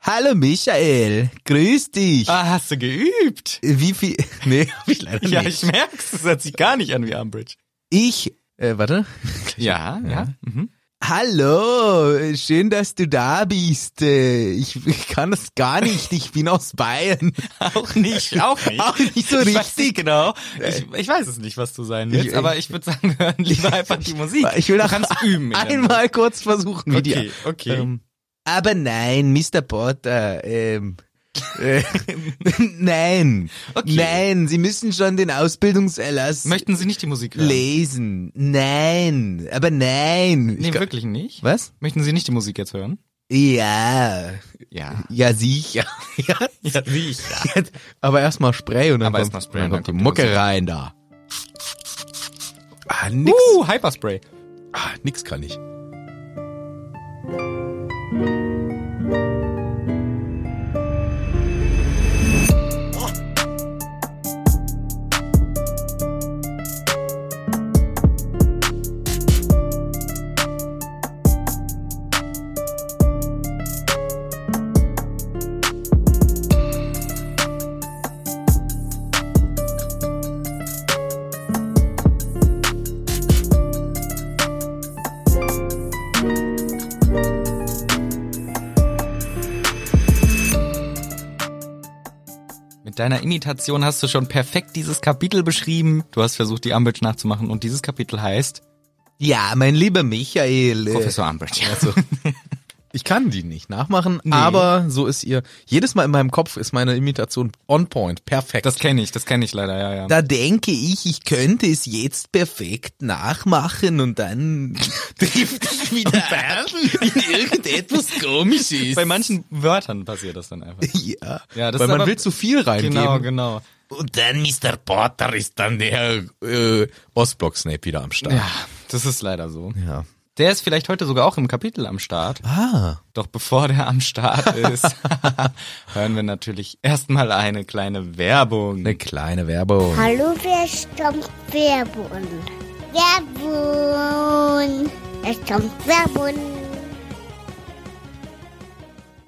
Hallo Michael, grüß dich. Ah, hast du geübt? Wie viel? Nee, hab ich leider Ja, nicht. ich merk's. Es hört sich gar nicht an wie Umbridge. Ich, äh, warte. Ja, ja. Mhm. Hallo, schön, dass du da bist. Äh, Ich, ich kann das gar nicht, ich bin aus Bayern. Auch nicht, auch nicht. Auch nicht so ich Weiß richtig. Äh. nicht genau. Ich, ich weiß es nicht, was du sein willst, Ich- äh, aber ich würde sagen, wir hören lieber einfach die Musik. Ich will du noch kannst üben. in der einmal kurz versuchen, wie Musik. dir. Okay, okay. Ähm, aber nein, Mr. Potter, ähm, äh, nein, Okay. nein, Sie müssen schon den Ausbildungserlass Möchten Sie nicht die Musik hören? lesen. Nein, aber nein. Ich Nee, glaub- wirklich nicht. was? Möchten Sie nicht die Musik jetzt hören? Ja, Ja. ja sicher. ja, Ja, wie ich. Ja. Jetzt, aber erstmal Spray und dann Aber kommt, erstmal Spray dann und dann kommt die kommt Mucke die Musik. rein da. Ah, nix, Uh, Hyperspray. ah, nix kann ich. Mit deiner Imitation hast du schon perfekt dieses Kapitel beschrieben. Du hast versucht, die Umbridge nachzumachen und dieses Kapitel heißt Ja, mein lieber Michael. äh, Professor Umbridge. Also, ich kann die nicht nachmachen, aber so ist ihr. Jedes Mal in meinem Kopf ist meine Imitation on point, perfekt. Das kenne ich, das kenne ich leider, ja, ja. da denke ich, ich könnte es jetzt perfekt nachmachen und dann trifft es wieder an in irgendetwas komisches. Bei manchen Wörtern passiert das dann einfach. ja, Ja, das weil man ist aber- will zu viel reingeben. Genau, genau. Und dann Mr. Potter ist dann der äh, Ostblock-Snape wieder am Start. Ja, das ist leider so. ja. Der ist vielleicht heute sogar auch im Kapitel am Start. Ah. Doch bevor der am Start ist, hören wir natürlich erstmal eine kleine Werbung. Eine kleine Werbung. Hallo, wer stammt Werbun? Werbun! Es stammt Werbun!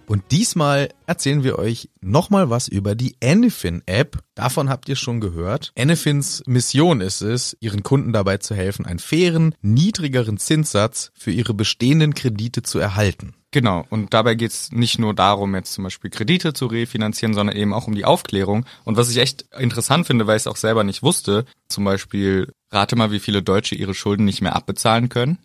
Und diesmal erzählen wir euch nochmal was über die Anyfin-App. Davon habt ihr schon gehört. Anyfins Mission ist es, ihren Kunden dabei zu helfen, einen fairen, niedrigeren Zinssatz für ihre bestehenden Kredite zu erhalten. Genau, und dabei geht's nicht nur darum, jetzt zum Beispiel Kredite zu refinanzieren, sondern eben auch um die Aufklärung. Und was ich echt interessant finde, weil ich es auch selber nicht wusste, zum Beispiel, rate mal, wie viele Deutsche ihre Schulden nicht mehr abbezahlen können.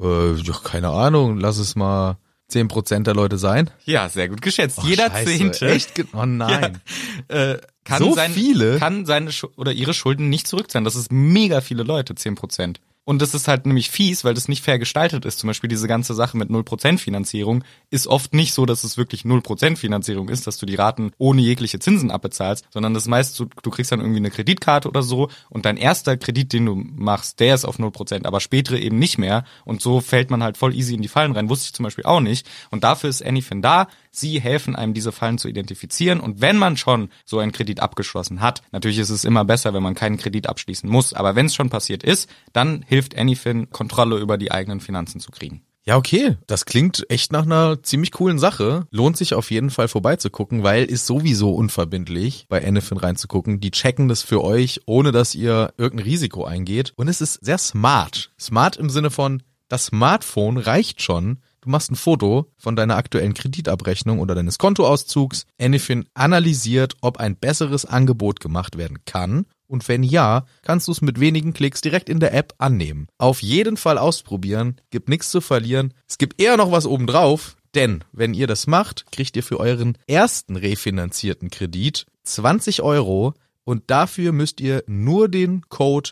Äh, ja, keine Ahnung, lass es mal 10% der Leute sein. Ja, sehr gut geschätzt. Ach, Jeder Scheiße, Zehnte. Echt? Ge- Oh nein. äh, kann So sein, viele? kann seine Schu oder ihre Schulden nicht zurückzahlen. Das ist mega viele Leute, 10 Prozent. Und das ist halt nämlich fies, weil das nicht fair gestaltet ist. Zum Beispiel diese ganze Sache mit 0% Finanzierung ist oft nicht so, dass es wirklich 0% Finanzierung ist, dass du die Raten ohne jegliche Zinsen abbezahlst, sondern das meist, du, du kriegst dann irgendwie eine Kreditkarte oder so und dein erster Kredit, den du machst, der ist auf 0%, aber spätere eben nicht mehr. Und so fällt man halt voll easy in die Fallen rein. Wusste ich zum Beispiel auch nicht. Und dafür ist Anyfin da. Sie helfen einem, diese Fallen zu identifizieren. Und wenn man schon so einen Kredit abgeschlossen hat, natürlich ist es immer besser, wenn man keinen Kredit abschließen muss. Aber wenn es schon passiert ist, dann hilft Anyfin, Kontrolle über die eigenen Finanzen zu kriegen. Ja, okay. Das klingt echt nach einer ziemlich coolen Sache. Lohnt sich auf jeden Fall vorbeizugucken, weil ist sowieso unverbindlich, bei Anyfin reinzugucken. Die checken das für euch, ohne dass ihr irgendein Risiko eingeht. Und es ist sehr smart. Smart im Sinne von, das Smartphone reicht schon. Du machst ein Foto von deiner aktuellen Kreditabrechnung oder deines Kontoauszugs. Anyfin analysiert, ob ein besseres Angebot gemacht werden kann und wenn ja, kannst du es mit wenigen Klicks direkt in der App annehmen. Auf jeden Fall ausprobieren, gibt nichts zu verlieren. Es gibt eher noch was obendrauf, denn wenn ihr das macht, kriegt ihr für euren ersten refinanzierten Kredit 20 Euro und dafür müsst ihr nur den Code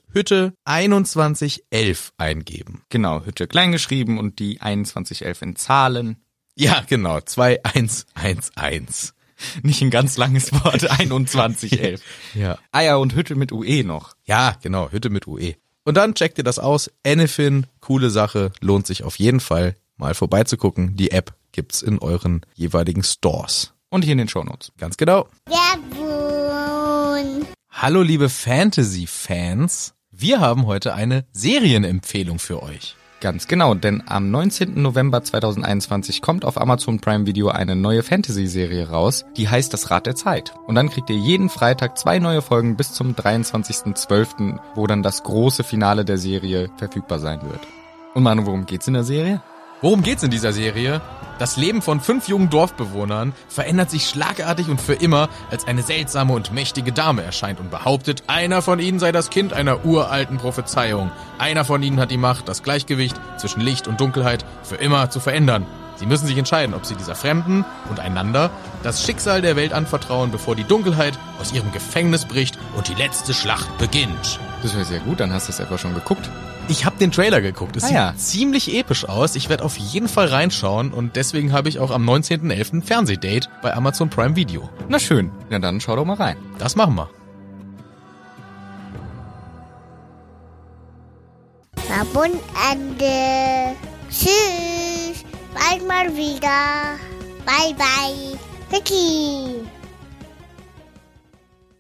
Hütte2111 eingeben. Genau, Hütte klein geschrieben und die 2111 in Zahlen. Ja, genau, 2111. Nicht ein ganz langes Wort, 2111. Ja. Eier und Hütte mit UE noch. Ja, genau, Hütte mit UE. Und dann checkt ihr das aus. Anyfin, coole Sache, lohnt sich auf jeden Fall mal vorbeizugucken. Die App gibt's in euren jeweiligen Stores. Und hier in den Shownotes. Ganz genau. Werbun! Hallo liebe Fantasy-Fans, wir haben heute eine Serienempfehlung für euch. Ganz genau, denn am 19. November 2021 kommt auf Amazon Prime Video eine neue Fantasy-Serie raus, die heißt Das Rad der Zeit. Und dann kriegt ihr jeden Freitag zwei neue Folgen bis zum 23.12., wo dann das große Finale der Serie verfügbar sein wird. Und Manu, worum geht's in der Serie? Worum geht's in dieser Serie? Das Leben von fünf jungen Dorfbewohnern verändert sich schlagartig und für immer, als eine seltsame und mächtige Dame erscheint und behauptet, einer von ihnen sei das Kind einer uralten Prophezeiung. Einer von ihnen hat die Macht, das Gleichgewicht zwischen Licht und Dunkelheit für immer zu verändern. Sie müssen sich entscheiden, ob sie dieser Fremden und einander das Schicksal der Welt anvertrauen, bevor die Dunkelheit aus ihrem Gefängnis bricht und die letzte Schlacht beginnt. Das wäre sehr gut, dann hast du es etwa schon geguckt. Ich habe den Trailer geguckt. Es Ah, ja. sieht ziemlich episch aus. Ich werde auf jeden Fall reinschauen und deswegen habe ich auch am 19.11. ein Fernsehdate bei Amazon Prime Video. Na schön, na dann schau doch mal rein. Das machen wir. Werbung Ende. Tschüss. Bald mal wieder. Bye, bye. Vicky.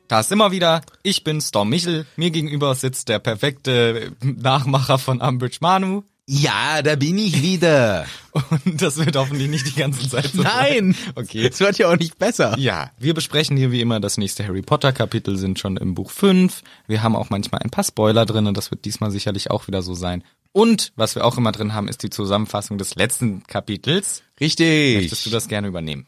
Da ist immer wieder, ich bin Storm Michel, mir gegenüber sitzt der perfekte Nachmacher von Ambridge Manu. Ja, da bin ich wieder. Und das wird hoffentlich nicht die ganze Zeit so Nein! bleiben. Okay. Es wird ja auch nicht besser. Ja, wir besprechen hier wie immer das nächste Harry Potter Kapitel, sind schon im Buch 5. Wir haben auch manchmal ein paar Spoiler drin und das wird diesmal sicherlich auch wieder so sein. Und was wir auch immer drin haben, ist die Zusammenfassung des letzten Kapitels. Möchtest du Richtig. das gerne übernehmen?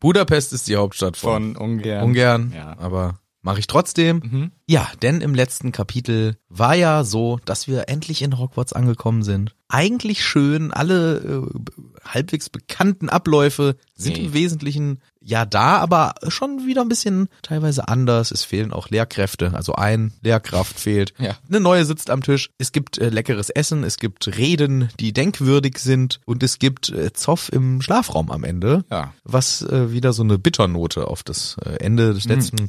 Budapest ist die Hauptstadt von, Von ungern. Ungarn. Ja. Mhm. Aber mache ich trotzdem. Ja, denn im letzten Kapitel war ja so, dass wir endlich in Hogwarts angekommen sind. Eigentlich schön, alle äh, b- halbwegs bekannten Abläufe sind Nee. im Wesentlichen ja da, aber schon wieder ein bisschen teilweise anders. Es fehlen auch Lehrkräfte, also ein Lehrkraft fehlt. Ja. Eine neue sitzt am Tisch. Es gibt äh, leckeres Essen, es gibt Reden, die denkwürdig sind und es gibt äh, Zoff im Schlafraum am Ende Ja. was äh, wieder so eine Bitternote auf das äh, Ende des letzten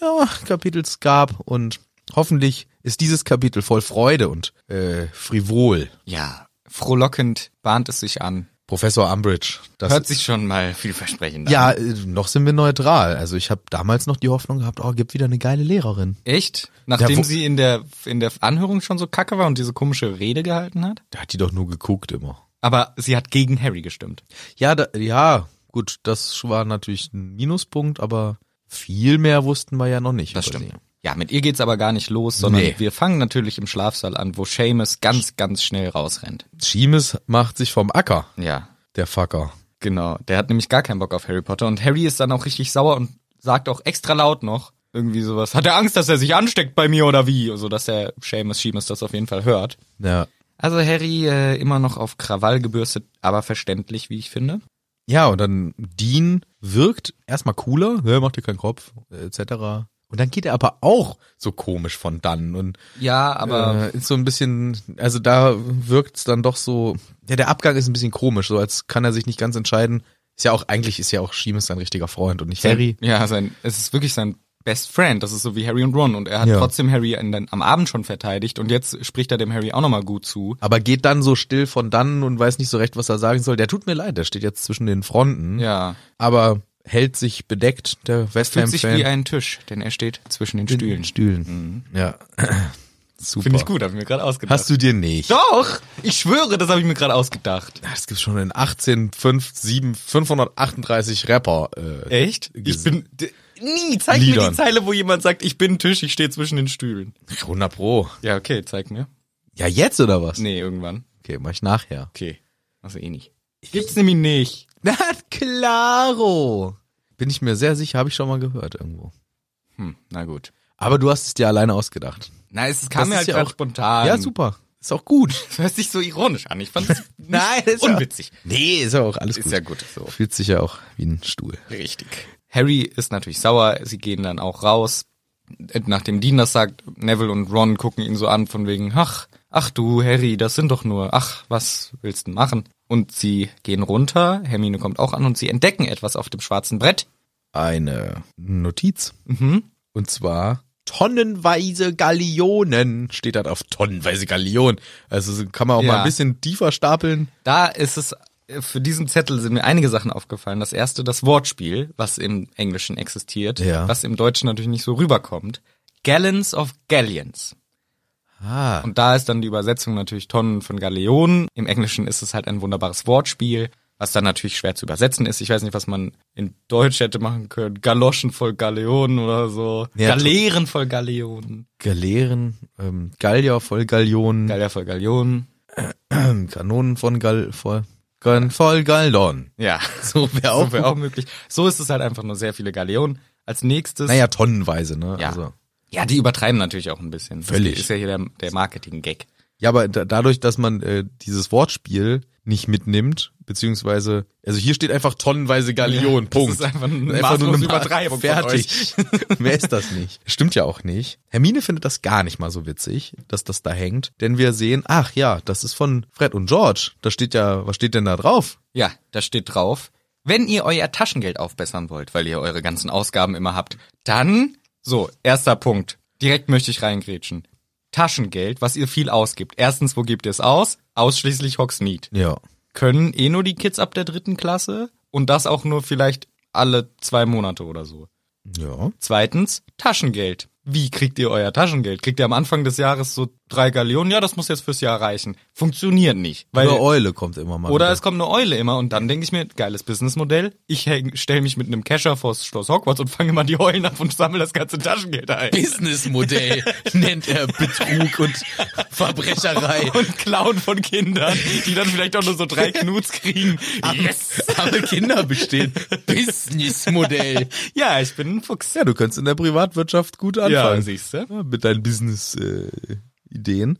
ja, Kapitels gab und hoffentlich ist dieses Kapitel voll Freude und äh, frivol. Ja, frohlockend bahnt es sich an. Professor Umbridge, das Hört sich schon mal vielversprechend an. ja, äh, noch sind wir neutral. Also ich habe damals noch die Hoffnung gehabt, oh, gibt wieder eine geile Lehrerin. Echt? Nachdem wo- sie in der, in der Anhörung schon so kacke war und diese komische Rede gehalten hat? Da hat die doch nur geguckt immer. Aber sie hat gegen Harry gestimmt. Ja, da, ja, gut, das war natürlich ein Minuspunkt, aber viel mehr wussten wir ja noch nicht. Das über stimmt. sie. Ja, mit ihr geht's aber gar nicht los, sondern Nee. wir fangen natürlich im Schlafsaal an, wo Seamus ganz, ganz schnell rausrennt. Seamus macht sich vom Acker, Ja, der Fucker. genau. Der hat nämlich gar keinen Bock auf Harry Potter und Harry ist dann auch richtig sauer und sagt auch extra laut noch irgendwie sowas. Hat er Angst, dass er sich ansteckt bei mir oder wie? So dass der Seamus, Seamus das auf jeden Fall hört. Ja, Also Harry äh, immer noch auf Krawall gebürstet, aber verständlich, wie ich finde. Ja, und dann Dean wirkt erstmal cooler, ne, macht dir keinen Kopf, äh, etc. Und dann geht er aber auch so komisch von dann und Ja, aber äh, ist so ein bisschen, also da wirkt's dann doch so, ja, der Abgang ist ein bisschen komisch, so als kann er sich nicht ganz entscheiden. Ist ja auch, eigentlich ist ja auch Schiemes sein richtiger Freund und nicht Harry. Äh, Ja, sein, es ist wirklich sein Best Friend. Das ist so wie Harry und Ron. Und er hat Ja. trotzdem Harry in den, am Abend schon verteidigt. Und jetzt spricht er dem Harry auch nochmal gut zu. Aber geht dann so still von dann und weiß nicht so recht, was er sagen soll. Der tut mir leid, der steht jetzt zwischen den Fronten. Ja. Aber hält sich bedeckt, der West Fühlt Ham-Fan. sich wie ein Tisch, denn er steht zwischen den in den Stühlen. Mhm. Stühlen. Ja. Super. Finde ich gut, habe ich mir gerade ausgedacht. Hast du dir nicht. Doch! Ich schwöre, das habe ich mir gerade ausgedacht. Ja, Das gibt's schon in 18, 5, 7, 538 Rapper. Äh, Echt? Ich bin. d- Nie, zeig mir Liedern. die Zeile, wo jemand sagt, ich bin ein Tisch, ich stehe zwischen den Stühlen. 100 Pro. Ja, okay, zeig mir. Ja, jetzt oder was? Nee, irgendwann. Okay, mach ich nachher. Okay. Also eh nicht. Gibt's nämlich nicht. Na, claro. Bin ich mir sehr sicher, habe ich schon mal gehört irgendwo. Hm, na gut. Aber du hast es dir alleine ausgedacht. Na, es Das kam mir ist halt ja grad auch- spontan. ja, super. Ist auch gut. Das hört sich so ironisch an. Ich fand es Nein, ist ja- unwitzig. Nee, ist ja auch alles Ist ja gut so. Fühlt sich ja auch wie ein Stuhl. Richtig. Harry ist natürlich sauer. Sie gehen dann auch raus. Nachdem Dean das sagt, Neville und Ron gucken ihn so an von wegen, ach, ach du Harry, das sind doch nur, ach, was willst du machen? Und sie gehen runter. Hermine kommt auch an und sie entdecken etwas auf dem schwarzen Brett. Eine Notiz. Und zwar tonnenweise Gallionen. Steht halt auf tonnenweise Gallionen. Also so kann man auch mal Ja. ein bisschen tiefer stapeln. Da ist es, äh, für diesen Zettel sind mir einige Sachen aufgefallen. Das erste, das Wortspiel, was im Englischen existiert, Ja. was im Deutschen natürlich nicht so rüberkommt. Gallons of Galleons. Ah. Und da ist dann die Übersetzung natürlich Tonnen von Galeonen. Im Englischen ist es halt ein wunderbares Wortspiel, was dann natürlich schwer zu übersetzen ist. Ich weiß nicht, was man in Deutsch hätte machen können. Galoschen voll Galeonen oder so. Ja, Galeeren voll Galeonen. Galeeren, ähm, Gallier voll Gallionen, Gallier voll Galeonen. Kanonen von Gall voll, Gun voll Galdon. Ja, so wäre auch, so wär auch möglich. So ist es halt einfach nur sehr viele Galeonen. Als nächstes. Naja, tonnenweise, ne? Ja. Also. Ja, die übertreiben natürlich auch ein bisschen. Völlig. Das ist ja hier der, der Marketing-Gag. Ja, aber da, dadurch, dass man äh, dieses Wortspiel nicht mitnimmt, beziehungsweise, also hier steht einfach tonnenweise Gallion, Ja, das Punkt. ist einfach eine maßlose Ma- Übertreibung von Fertig. Mehr ist das nicht. Stimmt ja auch nicht. Hermine findet das gar nicht mal so witzig, dass das da hängt, denn wir sehen, ach ja, das ist von Fred und George. Da steht ja, was steht denn da drauf? Ja, da steht drauf, wenn ihr euer Taschengeld aufbessern wollt, weil ihr eure ganzen Ausgaben immer habt, dann, so, erster Punkt. Direkt möchte ich reingrätschen. Taschengeld, was ihr viel ausgibt. Erstens, wo gebt ihr es aus? Ausschließlich Hogsmeade. Ja. Können eh nur die Kids ab der dritten Klasse und das auch nur vielleicht alle zwei Monate oder so. Ja. Zweitens, Taschengeld. Wie kriegt ihr euer Taschengeld? Kriegt ihr am Anfang des Jahres so drei Galeonen? Ja, das muss jetzt fürs Jahr reichen. Funktioniert nicht. Weil Eine Eule kommt immer mal. oder wieder. es kommt eine Eule immer und dann denke ich mir, geiles Businessmodell. Ich stelle mich mit einem Kescher vors Schloss Hogwarts und fange immer die Eulen ab und sammle das ganze Taschengeld ein. Businessmodell nennt er Betrug und Verbrecherei. Und klauen von Kindern, die dann vielleicht auch nur so drei Knuts kriegen. Ah, Yes! Arme Kinder bestehen. Businessmodell. Ja, ich bin ein Fuchs. Ja, du könntest in der Privatwirtschaft gut anfangen. siehste. Hm. Ja, mit deinen Business-Ideen.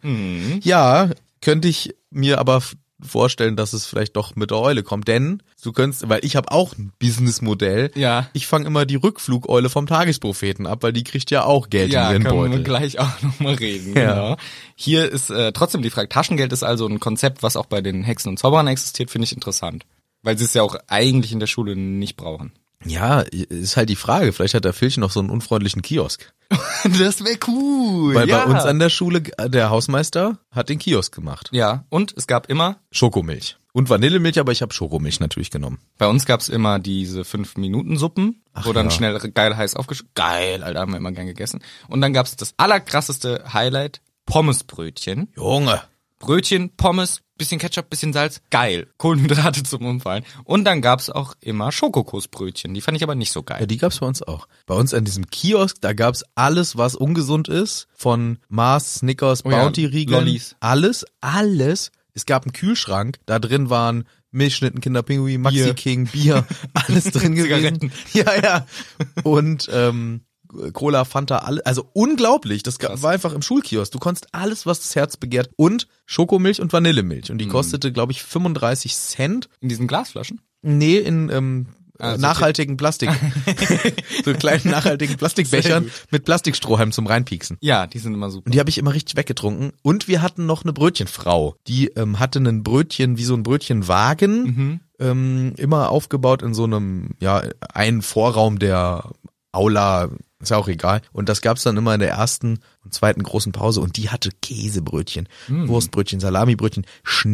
Ja, könnte ich mir aber f- vorstellen, dass es vielleicht doch mit der Eule kommt. Denn du könntest, weil ich habe auch ein Businessmodell. Ja. Ich fange immer die Rückflugeule vom Tagespropheten ab, weil die kriegt ja auch Geld Ja, in ihren können wir Beutel. gleich auch nochmal reden. Ja. Genau. Hier ist äh, trotzdem die Frage, Taschengeld ist also ein Konzept, was auch bei den Hexen und Zauberern existiert, finde ich interessant. Weil sie es ja auch eigentlich in der Schule nicht brauchen. Ja, ist halt die Frage. Vielleicht hat der Filch noch so einen unfreundlichen Kiosk. Das wäre cool. Weil ja. bei uns an der Schule, äh, der Hausmeister hat den Kiosk gemacht. Ja, und es gab immer, Schokomilch. Und Vanillemilch, aber ich habe Schokomilch natürlich genommen. bei uns gab's immer diese 5-Minuten-Suppen, wo dann ja. schnell geil heiß aufgeschüttet. Geil, Alter, haben wir immer gern gegessen. Und dann gab's das allerkrasseste Highlight, Pommesbrötchen. Junge. Brötchen, Pommes, bisschen Ketchup, bisschen Salz, geil. Kohlenhydrate zum Umfallen. Und dann gab's auch immer Schokokussbrötchen, die fand ich aber nicht so Ja, geil. die gab's bei uns auch. Bei uns an diesem Kiosk, da gab's alles, was ungesund ist. Von Mars, Snickers, Oh ja, Bounty-Riegeln. Lollis. Alles, alles. Es gab einen Kühlschrank, da drin waren Milchschnitten, Kinderpinguin, Maxi Bier. King, Bier, alles drin gewesen. Zigaretten. Ja, ja. Und ähm, Cola, Fanta, alles. Also unglaublich. Das gab, war einfach im Schulkiosk. Du konntest alles, was das Herz begehrt. Und Schokomilch und Vanillemilch. Mhm. Und die kostete, glaube ich, 35 Cent. In diesen Glasflaschen? Nee, in ähm, Ah, so nachhaltigen Plastik. so kleinen nachhaltigen Plastikbechern Sehr mit Plastikstrohhalm zum Reinpieksen. Ja, die sind immer super. Und die habe ich immer richtig weggetrunken. Und wir hatten noch eine Brötchenfrau. Die ähm, hatte einen Brötchen, wie so ein Brötchenwagen, Mhm. ähm, immer aufgebaut in so einem, ja, einen Vorraum der Aula, ist ja auch egal. Und das gab's dann immer in der ersten und zweiten großen Pause. Und die hatte Käsebrötchen, Mhm. Wurstbrötchen, Salamibrötchen,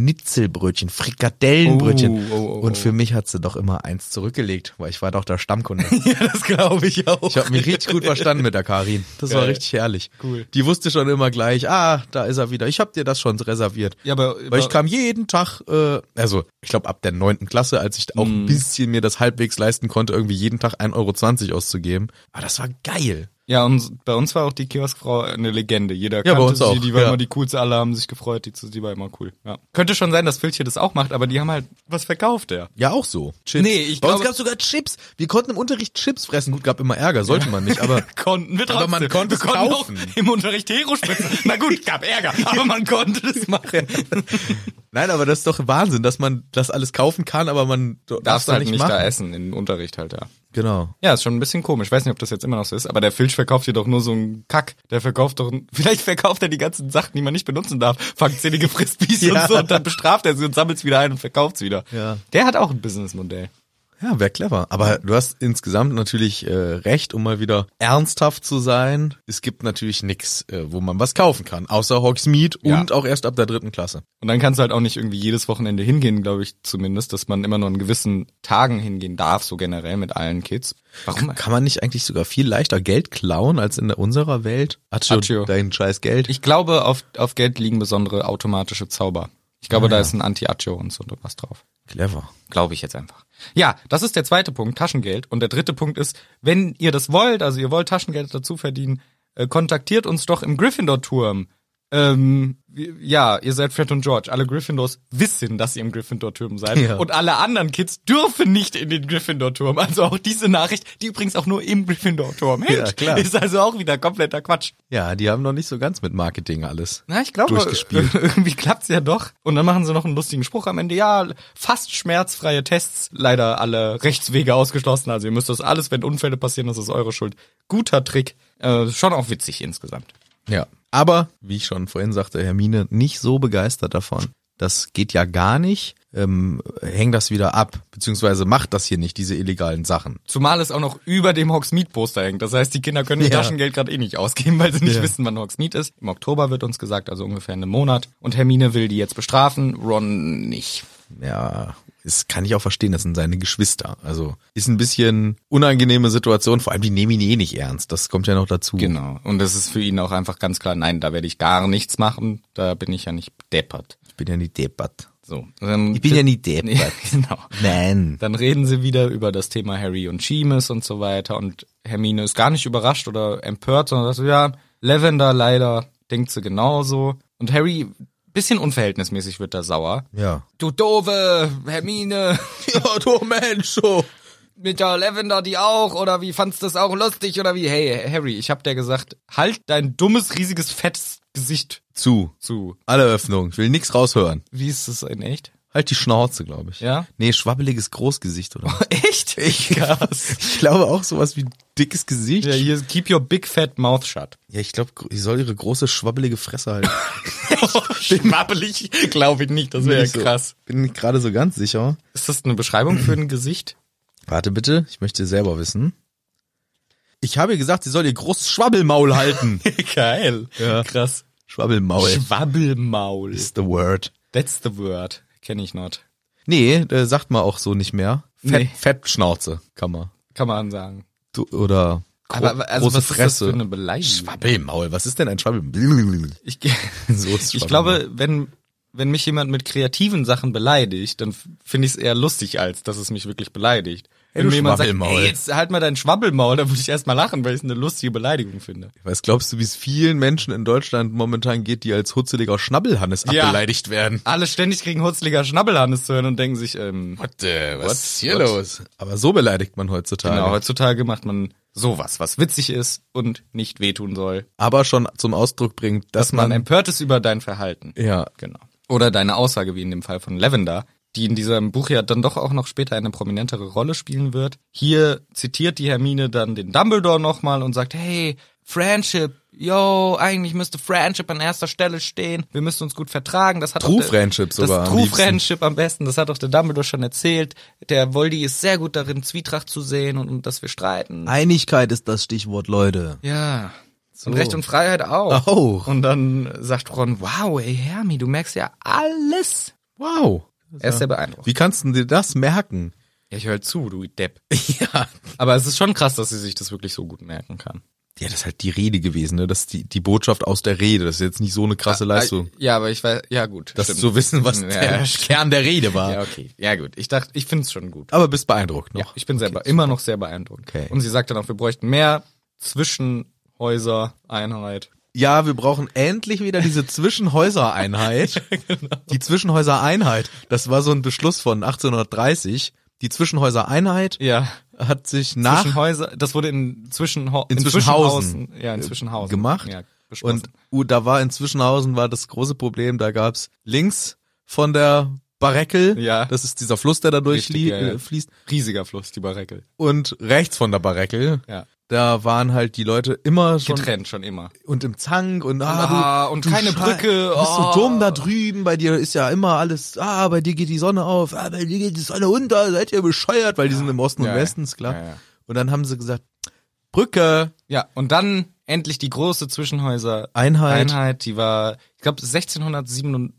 Schnitzelbrötchen, Frikadellenbrötchen. Oh, oh, oh, und oh. für mich hat sie doch immer eins zurückgelegt, weil ich war doch der Stammkunde. Ja, das glaube ich auch. Ich habe mich richtig gut verstanden mit der Karin. Das war Geil. richtig herrlich. Cool. Die wusste schon immer gleich, ah, da ist er wieder. Ich habe dir das schon reserviert. Ja, aber- weil ich kam jeden Tag, äh, also ich glaube ab der neunten Klasse, als ich auch ein bisschen mir das halbwegs leisten konnte, irgendwie jeden Tag 1,20 Euro auszugeben. Aber das war geil. Ja, und bei uns war auch die Kioskfrau eine Legende. Jeder bei kannte uns sie, auch, die war ja. immer die coolste, alle haben sich gefreut, die, die war immer cool. Ja. Könnte schon sein, dass Filche das auch macht, aber die haben halt was verkauft, ja. Ja, auch so. Chips. Nee, ich Bei uns glaube- gab's sogar Chips. Wir konnten im Unterricht Chips fressen. Gut, gab immer Ärger, sollte man nicht, aber Konnten wir Aber trotzdem. man konnte wir es konnten kaufen. Auch im Unterricht Hero spritzen. Na gut, gab Ärger, aber man konnte das machen. nein, aber das ist doch Wahnsinn, dass man das alles kaufen kann, aber man darf Darfst da halt nicht, nicht machen. da essen, im Unterricht halt, ja. Genau. Ja, ist schon ein bisschen komisch. Weiß nicht, ob das jetzt immer noch so ist, aber der Filch verkauft dir doch nur so einen Kack. Der verkauft doch, vielleicht verkauft er die ganzen Sachen, die man nicht benutzen darf. Fangzählige Fristbies Ja. und so und dann bestraft er sie und sammelt es wieder ein und verkauft es wieder. Ja. Der hat auch ein Businessmodell. Ja, wäre clever. Aber du hast insgesamt natürlich äh, recht, um mal wieder ernsthaft zu sein. Es gibt natürlich nix, äh, wo man was kaufen kann, außer Hogsmeade Ja. und auch erst ab der dritten Klasse. Und dann kannst du halt auch nicht irgendwie jedes Wochenende hingehen, glaube ich zumindest, dass man immer nur an gewissen Tagen hingehen darf, so generell mit allen Kids. Warum? Kann man nicht eigentlich sogar viel leichter Geld klauen als in unserer Welt? Accio, Accio. dein scheiß Geld. Ich glaube, auf, auf Geld liegen besondere automatische Zauber. Ich Ah, glaube, da ist ein Anti-Accio und so was drauf. Clever. Glaube ich jetzt einfach. Ja, das ist der zweite Punkt, Taschengeld. Und der dritte Punkt ist, wenn ihr das wollt, also ihr wollt Taschengeld dazu verdienen, äh, kontaktiert uns doch im Gryffindor-Turm. Ähm, wir- ja, ihr seid Fred und George. Alle Gryffindors wissen, dass ihr im Gryffindor-Turm seid. Ja. Und alle anderen Kids dürfen nicht in den Gryffindor-Turm. Also auch diese Nachricht, die übrigens auch nur im Gryffindor-Turm hängt, klar. ist also auch wieder kompletter Quatsch. Ja, die haben noch nicht so ganz mit Marketing alles. Na, ich glaube, Durchgespielt. irgendwie klappt's ja doch. Und dann machen sie noch einen lustigen Spruch am Ende. Ja, fast schmerzfreie Tests, leider alle Rechtswege ausgeschlossen. Also ihr müsst das alles, wenn Unfälle passieren, das ist eure Schuld. Guter Trick. Äh, schon auch witzig insgesamt. Ja. Aber, wie ich schon vorhin sagte, Hermine nicht so begeistert davon. Das geht ja gar nicht. Ähm, häng das wieder ab. Beziehungsweise macht das hier nicht, diese illegalen Sachen. Zumal es auch noch über dem Hogsmeade-Poster hängt. Das heißt, die Kinder können ihr Ja. Taschengeld gerade eh nicht ausgeben, weil sie nicht Ja. wissen, wann Hogsmeade ist. Im Oktober wird uns gesagt, also ungefähr in einem Monat. Und Hermine will die jetzt bestrafen, Ron nicht. ja, das kann ich auch verstehen, das sind seine Geschwister. Also ist ein bisschen unangenehme Situation, vor allem die nehmen ihn eh nicht ernst, das kommt ja noch dazu. Genau. Und das ist für ihn auch einfach ganz klar, nein, da werde ich gar nichts machen. Da bin ich ja nicht deppert. Ich bin ja nicht deppert. So. Ähm, Ich bin ja nicht deppert. genau. Nein. Dann reden sie wieder über das Thema Harry und Seamus und so weiter und Hermine ist gar nicht überrascht oder empört, sondern sagt so, ja, Lavender leider denkt sie genauso und Harry bisschen unverhältnismäßig wird da sauer. Ja. Du doofe Hermine Ja, du Mensch, oh. mit der Lavender die auch oder wie fandst du das auch lustig oder wie hey Harry, ich hab dir gesagt, halt dein dummes riesiges fettes Gesicht Zu. zu. Alle Öffnung. Ich will nix raushören. Wie ist das in echt? Halt die Schnauze, glaube ich. Ja? Nee, schwabbeliges Großgesicht, oder? was? Echt? Ich krass. ich glaube auch sowas wie dickes Gesicht. Ja, hier keep your big fat mouth shut. Ja, ich glaube, ich soll ihre große schwabbelige Fresse halten. Schwabbelig glaube ich nicht, das wäre Nicht so. krass. Bin nicht gerade so ganz sicher. Ist das eine Beschreibung für ein Gesicht? Warte bitte, ich möchte selber wissen. Ich habe ihr gesagt, sie soll ihr großes Schwabbelmaul halten. Geil. Ja. Krass. Schwabbelmaul Schwabbelmaul. is the word. Oh, That's the word. Kenne ich not. Nee, äh, sagt man auch so nicht mehr. Fett, Nee. Fettschnauze kann man. Kann man sagen. Du, oder gro Aber also große was ist das Fresse. für eine Beleidigung? Schwabbelmaul, was ist denn ein Schwabbel? Ich, So ist ich Schwabbelmaul. glaube, wenn, wenn mich jemand mit kreativen Sachen beleidigt, dann finde ich es eher lustig, als dass es mich wirklich beleidigt. Ey, wenn du mir jemand sagt, Schwabbelmaul. ey, jetzt halt mal dein Schwabbelmaul, dann würde ich erstmal lachen, weil ich es eine lustige Beleidigung finde. Was glaubst du, wie es vielen Menschen in Deutschland momentan geht, die als hutzeliger Schnabbelhannes Ja. Ah, abbeleidigt werden? Alle ständig kriegen hutzliger Schnabbelhannes zu hören und denken sich, ähm, What the, was ist hier los? Aber so beleidigt man heutzutage. Genau, heutzutage macht man sowas, was witzig ist und nicht wehtun soll. Aber schon zum Ausdruck bringt, dass, Man man empört es über dein Verhalten. ja, Genau. Oder deine Aussage, wie in dem Fall von Lavender, die in diesem Buch ja dann doch auch noch später eine prominentere Rolle spielen wird. Hier zitiert die Hermine dann den Dumbledore nochmal und sagt, hey, Friendship, yo, eigentlich müsste Friendship an erster Stelle stehen. Wir müssen uns gut vertragen. Das hat True auch der- Friendship sogar Das am True liebsten. Friendship am besten. Das hat auch der Dumbledore schon erzählt. Der Voldy ist sehr gut darin, Zwietracht zu sehen und, und dass wir streiten. Einigkeit ist das Stichwort, Leute. Ja. Und Recht und Freiheit auch. Auch. Und dann sagt Ron, wow, ey Hermi, du merkst ja alles. Wow. Er ist sehr beeindruckt. Wie kannst du dir das merken? Ja, ich höre zu, du Depp. Ja. Aber es ist schon krass, dass sie sich das wirklich so gut merken kann. Ja, das ist halt die Rede gewesen, ne? Das ist die, die Botschaft aus der Rede. Das ist jetzt nicht so eine Also krasse Leistung. Ah, Ja, aber ich weiß, ja gut. Dass stimmt. du so wissen, was Ja, der Kern der Rede war. Ja, okay. Ja gut, ich dachte, ich find's schon gut. Aber bist beeindruckt noch. Ja, ich bin selber immer noch sehr beeindruckt. Okay. Und sie sagt dann auch, wir bräuchten mehr Zwischenhäuser-Einheit. Ja, wir brauchen endlich wieder diese Zwischenhäusereinheit. Die Zwischenhäusereinheit, das war so ein Beschluss von 1830. Die Zwischenhäusereinheit Ja. hat sich nach Zwischenhäuser, das wurde in Zwischenhau In in Zwischenhausen. Zwischenhausen- Ja, in Zwischenhausen. gemacht. Ja, beschlossen. und uh, da war in Zwischenhausen war das große Problem, da gab's links von der Barreckel. Ja. Das ist dieser Fluss, der da Richtig, durchfließt. ja, ja. äh, fließt. Riesiger Fluss, die Barreckel. Und rechts von der Barreckel, Ja. da waren halt die Leute immer schon Getrennt schon immer. und im Zank und ah, Ah, du, und du keine schrei- Brücke, Du bist ah. so dumm da drüben, bei dir ist ja immer alles, ah, bei dir geht die Sonne auf, ah, bei dir geht die Sonne unter, seid ihr bescheuert, weil die sind im Osten Ja, und ja. Westen, ist klar. Ja, ja. Und dann haben sie gesagt, Brücke, Ja, und dann endlich die große Zwischenhäuser Einheit. Einheit, die war, ich glaube 1607.000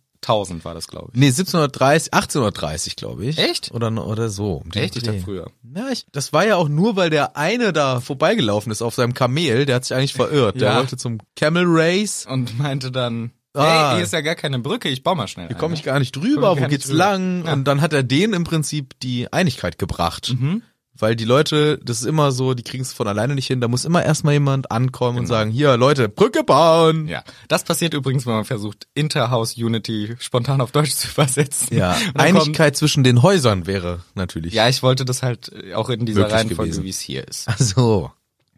war das, glaube ich. Nee, 1730, 1830, glaube ich. Echt? Oder, oder so. um den Echt? Ich Dreh. dachte früher. Ja, ich, das war ja auch nur, weil der eine da vorbeigelaufen ist auf seinem Kamel, der hat sich eigentlich verirrt. Der Ja. wollte zum Camel Race. Und meinte dann, Ah. hey, hier ist ja gar keine Brücke, ich baue mal schnell Hier eine. komme ich gar nicht drüber, Komm ich wo gar nicht geht's drüber. lang? Ja. Und dann hat er denen im Prinzip die Einigkeit gebracht. Mhm. Weil die Leute, das ist immer so, die kriegen es von alleine nicht hin, da muss immer erstmal jemand ankommen und sagen, hier Leute, Brücke bauen. Genau. Ja, das passiert übrigens, wenn man versucht, Interhouse Unity spontan auf Deutsch zu übersetzen. Ja, Und dann kommt- Einigkeit zwischen den Häusern wäre natürlich. Ja, ich wollte das halt äh, auch in dieser Möglich Reihenfolge, gewesen. wie es hier ist. Also,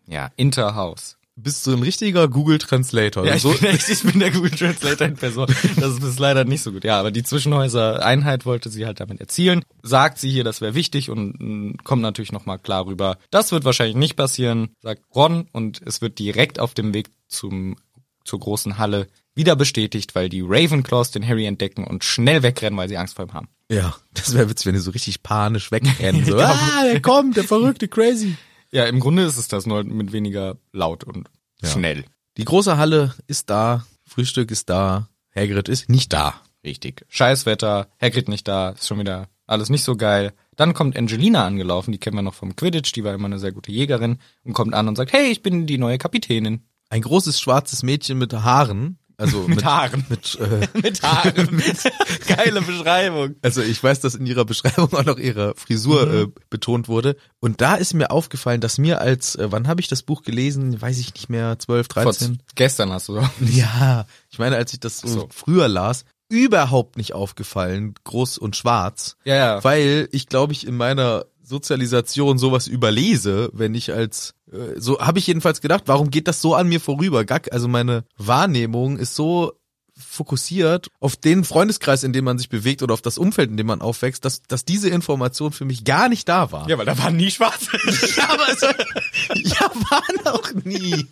Ja, Interhouse. bist du ein richtiger Google Translator? Ja, ich, so, bin, echt- ich bin der Google Translator in Person. Das ist leider nicht so gut. Ja, aber die Zwischenhäuser-Einheit wollte sie halt damit erzielen. Sagt sie hier, das wäre wichtig und mm, kommt natürlich nochmal klar rüber. Das wird wahrscheinlich nicht passieren, sagt Ron. Und es wird direkt auf dem Weg zum, zur großen Halle wieder bestätigt, weil die Ravenclaws den Harry entdecken und schnell wegrennen, weil sie Angst vor ihm haben. Ja, das wäre witzig, wenn die so richtig panisch wegrennen. So, Ja. ah, der kommt, der verrückte Crazy. Ja, im Grunde ist es das nur mit weniger laut und schnell. Die große Halle ist da, Frühstück ist da, Hagrid ist nicht da. Richtig. Scheißwetter, Hagrid nicht da, ist schon wieder alles nicht so geil. Dann kommt Angelina angelaufen, die kennen wir noch vom Quidditch, die war immer eine sehr gute Jägerin und kommt an und sagt, hey, ich bin die neue Kapitänin. Ein großes schwarzes Mädchen mit Haaren, also mit, Haaren. Mit, äh, Mit Haaren. Geile Beschreibung. also ich weiß, dass in ihrer Beschreibung auch noch ihre Frisur äh, betont wurde. Und da ist mir aufgefallen, dass mir als, äh, wann habe ich das Buch gelesen? Weiß ich nicht mehr, 12, Vor 13. gestern hast du doch. Ja, ich meine, als ich das so, so. früher las, überhaupt nicht aufgefallen, groß und schwarz. Ja, ja. weil ich glaube ich in meiner Sozialisation sowas überlese, wenn ich als äh, so habe ich jedenfalls gedacht, warum geht das so an mir vorüber? Gack, also meine Wahrnehmung ist so fokussiert auf den Freundeskreis, in dem man sich bewegt oder auf das Umfeld, in dem man aufwächst, dass dass diese Information für mich gar nicht da war. Ja, weil da waren nie Schwarze. aber es, ja waren auch nie.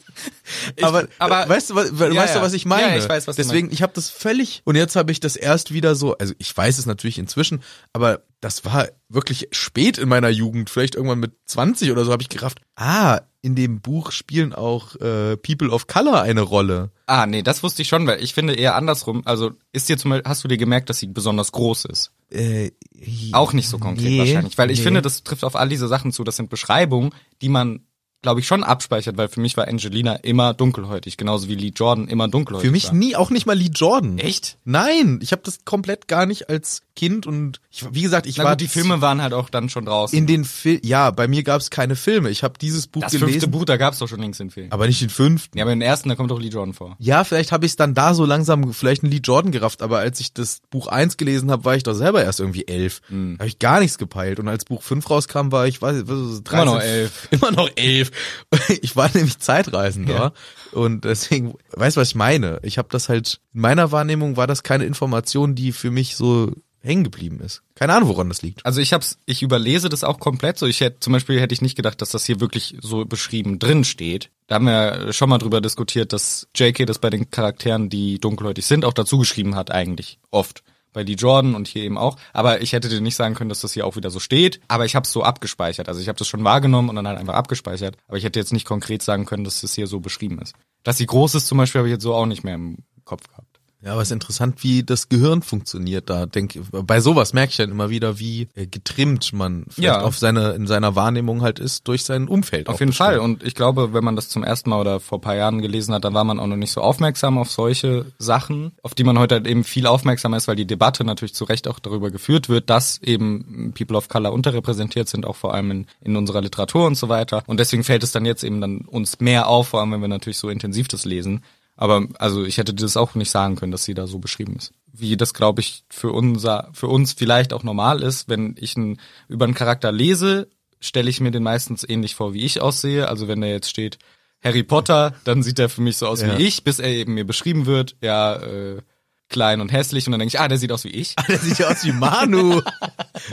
aber, äh, aber- weißt du, was, we- Ja, weißt du, ja. was ich meine? Ja, ich weiß, was du Deswegen, ich habe das völlig und jetzt habe ich das erst wieder so, also ich weiß es natürlich inzwischen, aber das war wirklich spät in meiner Jugend, vielleicht irgendwann mit 20 oder so habe ich gerafft. Ah, in dem Buch spielen auch äh, People of Color eine Rolle. Ah, nee, das wusste ich schon, weil ich finde eher andersrum. Also, ist dir zum Beispiel, hast du dir gemerkt, dass sie besonders groß ist? Äh, Auch nicht so konkret nee, wahrscheinlich, weil ich nee. finde, das trifft auf all diese Sachen zu. Das sind Beschreibungen, die man, glaube ich, schon abspeichert, weil für mich war Angelina immer dunkelhäutig, genauso wie Lee Jordan immer dunkelhäutig. für mich war. nie, auch nicht mal Lee Jordan. Echt? Nein, ich habe das komplett gar nicht als Kind und ich, wie gesagt, ich Na war gut, die Filme waren halt auch dann schon draußen. In den Fil ja, bei mir gab es keine Filme. Ich habe dieses Buch das fünfte gelesen, Buch, da gab's doch schon links den Film. aber nicht den fünften. Ja, aber im ersten, da kommt doch Lee Jordan vor. Ja, vielleicht habe ich es dann da so langsam, vielleicht einen Lee Jordan gerafft, aber als ich das Buch eins gelesen habe, war ich doch selber erst irgendwie elf. Hm. Da habe ich gar nichts gepeilt. Und als Buch fünf rauskam, war ich, weiß ich, was ist es, 13, Immer noch elf. Immer noch elf. Ich war nämlich Zeitreisender. Und deswegen, weißt du, was ich meine? Ich habe das halt, in meiner Wahrnehmung war das keine Information, die für mich so hängen geblieben ist. Keine Ahnung, woran das liegt. Also ich hab's, ich überlese das auch komplett so. Ich hätte zum Beispiel hätte ich nicht gedacht, dass das hier wirklich so beschrieben drin steht. Da haben wir schon mal drüber diskutiert, dass JK das bei den Charakteren, die dunkelhäutig sind, auch dazu geschrieben hat eigentlich oft. Bei Lee Jordan und hier eben auch. Aber ich hätte dir nicht sagen können, dass das hier auch wieder so steht. Aber ich hab's so abgespeichert. Also ich habe das schon wahrgenommen und dann halt einfach abgespeichert. Aber ich hätte jetzt nicht konkret sagen können, dass das hier so beschrieben ist. Dass sie groß ist zum Beispiel, habe ich jetzt so auch nicht mehr im Kopf gehabt. Ja, aber es ist interessant, wie das Gehirn funktioniert. Da denke bei sowas merke ich dann immer wieder, wie äh, getrimmt man vielleicht Ja. auf seine in seiner Wahrnehmung halt ist durch sein Umfeld. Auf jeden Fall. Und ich glaube, wenn man das zum ersten Fall oder vor ein paar Jahren gelesen hat, dann war man auch noch nicht so aufmerksam auf solche Sachen, auf die man heute halt eben viel aufmerksamer ist, weil die Debatte natürlich zu Recht auch darüber geführt wird, dass eben People of Color unterrepräsentiert sind, auch vor allem in, in unserer Literatur und so weiter. Und deswegen fällt es dann jetzt eben dann uns mehr auf, vor allem wenn wir natürlich so intensiv das lesen. Aber also ich hätte das auch nicht sagen können, dass sie da so beschrieben ist. Wie das, glaube ich, für, unser, für uns vielleicht auch normal ist, wenn ich einen, über einen Charakter lese stelle ich mir den meistens ähnlich vor, wie ich aussehe. Also wenn der jetzt steht Harry Potter, dann sieht er für mich so aus Ja. wie ich, bis er eben mir beschrieben wird, ja, äh, klein und hässlich und dann denke ich, ah, der sieht aus wie ich. Der sieht ja aus wie Manu.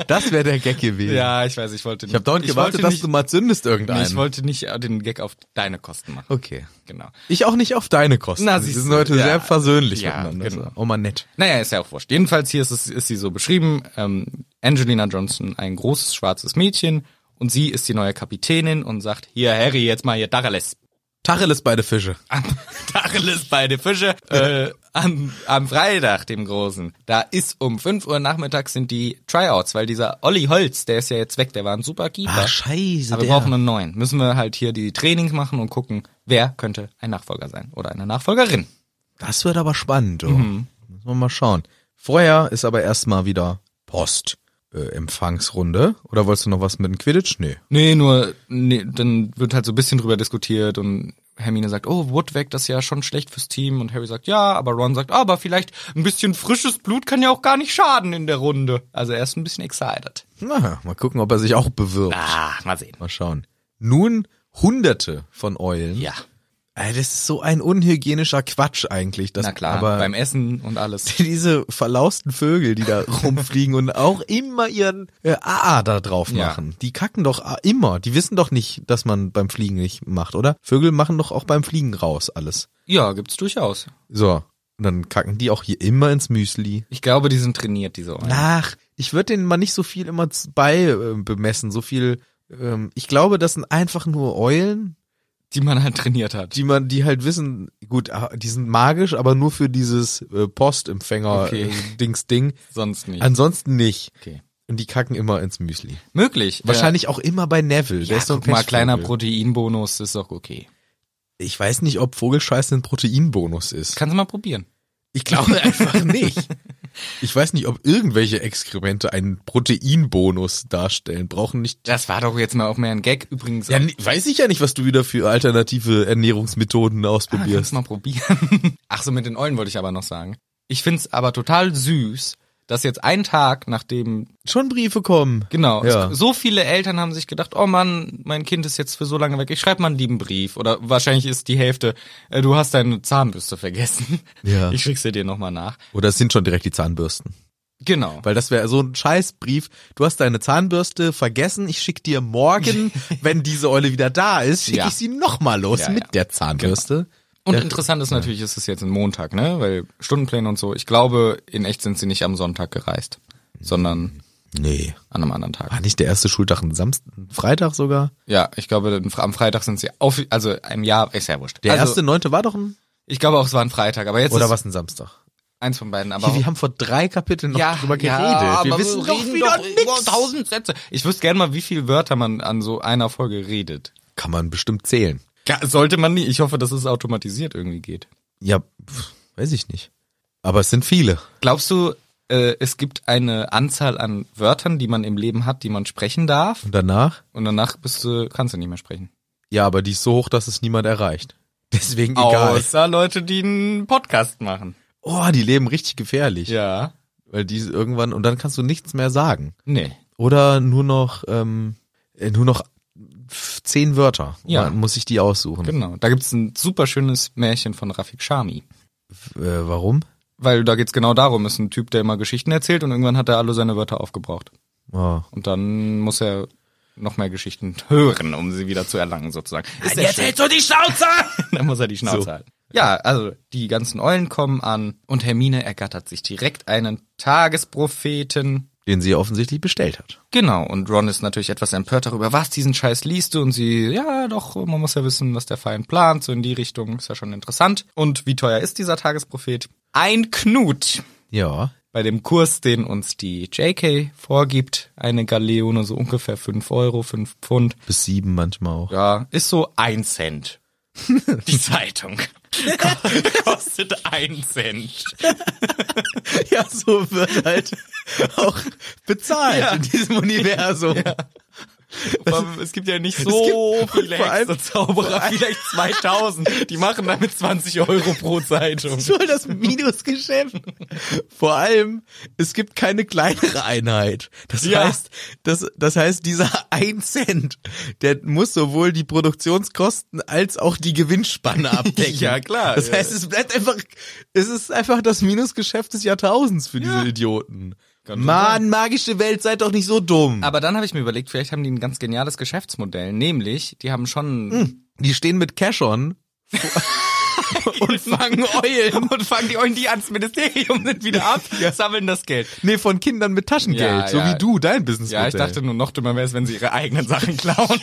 Das wäre der Gag gewesen. Ja, ich weiß, ich wollte nicht. Ich habe dauernd gewartet, wollte dass nicht, du mal zündest Nee, ich irgendeinen. wollte nicht äh, den Gag auf deine Kosten machen. Okay. Genau. Ich auch nicht auf deine Kosten. Na, Sie siehst sind du, heute ja. sehr versöhnlich Ja, miteinander. genau. Oh man, nett. Naja, ist ja auch wurscht. Jedenfalls hier ist, es, ist sie so beschrieben. Ähm, Angelina Johnson, ein großes schwarzes Mädchen und sie ist die neue Kapitänin und sagt, hier Harry, jetzt mal hier Dacheles. Tacheles beide Fische. Dacheles beide Fische. Äh, am, am Freitag, dem Großen. Da ist um 5 Uhr nachmittags sind die Tryouts, weil dieser Olli Holz, der ist ja jetzt weg, der war ein super Keeper. Ah, scheiße. Aber wir brauchen einen neuen. Müssen wir halt hier die Trainings machen und gucken, wer könnte ein Nachfolger sein oder eine Nachfolgerin. das wird aber spannend. Oh. Mhm. Müssen wir mal schauen. Vorher ist aber erstmal wieder Post. Äh, Empfangsrunde. Oder wolltest du noch was mit dem Quidditch? Nee. Nee, nur, nee, dann wird halt so ein bisschen drüber diskutiert und Hermine sagt, oh, Woodweg, das ist ja schon schlecht fürs Team. Und Harry sagt, ja, aber Ron sagt, aber vielleicht ein bisschen frisches Blut kann ja auch gar nicht schaden in der Runde. Also er ist ein bisschen excited. Na, mal gucken, ob er sich auch bewirbt. Ah, mal sehen. Mal schauen. Nun hunderte von Eulen. Ja, Ey, Das ist so ein unhygienischer Quatsch eigentlich. Das, na klar, Aber beim Essen und alles. diese verlausten Vögel, die da rumfliegen und auch immer ihren äh, AA da drauf Ja. machen. Die kacken doch a- immer. Die wissen doch nicht, dass man beim Fliegen nicht macht, oder? Vögel machen doch auch beim Fliegen raus alles. Ja, gibt's durchaus. So. Und dann kacken die auch hier immer ins Müsli. Ich glaube, die sind trainiert, diese Eulen. Ach, ich würde denen mal nicht so viel immer z- bei äh, bemessen, so viel. Ähm, ich glaube, das sind einfach nur Eulen, Die man halt trainiert hat. die man, die halt wissen, gut, ah, die sind magisch, aber nur für dieses äh, Okay. Postempfänger-Dings-Ding. Sonst nicht. Ansonsten nicht. Okay. Und die kacken immer ins Müsli. Möglich. Wahrscheinlich auch immer bei Neville. Äh, der ja, ist so ein guck mal, Pechvogel. kleiner Proteinbonus ist doch okay. Ich weiß nicht, ob Vogelscheiß ein Proteinbonus ist. Kannst du mal probieren. Ich glaube einfach nicht. Ich weiß nicht, ob irgendwelche Exkremente einen Proteinbonus darstellen. Brauchen nicht. Das war doch jetzt mal auch mehr ein Gag übrigens. Ja, nee, weiß ich ja nicht, was du wieder für alternative Ernährungsmethoden Ah, kannst ausprobierst. mal probieren. Ach so, mit den Eulen wollte ich aber noch sagen. Ich find's aber total süß, dass jetzt ein Tag nachdem, Schon Briefe kommen. genau, Ja. es, so viele Eltern haben sich gedacht, oh Mann, mein Kind ist jetzt für so lange weg, ich schreibe mal einen lieben Brief. Oder wahrscheinlich ist die Hälfte, äh, du hast deine Zahnbürste vergessen. Ja. Ich schick sie dir nochmal nach. Oder es sind schon direkt die Zahnbürsten. Genau. Weil das wäre so ein Scheißbrief. Du hast deine Zahnbürste vergessen. Ich schick dir morgen, wenn diese Eule wieder da ist, schicke Ja. ich sie nochmal los Ja, mit ja. der Zahnbürste. Und Ja. interessant ist natürlich, ist es jetzt ein Montag, ne? Weil Stundenpläne und so. Ich glaube, in echt sind sie nicht am Sonntag gereist, sondern Nee. an einem anderen Tag. War nicht der erste Schultag ein Samstag, ein Freitag sogar? Ja, ich glaube, am Freitag sind sie auf, also im Jahr, ist ja wurscht. Der also, erste neunte war doch ein Ich glaube auch, es war ein Freitag, aber jetzt oder ist was ein Samstag? eins von beiden. Aber Hier, wir haben vor drei Kapiteln noch drüber geredet. Ja, wir aber wissen doch reden wieder doch über nix. tausend Sätze. Ich wüsste gerne mal, wie viele Wörter man an so einer Folge redet. Kann man bestimmt zählen. Ja, sollte man nie. Ich hoffe, dass es automatisiert irgendwie geht. Ja, pf, weiß ich nicht. Aber es sind viele. Glaubst du, äh, es gibt eine Anzahl an Wörtern, die man im Leben hat, die man sprechen darf? Und danach? Und danach bist du, kannst du nicht mehr sprechen. Ja, aber die ist so hoch, dass es niemand erreicht. Deswegen egal. Außer Leute, die einen Podcast machen. Oh, die leben richtig gefährlich. Ja. Weil die irgendwann, und dann kannst du nichts mehr sagen. Nee. Oder nur noch, ähm, äh, nur noch f- zehn Wörter. Ja. Dann muss ich die aussuchen. Genau. Da gibt's ein super schönes Märchen von Rafik Shami. Äh, warum? Weil da geht's genau darum, ist ein Typ, der immer Geschichten erzählt und irgendwann hat er alle seine Wörter aufgebraucht. Oh. Und dann muss er noch mehr Geschichten hören, um sie wieder zu erlangen, sozusagen. Ah, Ist sehr schön. so die Schnauze! dann muss er die Schnauze So. halten. Ja, also die ganzen Eulen kommen an und Hermine ergattert sich direkt einen Tagespropheten. Den sie offensichtlich bestellt hat. Genau, und Ron ist natürlich etwas empört darüber, was diesen Scheiß liest du und sie, ja doch, man muss ja wissen, was der Feind plant, so in die Richtung, ist ja schon interessant. Und wie teuer ist dieser Tagesprophet? Ein Knut. Ja. bei dem Kurs, den uns die JK vorgibt, eine Galeone so ungefähr 5 Euro, 5 Pfund. Bis sieben manchmal auch. Ja, ist so ein Cent. Die Zeitung. Kostet ein Cent. Ja, so wird halt auch bezahlt Ja. diesem Universum. Aber es gibt ja nicht so gibt- viele vor allem- Hexenzauberer, vielleicht 2000. Die machen damit 20 Euro pro Zeitung. Voll das Minusgeschäft. Vor allem, es gibt keine kleinere Einheit. Das Ja. heißt, das, das heißt, dieser ein Cent, der muss sowohl die Produktionskosten als auch die Gewinnspanne abdecken. Ja, klar, Das ja. heißt, es bleibt einfach, es ist einfach das Minusgeschäft des Jahrtausends für diese Idioten. Kann schon Mann, magische Welt, seid doch nicht so dumm. Aber dann habe ich mir überlegt, vielleicht haben die ein ganz geniales Geschäftsmodell. Nämlich, die haben schon... Die stehen mit Cash on und fangen Eulen. Und fangen die Eulen, die ans Ministerium sind, wieder ab, sammeln das Geld. Nee, von Kindern mit Taschengeld, Ja, so ja. wie du, dein Business Ja, ich dachte nur, noch dümmer wäre es, wenn sie ihre eigenen Sachen klauen.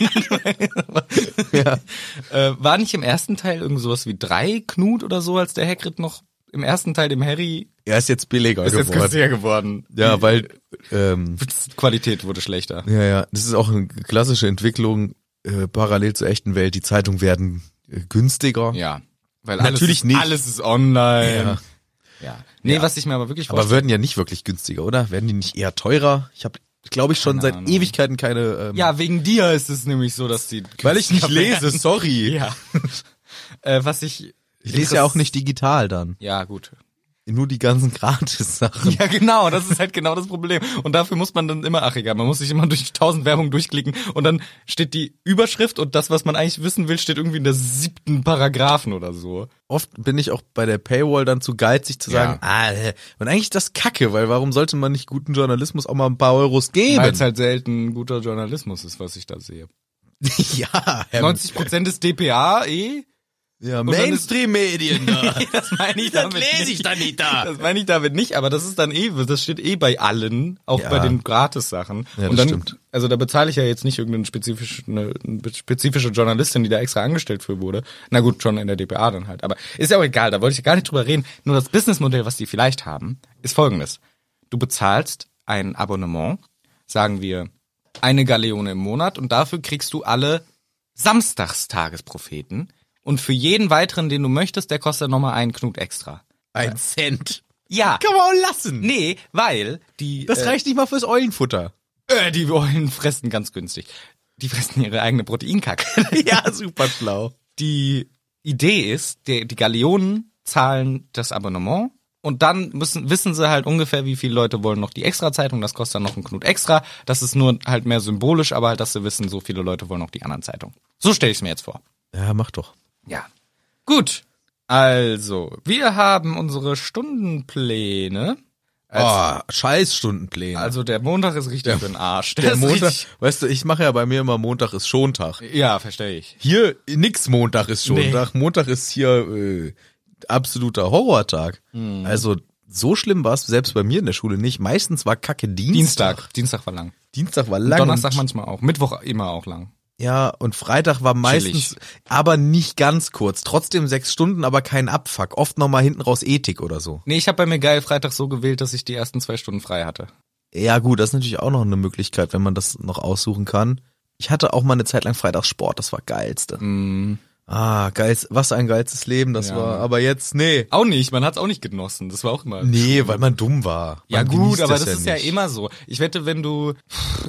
äh, war nicht im ersten Teil irgend sowas wie drei Knut oder so, als der Hagrid noch im ersten Teil dem Harry Er ist jetzt billiger ist jetzt geworden. günstiger geworden. ja, weil ähm, Die Qualität wurde schlechter. ja, ja, das ist auch eine klassische Entwicklung äh, parallel zur echten Welt. Die Zeitungen werden äh, günstiger. Ja, weil Natürlich alles, ist, nicht. alles ist online. Ja. Ja. Nee, was ich mir aber wirklich Aber werden ja nicht wirklich günstiger, oder? Werden die nicht eher teurer? Ich habe, glaube ich, schon Keine seit Ahnung. Ewigkeiten keine. Ähm, Ja, wegen dir ist es nämlich so, dass die. weil ich nicht lese. Sorry. Ja. äh, was ich. Ich lese ja auch nicht digital dann. Ja, gut. Nur die ganzen Gratis-Sachen. Ja, genau, das ist halt genau das Problem. Und dafür muss man dann immer, ach egal, man muss sich immer durch tausend Werbung durchklicken und dann steht die Überschrift und das, was man eigentlich wissen will, steht irgendwie in der siebten Paragraphen oder so. Oft bin ich auch bei der Paywall dann zu geizig zu Ja. sagen, ah, äh, und eigentlich ist das Kacke, weil warum sollte man nicht guten Journalismus auch mal ein paar Euros geben? Weil es halt selten guter Journalismus ist, was ich da sehe. ja, ähm, 90 Prozent ist DPA, eh? ja dann ist- Mainstream-Medien. ne? da. das meine ich Das damit lese ich nicht. dann nicht da. Das meine ich damit nicht, aber das ist dann eh, das steht eh bei allen, auch Ja. bei den Gratis-Sachen. Ja, das und dann, stimmt. Also da bezahle ich ja jetzt nicht irgendeine spezifische, eine spezifische Journalistin, die da extra angestellt für wurde. Na gut, schon in der DPA dann halt. Aber ist ja auch egal, da wollte ich gar nicht drüber reden. Nur das Businessmodell, was die vielleicht haben, ist folgendes. Du bezahlst ein Abonnement, sagen wir eine Galeone im Monat und dafür kriegst du alle Samstagstagespropheten und für jeden weiteren, den du möchtest, der kostet nochmal einen Knut extra. Ein Cent. Ja. Kann man auch lassen. Nee, Äh. weil die Das reicht nicht mal fürs Eulenfutter. äh, äh, die Eulen fressen ganz günstig. Die fressen ihre eigene Proteinkacke. Ja, super schlau. die Idee ist, die, die Galeonen zahlen das Abonnement und dann müssen, wissen sie halt ungefähr, wie viele Leute wollen noch die Extra-Zeitung, das kostet dann noch einen Knut extra. Das ist nur halt mehr symbolisch, aber halt, dass sie wissen, so viele Leute wollen noch die anderen Zeitungen. So stelle ich es mir jetzt vor. Ja, mach doch. Ja. Gut. Also, wir haben unsere Stundenpläne. Ah, scheiß Stundenpläne. Also der Montag ist richtig für den Arsch. der ist Montag, richtig- weißt du, ich mache ja bei mir immer Montag ist Schontag. Ja, verstehe ich. Hier nix Montag ist Schontag. Montag ist hier äh, absoluter Horrortag. Also so schlimm war es selbst bei mir in der Schule nicht. Meistens war Kacke Dienstag. Dienstag. Dienstag war lang. Dienstag war lang. Donnerstag manchmal auch. Mittwoch immer auch lang. Ja, und Freitag war meistens, Chillig. aber nicht ganz kurz. Trotzdem sechs Stunden, aber kein Abfuck. Oft nochmal hinten raus Ethik oder so. Nee, ich habe bei mir geil Freitag so gewählt, dass ich die ersten zwei Stunden frei hatte. Ja, gut, das ist natürlich auch noch eine Möglichkeit, wenn man das noch aussuchen kann. Ich hatte auch mal eine Zeit lang Freitagssport, das war geilste. Ah, geilst, was ein geilstes Leben das Ja. war. Aber jetzt, nee. Auch nicht, man hat's auch nicht genossen. Das war auch immer. Nee, weil man dumm war. Ja Man gut, genießt aber das, ist ja nicht. immer so. Ich wette, wenn du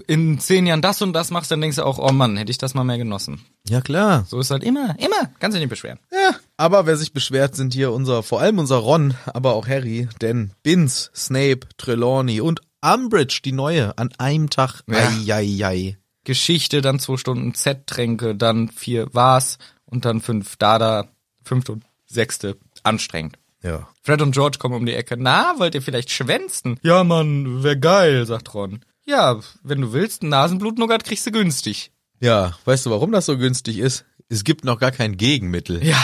in zehn Jahren das und das machst, dann denkst du auch, oh Mann, hätte ich das mal mehr genossen. Ja, klar. So ist halt immer, immer. Kannst dich nicht beschweren. Ja, aber wer sich beschwert, sind hier unser, vor allem unser Ron, aber auch Harry, denn Binz, Snape, Trelawney und Umbridge, die neue, an einem Tag. Ja. Eieiei. Geschichte, dann zwei Stunden Z-Tränke, dann vier Was und dann fünf Dada, fünfte und sechste. Anstrengend. Ja. Fred und George kommen um die Ecke. Na, wollt ihr vielleicht schwänzen? Ja, Mann, wär geil, sagt Ron. Ja, wenn du willst, Nasenblutnougat kriegst du günstig. Ja, weißt du, warum das so günstig ist? Es gibt noch gar kein Gegenmittel. Ja,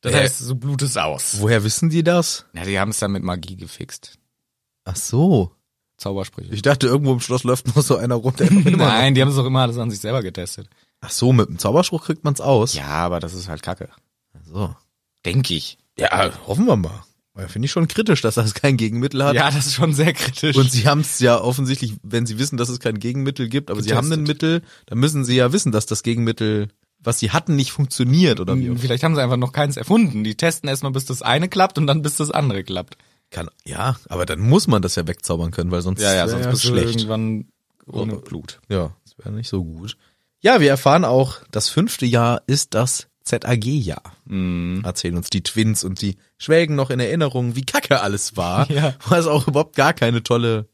das Äh. heißt, so blut es aus. Woher wissen die das? Na, die haben es dann mit Magie gefixt. Ach so. Zaubersprüche. Ich dachte, irgendwo im Schloss läuft noch so einer rum. Der immer Nein, die haben es auch immer alles an sich selber getestet. Ach so, mit dem Zauberspruch kriegt man's aus. Ja, aber das ist halt kacke. Ach so. Denk ich. Ja, hoffen wir mal. Weil Finde ich schon kritisch, dass das kein Gegenmittel hat. Ja, das ist schon sehr kritisch. Und sie haben es ja offensichtlich, wenn sie wissen, dass es kein Gegenmittel gibt, aber sie haben Getestet. ein Mittel, dann müssen sie ja wissen, dass das Gegenmittel, was sie hatten, nicht funktioniert oder wie. auch- Ähm, Vielleicht haben sie einfach noch keins erfunden. Die testen erstmal, bis das eine klappt und dann, bis das andere klappt. Kann, ja, aber dann muss man das ja wegzaubern können, weil sonst, wär sonst ja bist du schlecht. irgendwann ohne Blut. Ja, das wäre nicht so gut. Ja, wir erfahren auch, das fünfte Jahr ist das ZAG-Jahr. Mhm. Erzählen uns die Twins und die schwelgen noch in Erinnerung, wie kacke alles war, Ja. was auch überhaupt gar keine tolle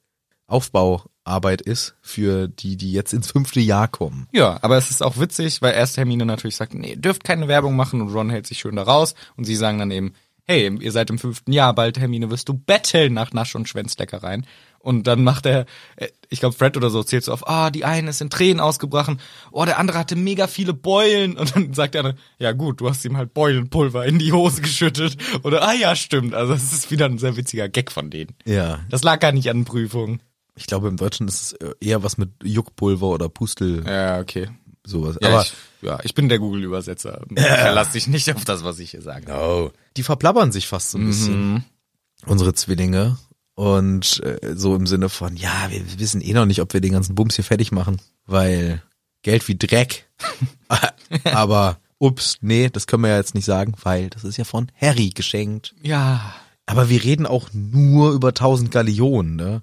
Aufbauarbeit ist für die, die jetzt ins fünfte Jahr kommen. Ja, aber es ist auch witzig, weil erst Hermine natürlich sagt, nee, ihr dürft keine Werbung machen und Ron hält sich schön da raus und sie sagen dann eben, hey, ihr seid im fünften Jahr, bald Hermine wirst du betteln nach Nasch- und Schwänzleckereien. Und dann macht er, äh, ich glaube Fred oder so zählt so auf, ah, die eine ist in Tränen ausgebrochen, oh, der andere hatte mega viele Beulen und dann sagt der andere, ja gut, du hast ihm halt Beulenpulver in die Hose geschüttet oder, ah ja, stimmt, also es ist wieder ein sehr witziger Gag von denen. Ja. Das lag gar nicht an Prüfungen. Ich glaube, im Deutschen ist es äh, eher was mit Juckpulver oder Pustel, Ja, okay. sowas. Ja, Aber ich, ja, ich bin der Google-Übersetzer. Verlass dich nicht auf das, was ich hier sage. Oh. Die verplappern sich fast so ein Mhm. bisschen, unsere Zwillinge. Und äh, so im Sinne von, ja, wir wissen eh noch nicht, ob wir den ganzen Bums hier fertig machen, weil Geld wie Dreck. Aber ups, nee, das können wir ja jetzt nicht sagen, weil das ist ja von Harry geschenkt. Ja, Aber wir reden auch nur über 1000 Gallionen, ne?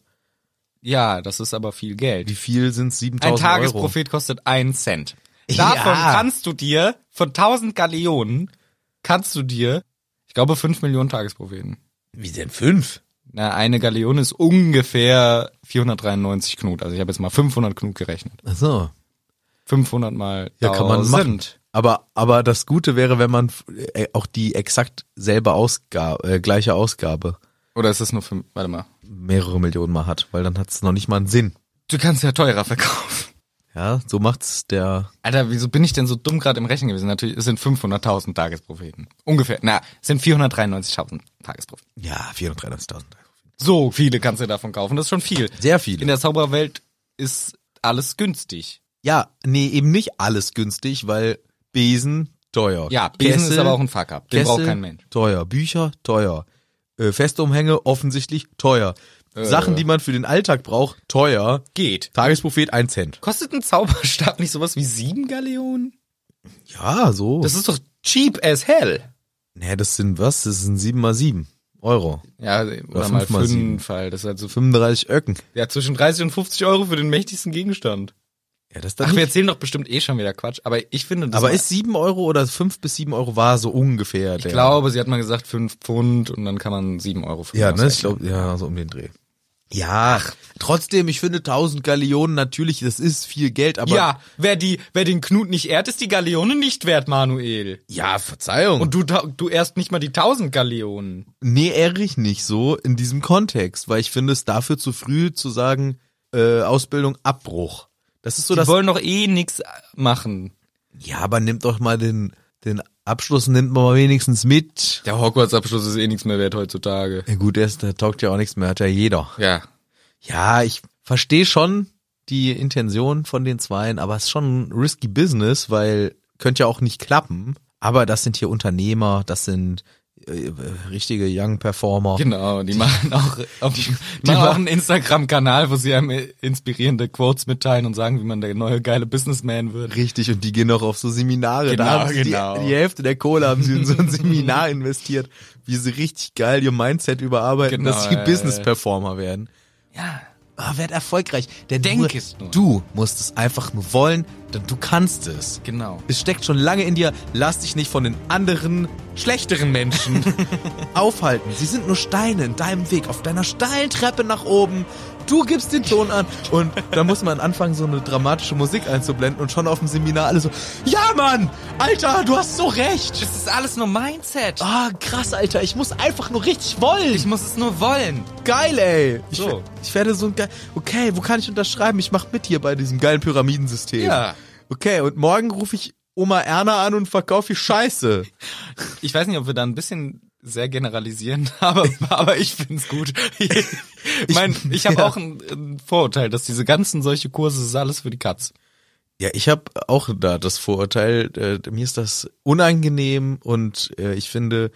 ja, das ist aber viel Geld. Wie viel sind's? Ein 7000 Euro. Tagesprofit kostet einen Cent. Davon Ja. kannst du dir, von 1000 Gallionen, kannst du dir, ich glaube, 5 Millionen Tagesprofiten. Wie denn fünf? Na, eine Gallione ist ungefähr 493 Knut. Also ich habe jetzt mal 500 Knut gerechnet. Ach so. 500 mal Ja, kann man 1000. machen. Aber, aber das Gute wäre, wenn man äh, auch die exakt selbe Ausgabe, äh, gleiche Ausgabe Oder ist es nur 5, warte mal. mehrere Millionen mal hat, weil dann hat es noch nicht mal einen Sinn. Du kannst ja teurer verkaufen. Ja, so macht's der. Alter, wieso bin ich denn so dumm gerade im Rechnen gewesen? Natürlich, es sind 500.000 Tagespropheten. Ungefähr. Na, es sind 493.000 Tagespropheten. Ja, 493.000. So viele kannst du davon kaufen, das ist schon viel. Sehr viele. In der Zauberwelt ist alles günstig. ja, nee, eben nicht alles günstig, weil Besen teuer. Ja, Besen ist aber auch ein Fuck-up. Den Kessel, braucht kein Mensch. Teuer. Bücher teuer. Äh, Festumhänge offensichtlich teuer. Äh. Sachen, die man für den Alltag braucht, teuer. Geht. Tagesprophet ein Cent. Kostet ein Zauberstab nicht sowas wie sieben Galeonen? Ja, so. Das ist doch cheap as hell. nee, das sind was? Das sind 7 mal 7 Euro. Ja, oder fünf mal mal sieben. fünf halt. Das ist halt so, 35 Öcken. ja, zwischen 30 und 50 Euro für den mächtigsten Gegenstand. Ja, das ist dann Ach, wir nicht- erzählen doch bestimmt eh schon wieder Quatsch, aber ich finde das aber mal- ist 7 Euro oder 5 bis 7 Euro war so ungefähr Ich der. glaube, sie hat mal gesagt fünf Pfund und dann kann man sieben Euro für Ja, was ne, ich rechnen. glaube, ja, so um den Dreh. Ja, trotzdem, ich finde 1000 Gallionen natürlich, das ist viel Geld, aber Ja, wer, die, wer den Knut nicht ehrt, ist die Galeone nicht wert, Manuel. ja Verzeihung. Und du, ta- du ehrst nicht mal die tausend Galeonen. nee, ehre ich nicht so in diesem Kontext, weil ich finde es dafür zu früh zu sagen, äh, Ausbildung Abbruch. Das ist so Die das wollen doch eh nix machen. Ja, aber nimmt doch mal den den Abschluss nimmt man mal wenigstens mit. Der Hogwarts-Abschluss ist eh nichts mehr wert heutzutage. Ja, gut, der ist, der taugt ja auch nichts mehr, hat ja jeder. Ja. Ja, ich verstehe schon die Intention von den Zweien, aber es ist schon risky Business, weil könnte ja auch nicht klappen. Aber das sind hier Unternehmer, das sind äh, richtige Young Performer. Genau, die machen auch, auf, die, machen auch einen Instagram-Kanal, wo sie einem inspirierende Quotes mitteilen und sagen, wie man der neue geile Businessman wird. Richtig, und die gehen noch auf so Seminare. Genau, da haben sie genau. Die, die Hälfte der Kohle haben sie in so ein Seminar investiert, wie sie richtig geil ihr Mindset überarbeiten, Genau, dass sie ja, Business Performer werden. Ja. Ah, werd erfolgreich. Denn Denk nur, es nur. du musst es einfach nur wollen, denn du kannst es. Genau. Es steckt schon lange in dir. Lass dich nicht von den anderen, schlechteren Menschen aufhalten. Sie sind nur Steine in deinem Weg, auf deiner steilen Treppe nach oben. Du gibst den Ton an und dann muss man anfangen, so eine dramatische Musik einzublenden und schon auf dem Seminar alle so, ja Mann, Alter, du hast so recht. Das ist alles nur Mindset. Ah, krass, Alter, ich muss einfach nur richtig wollen. Ich muss es nur wollen. Geil, ey. Ich, So. so. ich werde so ein geil. Okay, wo kann ich unterschreiben? Ich mache mit hier bei diesem geilen Pyramidensystem. Ja. Okay, und morgen rufe ich Oma Erna an und verkaufe ich Scheiße. Ich weiß nicht, ob wir da ein bisschen sehr generalisieren, aber, aber ich find's gut. Ich mein, ich habe ja. auch ein, ein Vorurteil, dass diese ganzen solche Kurse das ist alles für die Katz. Ja, ich habe auch da das Vorurteil, äh, mir ist das unangenehm und äh, ich finde,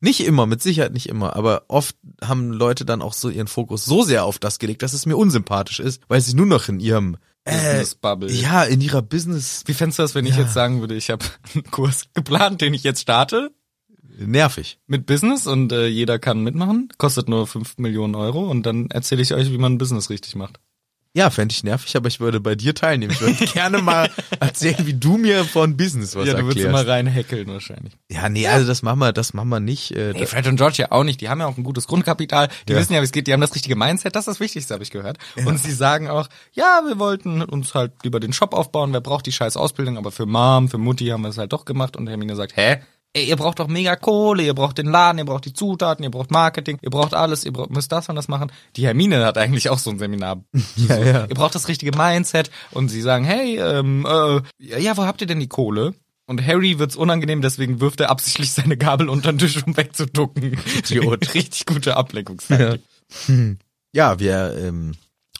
nicht immer, mit Sicherheit nicht immer, aber oft haben Leute dann auch so ihren Fokus so sehr auf das gelegt, dass es mir unsympathisch ist, weil sie nur noch in ihrem äh, Business Bubble. ja, in ihrer Business Wie fändest du das, wenn ich jetzt sagen würde, ich habe einen Kurs geplant, den ich jetzt starte nervig. mit Business und äh, jeder kann mitmachen, kostet nur 5 Millionen Euro und dann erzähle ich euch, wie man Business richtig macht. Ja, fände ich nervig, aber ich würde bei dir teilnehmen. Ich würde gerne mal erzählen, wie du mir von Business was ja, du würdest erklärst. immer rein hackeln wahrscheinlich. ja, nee, also das machen wir, das machen wir nicht. Äh, Nee, Fred und George ja auch nicht. Die haben ja auch ein gutes Grundkapital. Die Ja. wissen ja, wie es geht. Die haben das richtige Mindset. Das ist das Wichtigste, habe ich gehört. Und sie sagen auch, ja, wir wollten uns halt lieber den Shop aufbauen. Wer braucht die scheiß Ausbildung? Aber für Mom, für Mutti haben wir es halt doch gemacht. Und Hermine sagt, hä? Ey, ihr braucht doch mega Kohle, ihr braucht den Laden, ihr braucht die Zutaten, ihr braucht Marketing, ihr braucht alles, ihr braucht, müsst das und das machen. Die Hermine hat eigentlich auch so ein Seminar ja, ja. ihr braucht das richtige Mindset und sie sagen, hey, ähm, äh, ja, wo habt ihr denn die Kohle? Und Harry wird's unangenehm, deswegen wirft er absichtlich seine Gabel unter den Tisch, um wegzuducken. Idiot. Richtig gute Genau, Ablenkungstaktik. Ja, wir ähm,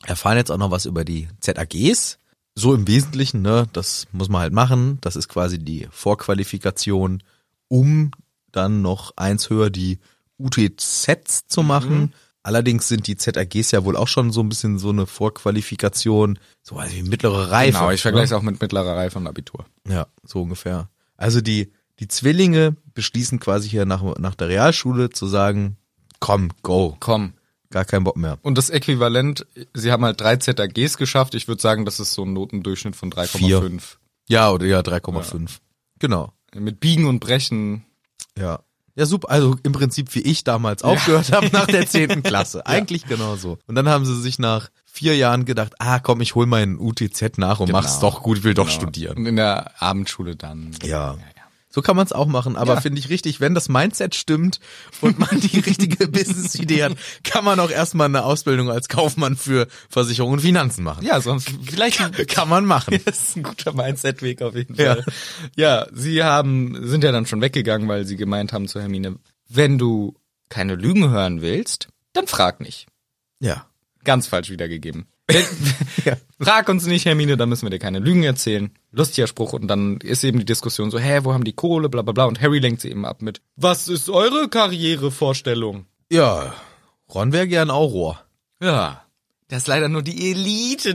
erfahren jetzt auch noch was über die ZAGs. So im Wesentlichen, ne, das muss man halt machen. Das ist quasi die Vorqualifikation, um dann noch eins höher die UTZs Mhm. zu machen. Allerdings sind die ZAGs ja wohl auch schon so ein bisschen so eine Vorqualifikation, so also wie mittlere Reife. Genau, ich ne? vergleiche es auch mit mittlerer Reife und Abitur. Ja, so ungefähr. Also die, die Zwillinge beschließen quasi hier nach, nach der Realschule zu sagen, komm, go, Komm. gar kein Bock mehr. Und das Äquivalent, sie haben halt drei ZAGs geschafft. Ich würde sagen, das ist so ein Notendurchschnitt von 3,5. Ja, oder ja, 3,5. Genau. Mit Biegen und Brechen. Ja. Ja, super. Also im Prinzip, wie ich damals aufgehört habe nach der 10. Klasse. Eigentlich genau so. Und dann haben sie sich nach vier Jahren gedacht, ah komm, ich hol meinen UTZ nach und Genau. mach's doch gut, will doch Genau. studieren. Und in der Abendschule dann. Ja. ja. So kann man es auch machen, aber Ja. finde ich richtig, wenn das Mindset stimmt und man die richtige Business-Idee hat, kann man auch erstmal eine Ausbildung als Kaufmann für Versicherung und Finanzen machen. Ja, sonst vielleicht Kann man machen. Das ist ein guter Mindset-Weg auf jeden Ja. Fall. Ja. sie haben, sind ja dann schon weggegangen, weil sie gemeint haben zu Hermine, wenn du keine Lügen hören willst, dann frag nicht. Ja. Ganz falsch wiedergegeben. Wenn- Frag uns nicht, Hermine, dann müssen wir dir keine Lügen erzählen. Lustiger Spruch. Und dann ist eben die Diskussion so, hä, wo haben die Kohle, bla bla bla. Und Harry lenkt sie eben ab mit, was ist eure Karrierevorstellung? Ja. Ron wäre gern Auror. Ja. Das ist leider nur die Elite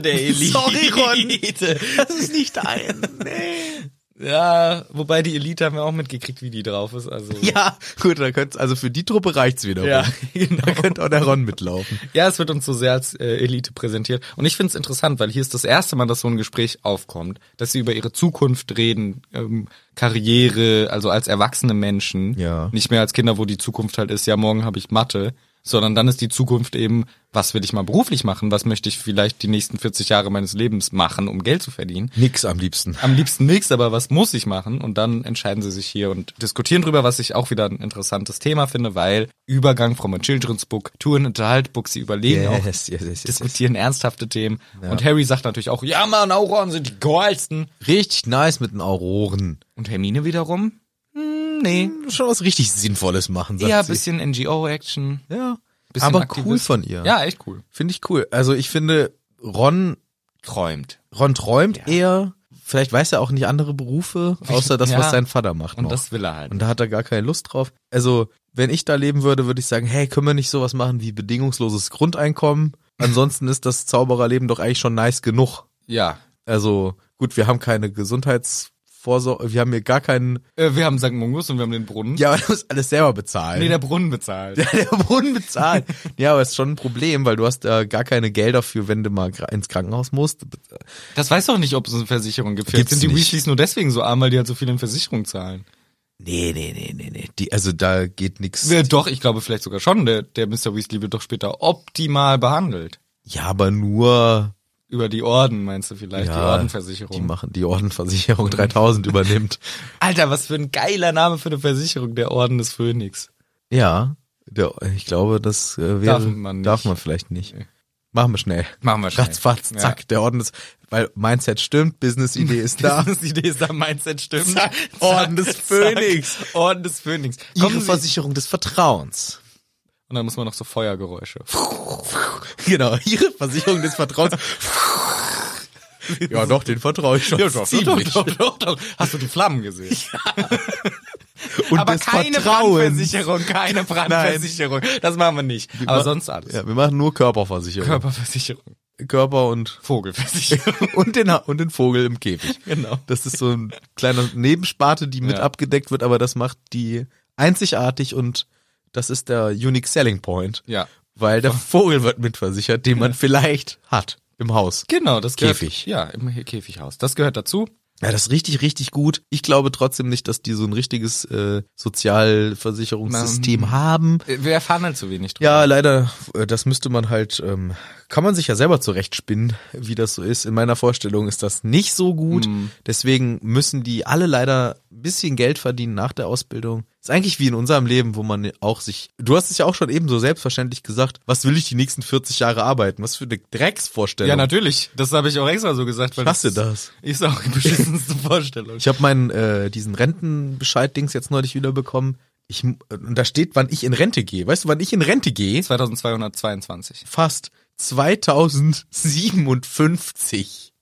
der Elite. Sorry, Ron. Das ist nicht ein. Nee. Ja, wobei die Elite haben wir auch mitgekriegt, wie die drauf ist. Also Ja, gut, da könnt's, also für die Truppe reicht's wiederum. Ja, genau. Da könnte auch der Ron mitlaufen. Ja, es wird uns so sehr als äh, Elite präsentiert. Und ich find's interessant, weil hier ist das erste Mal, dass so ein Gespräch aufkommt, dass sie über ihre Zukunft reden, ähm, Karriere, also als erwachsene Menschen. Ja. Nicht mehr als Kinder, wo die Zukunft halt ist, ja, morgen habe ich Mathe, sondern dann ist die Zukunft eben, was will ich mal beruflich machen, was möchte ich vielleicht die nächsten 40 Jahre meines Lebens machen, um Geld zu verdienen. Nix am liebsten. Am liebsten nichts, aber was muss ich machen? Und dann entscheiden sie sich hier und diskutieren drüber, was ich auch wieder ein interessantes Thema finde, weil Übergang from a children's book to an adult book, sie überlegen auch, Yes, yes, yes, yes, yes. diskutieren ernsthafte Themen. Und Harry sagt natürlich auch, ja Mann, Auroren sind die geilsten. Richtig nice mit den Auroren. Und Hermine wiederum, hm, nee, Schon was richtig Sinnvolles machen, sagt eher ein sie. bisschen NGO-Action. ja, bisschen aber Aktivist. cool von ihr. Ja, echt cool. Finde ich cool. Also ich finde, Ron, Träumt. Ron träumt eher, vielleicht weiß er auch nicht andere Berufe, außer das, Ja. was sein Vater macht. Und noch. das will er halt. Und da hat er gar keine Lust drauf. Also, wenn ich da leben würde, würde ich sagen, hey, können wir nicht sowas machen wie bedingungsloses Grundeinkommen? Ansonsten ist das Zaubererleben doch eigentlich schon nice genug. ja. Also, gut, wir haben keine Gesundheitsvorsorge, wir haben hier gar keinen, Äh, wir haben St. Mungus und wir haben den Brunnen. ja, aber du musst alles selber bezahlen. Nee, der Brunnen bezahlt. der, der Brunnen bezahlt. ja, aber ist schon ein Problem, weil du hast da gar keine Gelder für, wenn du mal gra- ins Krankenhaus musst. Das weiß doch nicht, ob es eine Versicherung gibt. Gibt's Vielleicht sind die nicht. Weasleys nur deswegen so arm, weil die halt so viel in Versicherung zahlen. Nee, nee, nee, nee, nee. Die, also da geht nix. Ja, doch, ich glaube vielleicht sogar schon. Der, der Mr. Weasley wird doch später optimal behandelt. Ja, aber nur Über die Orden meinst du vielleicht, die ja, Ordenversicherung. Die machen die Ordenversicherung 3000 übernimmt. Alter, was für ein geiler Name für eine Versicherung, der Orden des Phönix. Ja, der, ich glaube, das äh, wäre, Darf man nicht. darf man vielleicht nicht. Nee. Machen wir schnell. Machen wir schnell. Ratzfatz, zack, der Orden ist, weil Mindset stimmt, Business-Idee ist da. Da. Das die Idee ist da, Mindset stimmt. Zack, Orden des Phönix. Zack, Orden des Phönix. Ihre Kommen Sie, Versicherung des Vertrauens. und dann muss man noch so Feuergeräusche. Genau, Ihre Versicherung des Vertrauens. ja, doch, den vertraue ich schon. Ja, doch, ziemlich. doch, doch, doch. Hast du die Flammen gesehen? Und Aber des keine Vertrauens. Brandversicherung, keine Brandversicherung. Das machen wir nicht. Aber sonst alles. Ja, wir machen nur Körperversicherung. Körperversicherung. Körper und Vogelversicherung. und den Ha- und den Vogel im Käfig. Genau. Das ist so ein kleiner Nebensparte, die mit Ja. abgedeckt wird, aber das macht die einzigartig und das ist der unique selling point, ja. weil der Vogel wird mitversichert, den man vielleicht hat. im Haus. Genau, das gehört, Käfig. Ja, im He- Käfighaus. Das gehört dazu. Ja, das ist richtig, richtig gut. Ich glaube trotzdem nicht, dass die so ein richtiges äh, Sozialversicherungssystem Na, haben. Äh, Wir erfahren halt zu wenig drüber. Ja, leider, äh, das müsste man halt, ähm, kann man sich ja selber zurechtspinnen, wie das so ist. In meiner Vorstellung ist das nicht so gut. Mhm. Deswegen müssen die alle leider ein bisschen Geld verdienen nach der Ausbildung. Ist eigentlich wie in unserem Leben, wo man auch sich, du hast es ja auch schon eben so selbstverständlich gesagt, was will ich die nächsten 40 Jahre arbeiten? Was für eine Drecksvorstellung. Ja, natürlich. Das habe ich auch extra so gesagt. Weil Ich hasse das. Ist auch die beschissenste Vorstellung. Ich habe meinen äh, diesen Rentenbescheid-Dings jetzt neulich wieder bekommen. Ich, m- und da steht, wann ich in Rente gehe. Weißt du, wann ich in Rente gehe? 2222. Fast 2057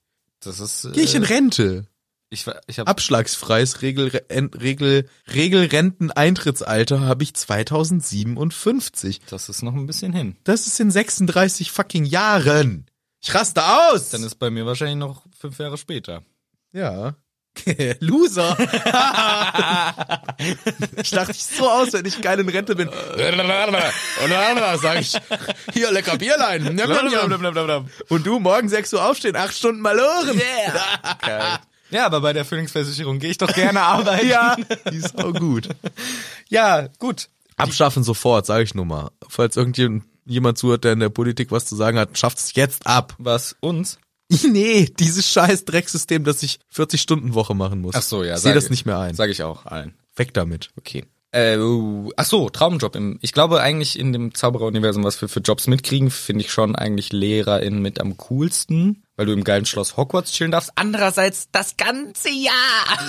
Das ist. Äh, gehe ich in Rente. Ich, wa- ich hab, Abschlagsfreies Regel, Ren- Regel, Regelrenteneintrittsalter habe ich 2057. das ist noch ein bisschen hin. Das ist in 36 fucking Jahren. Ich raste aus. Dann ist bei mir wahrscheinlich noch fünf Jahre später. ja. Loser. ich dachte ich so aus, wenn ich geil in Rente bin. sag ich. Hier, lecker Bierlein. ne, Und du, morgen 6 Uhr aufstehen, 8 Stunden maloren. Ja, aber bei der Frühlingsversicherung gehe ich doch gerne arbeiten. ja. Die ist auch gut. ja, gut. Abschaffen sofort, sage ich nur mal. Falls irgendjemand jemand zuhört, der in der Politik was zu sagen hat, schafft es jetzt ab. Was uns? Nee, dieses scheiß Drecksystem, dass ich 40 Stunden Woche machen muss. Ach so, ja. Ich sehe sag- das nicht mehr ein. Sag ich auch allen. Weg damit. Okay. Äh, uh, ach so, Traumjob. Im, ich glaube eigentlich in dem Zaubereruniversum, was wir für Jobs mitkriegen, finde ich schon eigentlich LehrerInnen mit am coolsten, weil du im geilen Schloss Hogwarts chillen darfst. Andererseits das ganze Jahr.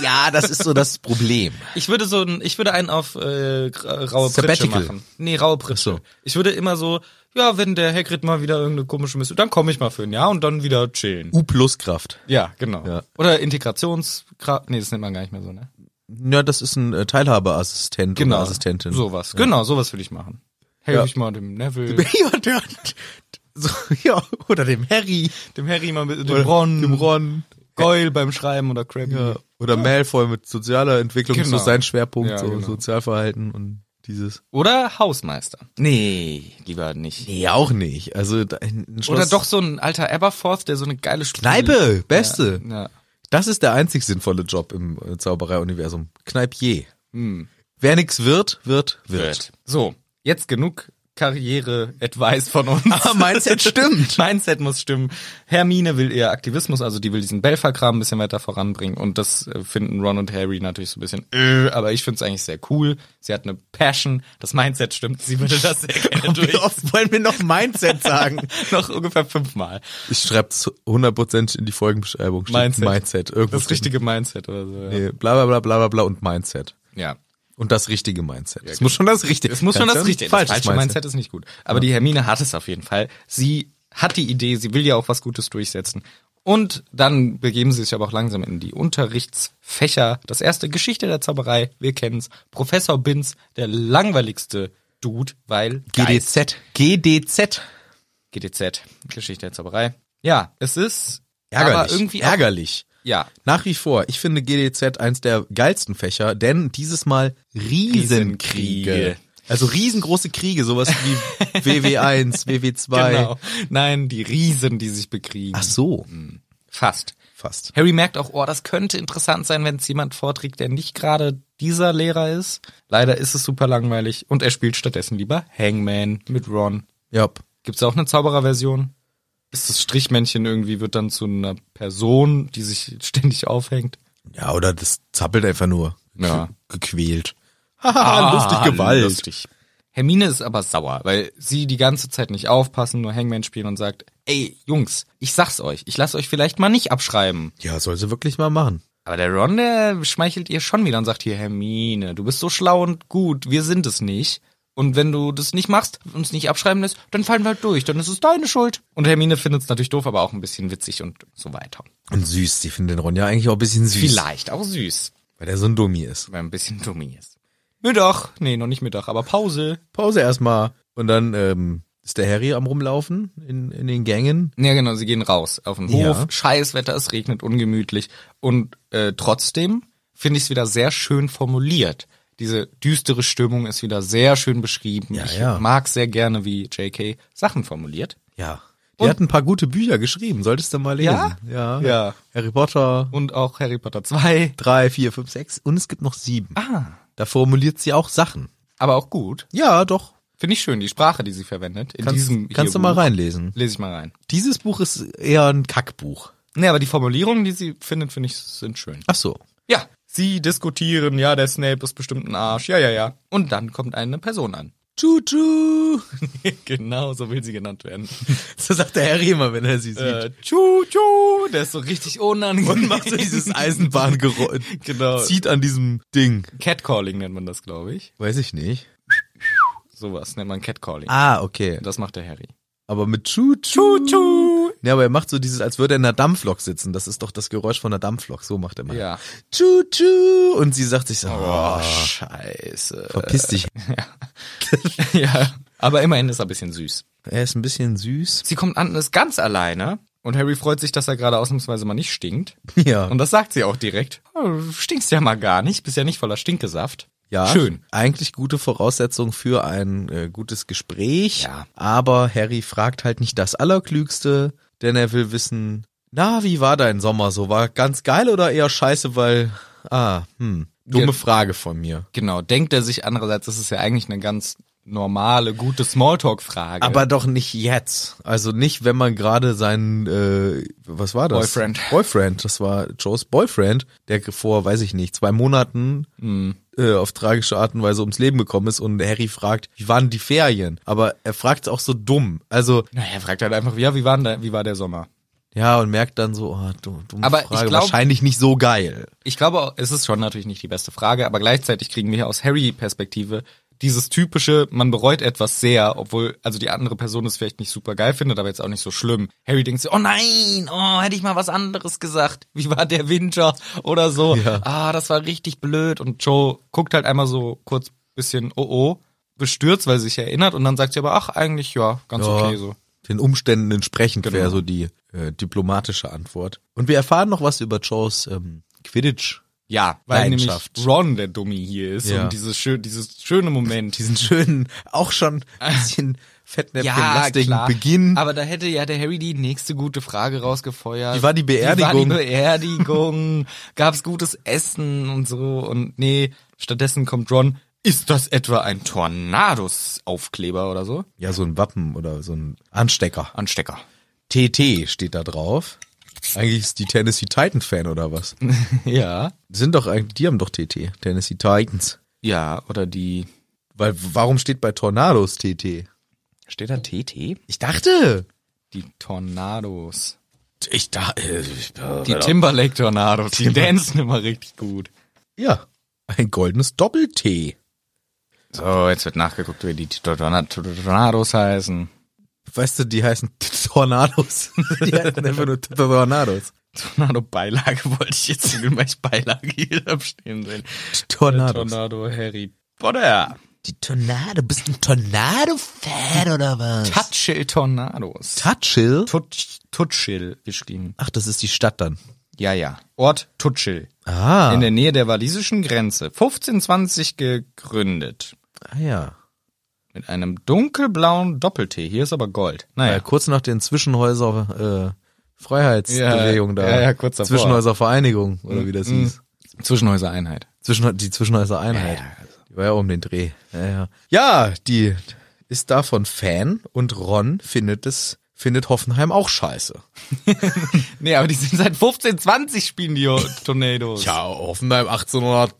Ja, das ist so das Problem. Ich würde so, ein- ich würde einen auf äh, gra- raue Pritsche Sabbatical. machen. Nee, raue Pritsche. Ach so. Ich würde immer so, ja, wenn der Hagrid mal wieder irgendeine komische Mission, dann komme ich mal für ein Jahr und dann wieder chillen. U plus Kraft. Ja, genau. Ja. Oder Integrationsgrad. Nee, das nennt man gar nicht mehr so, ne? Ja, das ist ein äh, Teilhaberassistent Genau. oder Assistentin. Sowas. Genau, sowas würde ich machen. Helfe ich mal dem Neville. Ja, der, so, ja, oder dem Harry. Dem Harry mal mit Oder dem Ron, Dem Ron. Goyle beim Schreiben oder Krabby. Ja. Oder Malfoy mit sozialer Entwicklung, Genau. so sein Schwerpunkt, Ja, so genau. Sozialverhalten und dieses. Oder Hausmeister. Nee, lieber nicht. Nee, auch nicht. Also da- ein Schloss Oder doch so ein alter Aberforth, der so eine geile Schule- Kneipe, beste. Ja, ja. Das ist der einzig sinnvolle Job im äh, Zauberei-Universum. Kneipier. Hm. Wer nix wird, wird, wird. So, jetzt genug Karriere-Advice von uns. Ah, Mindset stimmt. Mindset muss stimmen. Hermine will eher Aktivismus, also die will diesen Belfer-Kram ein bisschen weiter voranbringen und das äh, finden Ron und Harry natürlich so ein bisschen, äh, aber ich finde es eigentlich sehr cool. Sie hat eine Passion, das Mindset stimmt, sie würde das sehr gerne durch. oft wollen wir noch Mindset sagen? Noch ungefähr fünfmal. Ich schreib's 100% in die Folgenbeschreibung. Steht Mindset. Mindset. Irgendwo Das richtige Mindset oder so. Ja. Nee, bla bla bla bla bla bla und Mindset. ja. Und das richtige Mindset. es muss schon das richtige. Es muss schon Ganz das richtige falsches das falsche Mindset. Mindset. ist nicht gut. Aber die Hermine hat es auf jeden Fall. Sie hat die Idee, sie will ja auch was Gutes durchsetzen. Und dann begeben sie sich aber auch langsam in die Unterrichtsfächer. Das erste Geschichte der Zauberei, wir kennen's. Professor Binz, der langweiligste Dude, weil Geist. GDZ. GDZ. GDZ, Geschichte der Zauberei. Ja, es ist Ärgerlich. genau. aber irgendwie auch, Ärgerlich. ja, Nach wie vor, ich finde GDZ eins der geilsten Fächer, denn dieses Mal Riesenkriege. Riesenkriege. Also riesengroße Kriege, sowas wie WW1, WW2. genau. Mhm. Nein, die Riesen, die sich bekriegen. Ach so, Fast. fast. Harry merkt auch, oh, das könnte interessant sein, wenn es jemand vorträgt, der nicht gerade dieser Lehrer ist. Leider ist es super langweilig und er spielt stattdessen lieber Hangman mit Ron. Ja. Gibt's auch eine Zaubererversion? Ist das Strichmännchen irgendwie wird dann zu einer Person, die sich ständig aufhängt? Ja, oder das zappelt einfach nur. Ja. Ah, Gequält. Haha, Ah, lustig Gewalt. Lustig. Hermine ist aber sauer, weil sie die ganze Zeit nicht aufpassen, nur Hangman spielen und sagt, ey, Jungs, ich sag's euch, ich lass euch vielleicht mal nicht abschreiben. Ja, soll sie wirklich mal machen. Aber der Ron, der schmeichelt ihr schon wieder und sagt hier, Hermine, du bist so schlau und gut, wir sind es nicht. Und wenn du das nicht machst, uns nicht abschreiben lässt, dann fallen wir halt durch, dann ist es deine Schuld. Und Hermine findet es natürlich doof, aber auch ein bisschen witzig und so weiter. Und süß, sie finden den Ron ja eigentlich auch ein bisschen süß. Vielleicht auch süß, Weil der so ein Dummi ist. weil er ein bisschen dumm ist. Mittag, nee, noch nicht Mittag, aber Pause. Pause erstmal. Und dann ähm, ist der Harry am rumlaufen in, in den Gängen. Ja, genau, sie gehen raus auf den Hof. Ja. Scheiß Wetter, es regnet ungemütlich. Und äh, trotzdem finde ich es wieder sehr schön formuliert. Diese düstere Stimmung ist wieder sehr schön beschrieben. Ja, ich ja. mag sehr gerne, wie J.K. Sachen formuliert. Ja. Er hat ein paar gute Bücher geschrieben, solltest du mal lesen. Ja? Ja. Ja. Harry Potter Und auch Harry Potter 2. 3, 4, 5, 6 und es gibt noch 7. Ah. Da formuliert sie auch Sachen. Aber auch gut. Ja, doch. Finde ich schön, die Sprache, die sie verwendet. In Kannst, diesem kannst du hier mal Buch. reinlesen. Lese ich mal rein. Dieses Buch ist eher ein Kackbuch. Nee, aber die Formulierungen, die sie findet, finde ich, sind schön. Ach so. Ja, sie diskutieren, ja, der Snape ist bestimmt ein Arsch, ja, ja, ja. Und dann kommt eine Person an. Tschu-tschu. genau, so will sie genannt werden. So sagt der Harry immer, wenn er sie sieht. äh, tschu, tschu, der ist so richtig unangenehm. Und macht so dieses Eisenbahngeräusch. Genau. Zieht an diesem Ding. Catcalling nennt man das, glaube ich. Weiß ich nicht. Sowas nennt man Catcalling. Ah, okay. Das macht der Harry. Aber mit Tschu-tschu. Ja, aber er macht so dieses, als würde er in einer Dampflok sitzen. Das ist doch das Geräusch von einer Dampflok. So macht er mal. Ja. Tschu-tschu. Und sie sagt sich so, oh, Oh, scheiße. verpiss dich. ja. Aber immerhin ist er ein bisschen süß. Er ist ein bisschen süß. Sie kommt an und ist ganz alleine. Und Harry freut sich, dass er gerade ausnahmsweise mal nicht stinkt. Ja. Und das sagt sie auch direkt. Oh, Stinkst ja mal gar nicht, bist ja nicht voller Stinkesaft. Ja, Schön. eigentlich gute Voraussetzung für ein äh, gutes Gespräch. Ja. Aber Harry fragt halt nicht das Allerklügste, denn er will wissen, na, wie war dein Sommer so? War ganz geil oder eher scheiße, weil, ah, hm, dumme Ge- Frage von mir. Genau, denkt er sich andererseits, das ist ja eigentlich eine ganz normale, gute Smalltalk-Frage. Aber doch nicht jetzt. Also nicht, wenn man gerade seinen, äh, was war das? Boyfriend. Boyfriend, das war Joes Boyfriend, der vor, weiß ich nicht, zwei Monaten Mhm. äh, auf tragische Art und Weise ums Leben gekommen ist und Harry fragt, wie waren die Ferien? Aber er fragt auch so dumm. Also, naja, er fragt halt einfach, ja, wie, war denn der, wie war der Sommer? ja, und merkt dann so, oh, du, dumme Aber ich Frage, glaub- wahrscheinlich nicht so geil. Ich glaube, auch- es ist schon natürlich nicht die beste Frage, aber gleichzeitig kriegen wir hier aus Harry-Perspektive dieses typische, man bereut etwas sehr, obwohl, also die andere Person es vielleicht nicht super geil findet, aber jetzt auch nicht so schlimm. Harry denkt sich, oh nein, oh, hätte ich mal was anderes gesagt. Wie war der Winter oder so? Ja. Ah, das war richtig blöd. Und Joe guckt halt einmal so kurz bisschen, oh oh, bestürzt, weil sie sich erinnert und dann sagt sie aber, ach, eigentlich ja, ganz okay so. Den Umständen entsprechend Genau. wäre so die äh, diplomatische Antwort. Und wir erfahren noch was über Joes ähm, Quidditch. Ja, weil nämlich Leidenschaft. Ron der Dummy hier ist Ja. und dieses, schön, dieses schöne Moment, diesen schönen, auch schon ein bisschen fettnäpfchenlastigen klar. Beginn. Aber da hätte ja der Harry die nächste gute Frage rausgefeuert. Wie war die Wie Beerdigung? war die Beerdigung? Gab's gutes Essen und so? Und nee, stattdessen kommt Ron. Ist das etwa ein Tornados-Aufkleber oder so? ja, so ein Wappen oder so ein Anstecker. Anstecker. TT steht da drauf. Eigentlich ist die Tennessee Titan Fan oder was? ja. Sind doch eigentlich, die haben doch TT, Tennessee Titans. Ja, oder die. Weil warum steht bei Tornados TT? Steht da TT? Ich dachte, Die Tornados. ich äh, dachte, ich, Die Timberlake-Tornados. Die dancen immer richtig gut. ja, ein goldenes Doppel T. So, jetzt wird nachgeguckt, wie die Torna- Tornados heißen. Weißt du, die heißen Tornados. Die heißen einfach nur Tornados. Tornado-Beilage wollte ich jetzt sehen, weil ich Beilage hier hab stehen sehen. Tornados. Tornado Harry Potter. Die Tornado, bist du ein Tornado-Fan oder was? Tutschel Tornados. Tatschil? Tutsch, Tutschel geschrieben. Ach, das ist die Stadt dann. Ja, ja. Ort Tutschel. Ah, In der Nähe der walisischen Grenze. 1520 gegründet. ah ja. Mit einem dunkelblauen Doppel-T. Hier ist aber Gold. Ah, ja. Naja. Kurz nach den Zwischenhäuser äh, Freiheitsbewegung Ja, da. ja, ja, kurz davor. Zwischenhäuservereinigung oder wie das hieß. Zwischenhäuser Einheit. Zwischen, die Zwischenhäuser Einheit. Ja, ja, Die war ja um den Dreh. Ja, ja. ja, die ist davon Fan und Ron findet es findet Hoffenheim auch scheiße. Nee, aber die sind seit 1520 spielen die Tornados. Hoffenheim 1800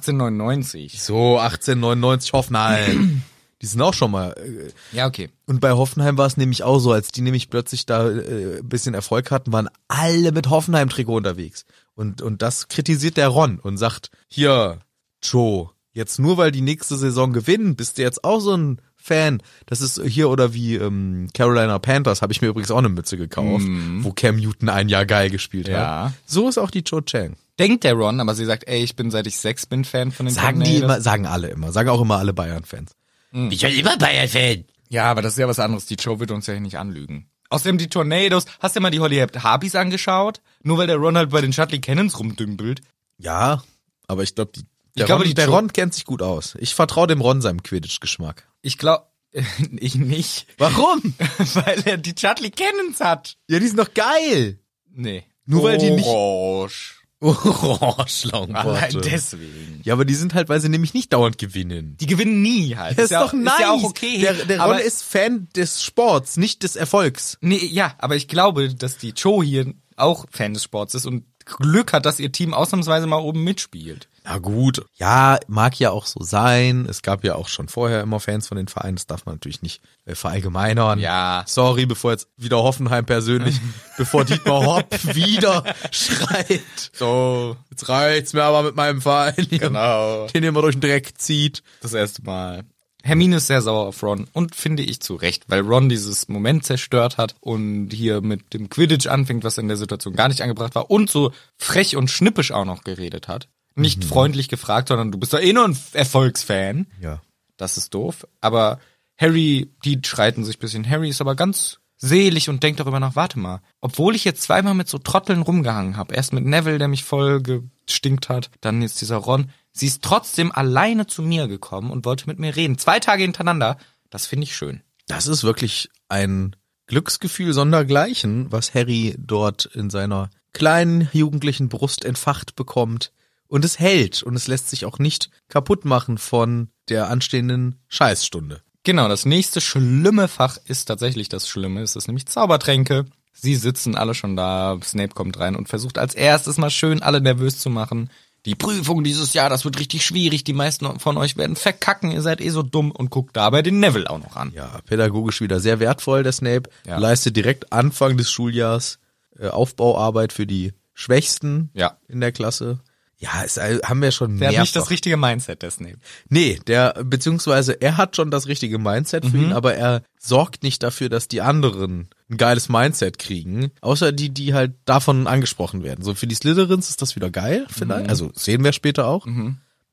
1899. so 1899 Hoffenheim. die sind auch schon mal äh, Ja, okay. Und bei Hoffenheim war es nämlich auch so, als die nämlich plötzlich da äh, ein bisschen Erfolg hatten, waren alle mit Hoffenheim-Trikot unterwegs. Und, und das kritisiert der Ron und sagt, hier, Joe, jetzt nur weil die nächste Saison gewinnen, bist du jetzt auch so ein Fan. Das ist hier oder wie ähm, Carolina Panthers, habe ich mir übrigens auch eine Mütze gekauft, wo Cam Newton ein Jahr geil gespielt Ja. hat. So ist auch die Joe Chang. Denkt der Ron, aber sie sagt, ey, ich bin seit ich sechs bin Fan von den Sagen Tornados. die immer, sagen alle immer, sagen auch immer alle Bayern-Fans. Ich bin immer Bayern-Fan. Ja, aber das ist ja was anderes. Die Joe wird uns ja hier nicht anlügen. Außerdem die Tornados. Hast du mal die Holly Harpies angeschaut? Nur weil der Ron halt bei den Shuttley Cannons rumdümpelt. Ja, aber ich glaube, die, der, glaube, Ron, die der Joe- Ron kennt sich gut aus. Ich vertraue dem Ron seinem Quidditch-Geschmack. Ich glaube, Ich nicht. Warum? Weil er die Charlie Cannons hat. Ja, die sind doch geil. Nee. Nur weil die nicht- Orange. Orange Allein Longboard. deswegen. Ja, aber die sind halt, weil sie nämlich nicht dauernd gewinnen. Die gewinnen nie halt. Das ist, ja, doch nice. Ist ja auch okay. Der, der aber, Ron ist Fan des Sports, nicht des Erfolgs. Nee, ja, aber ich glaube, dass die Cho hier auch Fan des Sports ist und Glück hat, dass ihr Team ausnahmsweise mal oben mitspielt. Na gut. Ja, mag ja auch so sein. Es gab ja auch schon vorher immer Fans von den Vereinen. Das darf man natürlich nicht äh, verallgemeinern. Ja. Sorry, bevor jetzt wieder Hoffenheim persönlich, bevor Dietmar Hopp wieder schreit. So, Jetzt reicht's mir aber mit meinem Verein, hier, genau. den immer durch den Dreck zieht. Das erste Mal. Hermine ist sehr sauer auf Ron und finde ich zu Recht, weil Ron dieses Moment zerstört hat und hier mit dem Quidditch anfängt, was in der Situation gar nicht angebracht war und so frech und schnippisch auch noch geredet hat. Nicht freundlich gefragt, sondern du bist doch eh nur ein Erfolgsfan. Ja. Das ist doof. Aber Harry, die streiten sich ein bisschen. Harry ist aber ganz selig und denkt darüber nach, warte mal, obwohl ich jetzt zweimal mit so Trotteln rumgehangen habe, erst mit Neville, der mich voll gestinkt hat, dann jetzt dieser Ron, sie ist trotzdem alleine zu mir gekommen und wollte mit mir reden. Zwei Tage hintereinander. Das finde ich schön. Das ist wirklich ein Glücksgefühl sondergleichen, was Harry dort in seiner kleinen jugendlichen Brust entfacht bekommt. Und es hält und es lässt sich auch nicht kaputt machen von der anstehenden Scheißstunde. Genau, das nächste schlimme Fach ist tatsächlich das Schlimme, es ist nämlich Zaubertränke. Sie sitzen alle schon da, Snape kommt rein und versucht als erstes mal schön alle nervös zu machen. Die Prüfung dieses Jahr, das wird richtig schwierig, die meisten von euch werden verkacken, ihr seid eh so dumm und guckt dabei den Neville auch noch an. Ja, pädagogisch wieder sehr wertvoll, der Snape Ja. leistet direkt Anfang des Schuljahres äh, Aufbauarbeit für die Schwächsten Ja. in der Klasse. Ja, es, äh, haben wir schon Der hat nicht mehrfach das richtige Mindset, der Snape. Nee, der, beziehungsweise er hat schon das richtige Mindset für ihn, aber er sorgt nicht dafür, dass die anderen ein geiles Mindset kriegen. Außer die, die halt davon angesprochen werden. So für die Slytherins ist das wieder geil, vielleicht. Also sehen wir später auch.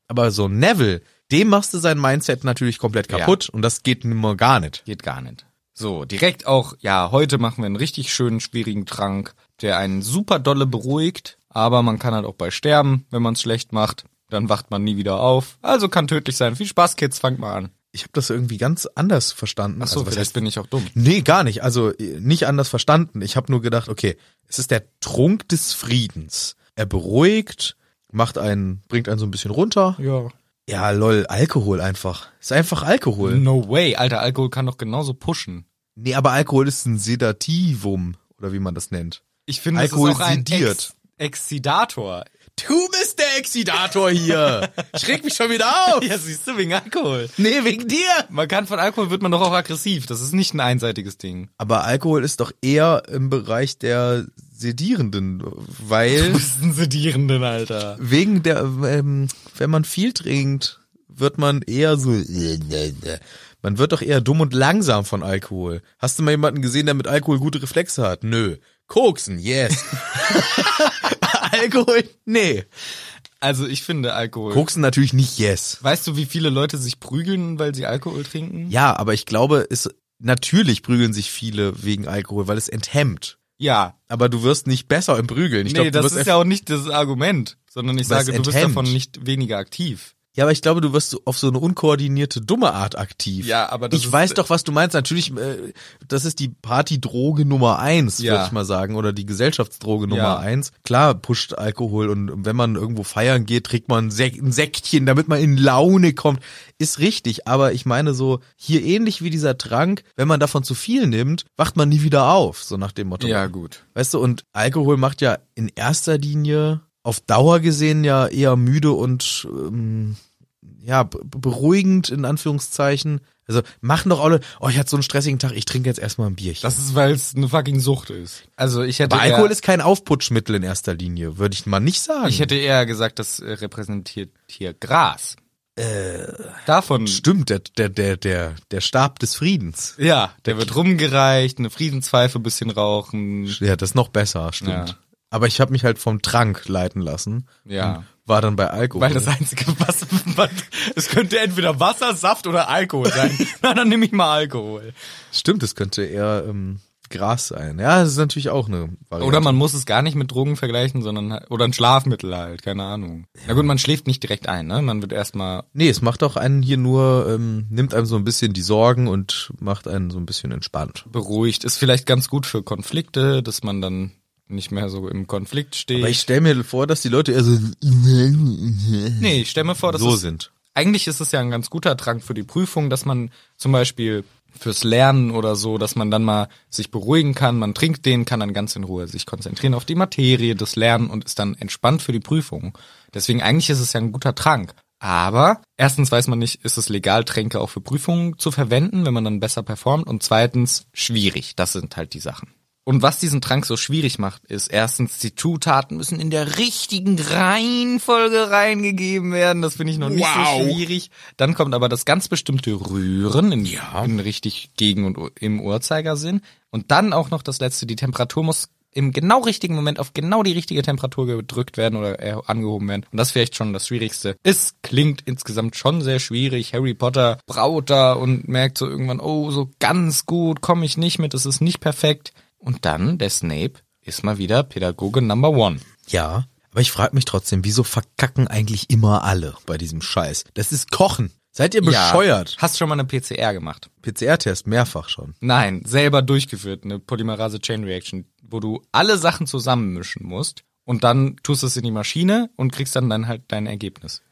Aber so Neville, dem machst du sein Mindset natürlich komplett Ja. kaputt und das geht nimmer gar nicht. Geht gar nicht. So, direkt auch, ja, heute machen wir einen richtig schönen, schwierigen Trank, der einen super dolle beruhigt, aber man kann halt auch bei sterben, wenn man es schlecht macht. Dann wacht man nie wieder auf. Also kann tödlich sein. Viel Spaß, Kids, fangt mal an. Ich habe das irgendwie ganz anders verstanden. Achso, Also, was vielleicht bin ich auch dumm. Nee, gar nicht. Also äh, nicht anders verstanden. Ich habe nur gedacht, okay, es ist der Trunk des Friedens. Er beruhigt, macht einen, bringt einen so ein bisschen runter. Ja. Ja, lol, Alkohol einfach. Ist einfach Alkohol. No way, Alter, Alkohol kann doch genauso pushen. Nee, aber Alkohol ist ein Sedativum oder wie man das nennt. Ich finde, Alkohol das ist auch ein sediert. Ex Exzidator. Du bist der Exitator hier. Ich reg mich schon wieder auf. Ja, siehst du, wegen Alkohol. Nee, wegen dir. Man kann von Alkohol wird man doch auch aggressiv. Das ist nicht ein einseitiges Ding. Aber Alkohol ist doch eher im Bereich der Sedierenden, weil bist ein Sedierenden, Alter. wegen der, ähm, wenn man viel trinkt, wird man eher so, man wird doch eher dumm und langsam von Alkohol. Hast du mal jemanden gesehen, der mit Alkohol gute Reflexe hat? Nö. Koksen, yes. Alkohol, nee. Also ich finde Alkohol. Koksen natürlich nicht yes. Weißt du, wie viele Leute sich prügeln, weil sie Alkohol trinken? Ja, aber ich glaube, es, natürlich prügeln sich viele wegen Alkohol, weil es enthemmt. Ja. Aber du wirst nicht besser im Prügeln. Ich nee, glaube, du das wirst ist ja auch nicht das Argument, sondern ich Aber es sage, du bist enthemmt. davon nicht weniger aktiv. Ja, aber ich glaube, du wirst so auf so eine unkoordinierte, dumme Art aktiv. Ja, aber das ich ist- äh, weiß doch, was du meinst. Natürlich, äh, das ist die Partydroge Nummer eins, Ja. würde ich mal sagen, oder die Gesellschaftsdroge Nummer Ja. eins. Klar, pusht Alkohol und wenn man irgendwo feiern geht, trinkt man ein, Sek ein Säckchen, damit man in Laune kommt. Ist richtig, aber ich meine so hier ähnlich wie dieser Trank, wenn man davon zu viel nimmt, wacht man nie wieder auf, so nach dem Motto. gut. Weißt du, und Alkohol macht ja in erster Linie auf Dauer gesehen ja eher müde und ähm, ja, b- beruhigend in Anführungszeichen. Also machen doch alle, oh, ich hatte so einen stressigen Tag, ich trinke jetzt erstmal ein Bierchen. Das ist, weil es eine fucking Sucht ist. Also ich hätte Aber Alkohol eher, ist kein Aufputschmittel in erster Linie, würde ich mal nicht sagen. ich hätte eher gesagt, das äh, repräsentiert hier Gras. Äh, Davon. Stimmt, der, der, der, der, der Stab des Friedens. Ja, der wird rumgereicht, eine Friesenspfeife bisschen rauchen. Ja, das ist noch besser, stimmt. Ja. Aber ich habe mich halt vom Trank leiten lassen. Ja. und War dann bei Alkohol. Weil das einzige was, was es könnte entweder Wasser, Saft oder Alkohol sein. Na, dann nehme ich mal Alkohol. Stimmt, es könnte eher ähm, Gras sein. Ja, das ist natürlich auch eine Variante. Oder man muss es gar nicht mit Drogen vergleichen, sondern oder ein Schlafmittel halt, keine Ahnung. Na gut, man schläft nicht direkt ein, ne? Man wird erstmal Nee, es macht auch einen hier nur, ähm, nimmt einem so ein bisschen die Sorgen und macht einen so ein bisschen entspannt. beruhigt. Ist vielleicht ganz gut für Konflikte, dass man dann nicht mehr so im Konflikt steht. Aber ich stelle mir vor, dass die Leute eher so, nee, nee, ich stell mir vor, dass so es, sind. eigentlich ist es ja ein ganz guter Trank für die Prüfung, dass man zum Beispiel fürs Lernen oder so, dass man dann mal sich beruhigen kann, man trinkt den, kann dann ganz in Ruhe sich konzentrieren auf die Materie, das Lernen und ist dann entspannt für die Prüfung. Deswegen eigentlich ist es ja ein guter Trank. Aber erstens weiß man nicht, ist es legal, Tränke auch für Prüfungen zu verwenden, wenn man dann besser performt und zweitens schwierig. Das sind halt die Sachen. Und was diesen Trank so schwierig macht, ist erstens, die Zutaten müssen in der richtigen Reihenfolge reingegeben werden. Das finde ich noch nicht so schwierig. Dann kommt aber das ganz bestimmte Rühren in, in richtig gegen und u- im Uhrzeigersinn. Und dann auch noch das letzte, die Temperatur muss im genau richtigen Moment auf genau die richtige Temperatur gedrückt werden oder er- angehoben werden. Und das ist vielleicht schon das Schwierigste. Es klingt insgesamt schon sehr schwierig. Harry Potter braut da und merkt so irgendwann, oh, so ganz gut komme ich nicht mit, es ist nicht perfekt. Und dann der Snape ist mal wieder Pädagoge Number One. Ja. Aber ich frage mich trotzdem, wieso verkacken eigentlich immer alle bei diesem Scheiß? Das ist Kochen. Seid ihr bescheuert? Ja, hast schon mal eine PCR gemacht? PCR-Test, mehrfach schon. Nein, selber durchgeführt, eine Polymerase Chain Reaction, wo du alle Sachen zusammenmischen musst und dann tust du es in die Maschine und kriegst dann, dann halt dein Ergebnis.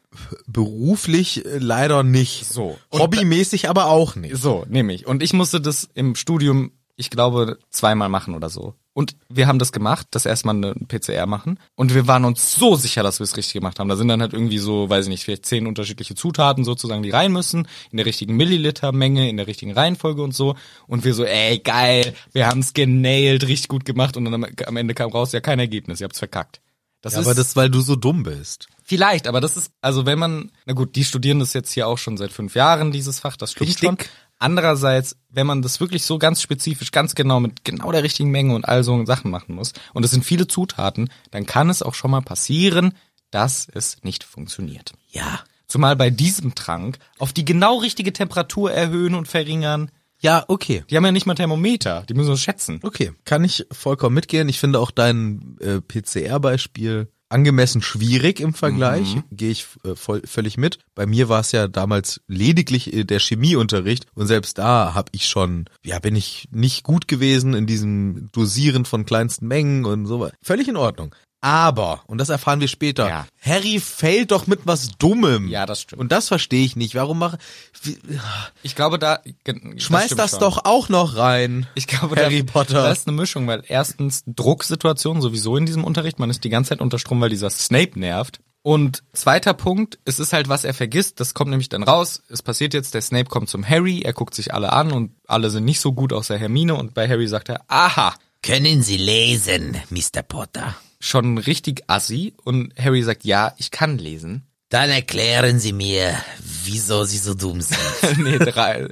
Beruflich äh, leider nicht. So. Und Hobbymäßig aber auch nicht. So, nämlich. Und ich musste das im Studium, ich glaube, zweimal machen oder so. Und wir haben das gemacht, das erstmal eine PCR machen. Und wir waren uns so sicher, dass wir es richtig gemacht haben. Da sind dann halt irgendwie so, weiß ich nicht, vielleicht zehn unterschiedliche Zutaten sozusagen, die rein müssen, in der richtigen Millilitermenge, in der richtigen Reihenfolge und so. Und wir so, ey, geil, wir haben es genailed, richtig gut gemacht. Und dann am- am Ende kam raus, ja, kein Ergebnis, ihr habt's verkackt. Das Ja, aber das, weil du so dumm bist. Vielleicht, aber das ist, also wenn man, na gut, die studieren das jetzt hier auch schon seit fünf Jahren, dieses Fach, das stimmt Richtig. schon. Andererseits, wenn man das wirklich so ganz spezifisch, ganz genau, mit genau der richtigen Menge und all so Sachen machen muss, und es sind viele Zutaten, dann kann es auch schon mal passieren, dass es nicht funktioniert. Ja. Zumal bei diesem Trank auf die genau richtige Temperatur erhöhen und verringern. Ja, okay. Die haben ja nicht mal Thermometer, die müssen wir schätzen. Okay, kann ich vollkommen mitgehen. Ich finde auch dein äh, PCR-Beispiel angemessen schwierig im Vergleich. Mhm. Gehe ich äh, voll, völlig mit. Bei mir war es ja damals lediglich äh, der Chemieunterricht und selbst da habe ich schon, ja, bin ich nicht gut gewesen in diesem Dosieren von kleinsten Mengen und so weiter. Völlig in Ordnung. Aber, und das erfahren wir später, Ja. Harry fällt doch mit was Dummem. Ja, das stimmt. Und das verstehe ich nicht. Warum mache, wie, Ich glaube, da... das schmeiß stimmt das, schon. doch auch noch rein. Ich glaube, Harry da, Potter. da ist eine Mischung, weil erstens Drucksituation sowieso in diesem Unterricht, man ist die ganze Zeit unter Strom, weil dieser Snape nervt. Und zweiter Punkt, es ist halt, was er vergisst, das kommt nämlich dann raus, es passiert jetzt, der Snape kommt zum Harry, er guckt sich alle an und alle sind nicht so gut außer Hermine und bei Harry sagt er, aha, Können Sie lesen, Mr. Potter? schon richtig assi und Harry sagt, ja, ich kann lesen. Dann erklären Sie mir, wieso Sie so dumm sind. nee, drei,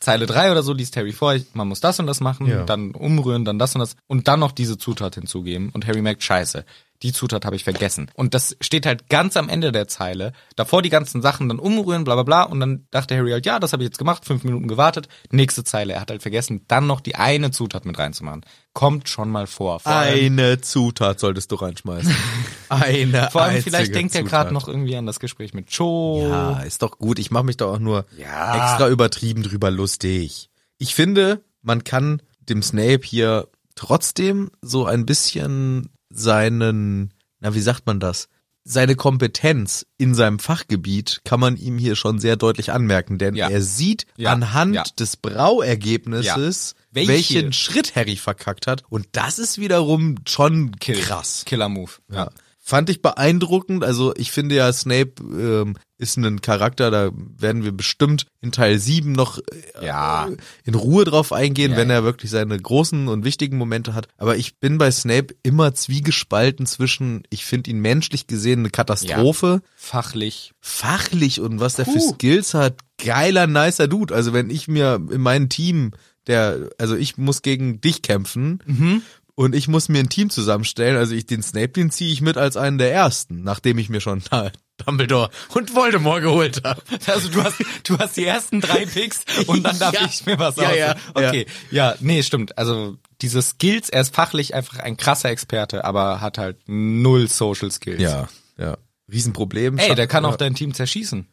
Zeile drei oder so liest Harry vor, ich- man muss das und das machen, Ja. dann umrühren, dann das und das und dann noch diese Zutat hinzugeben und Harry merkt, scheiße, die Zutat habe ich vergessen. Und das steht halt ganz am Ende der Zeile, davor die ganzen Sachen, dann umrühren, bla bla bla und dann dachte Harry halt, ja, das habe ich jetzt gemacht, fünf Minuten gewartet, nächste Zeile, er hat halt vergessen, dann noch die eine Zutat mit reinzumachen. Kommt schon mal vor. Vor allem- Eine Zutat solltest du reinschmeißen. Eine vor allem einzige vielleicht denkt er Zutat. gerade noch irgendwie an das Gespräch mit Cho. Ja, ist doch gut. Ich mache mich doch auch nur Oh. Ja. extra übertrieben drüber lustig. Ich finde, man kann dem Snape hier trotzdem so ein bisschen seinen, na wie sagt man das? Seine Kompetenz in seinem Fachgebiet kann man ihm hier schon sehr deutlich anmerken, denn Ja. er sieht Ja. anhand Ja. des Brauergebnisses, Welche- welchen Schritt Harry verkackt hat. Und das ist wiederum schon Kill. krass. Killer Move. Ja. Fand ich beeindruckend. Also ich finde ja, Snape ähm, ist ein Charakter, da werden wir bestimmt in Teil 7 noch äh, Ja. in Ruhe drauf eingehen, Ja, wenn er wirklich seine großen und wichtigen Momente hat. Aber ich bin bei Snape immer zwiegespalten zwischen, ich finde ihn menschlich gesehen eine Katastrophe, Fachlich. fachlich und was der für Puh. Skills hat, geiler, nicer Dude. Mhm. Also wenn ich mir in meinem Team, der, also ich muss gegen dich kämpfen Und ich muss mir ein Team zusammenstellen. Also ich den Snape, den ziehe ich mit als einen der ersten, nachdem ich mir schon Dumbledore und Voldemort geholt habe. Also du hast, du hast die ersten drei Picks und dann darf Ja. ich mir was Ja, aussuchen. ja, okay, ja. nee, stimmt. Also diese Skills, er ist fachlich einfach ein krasser Experte, aber hat halt null Social Skills. Ja, ja. Riesenproblem. Ey, der kann ja. auch dein Team zerschießen.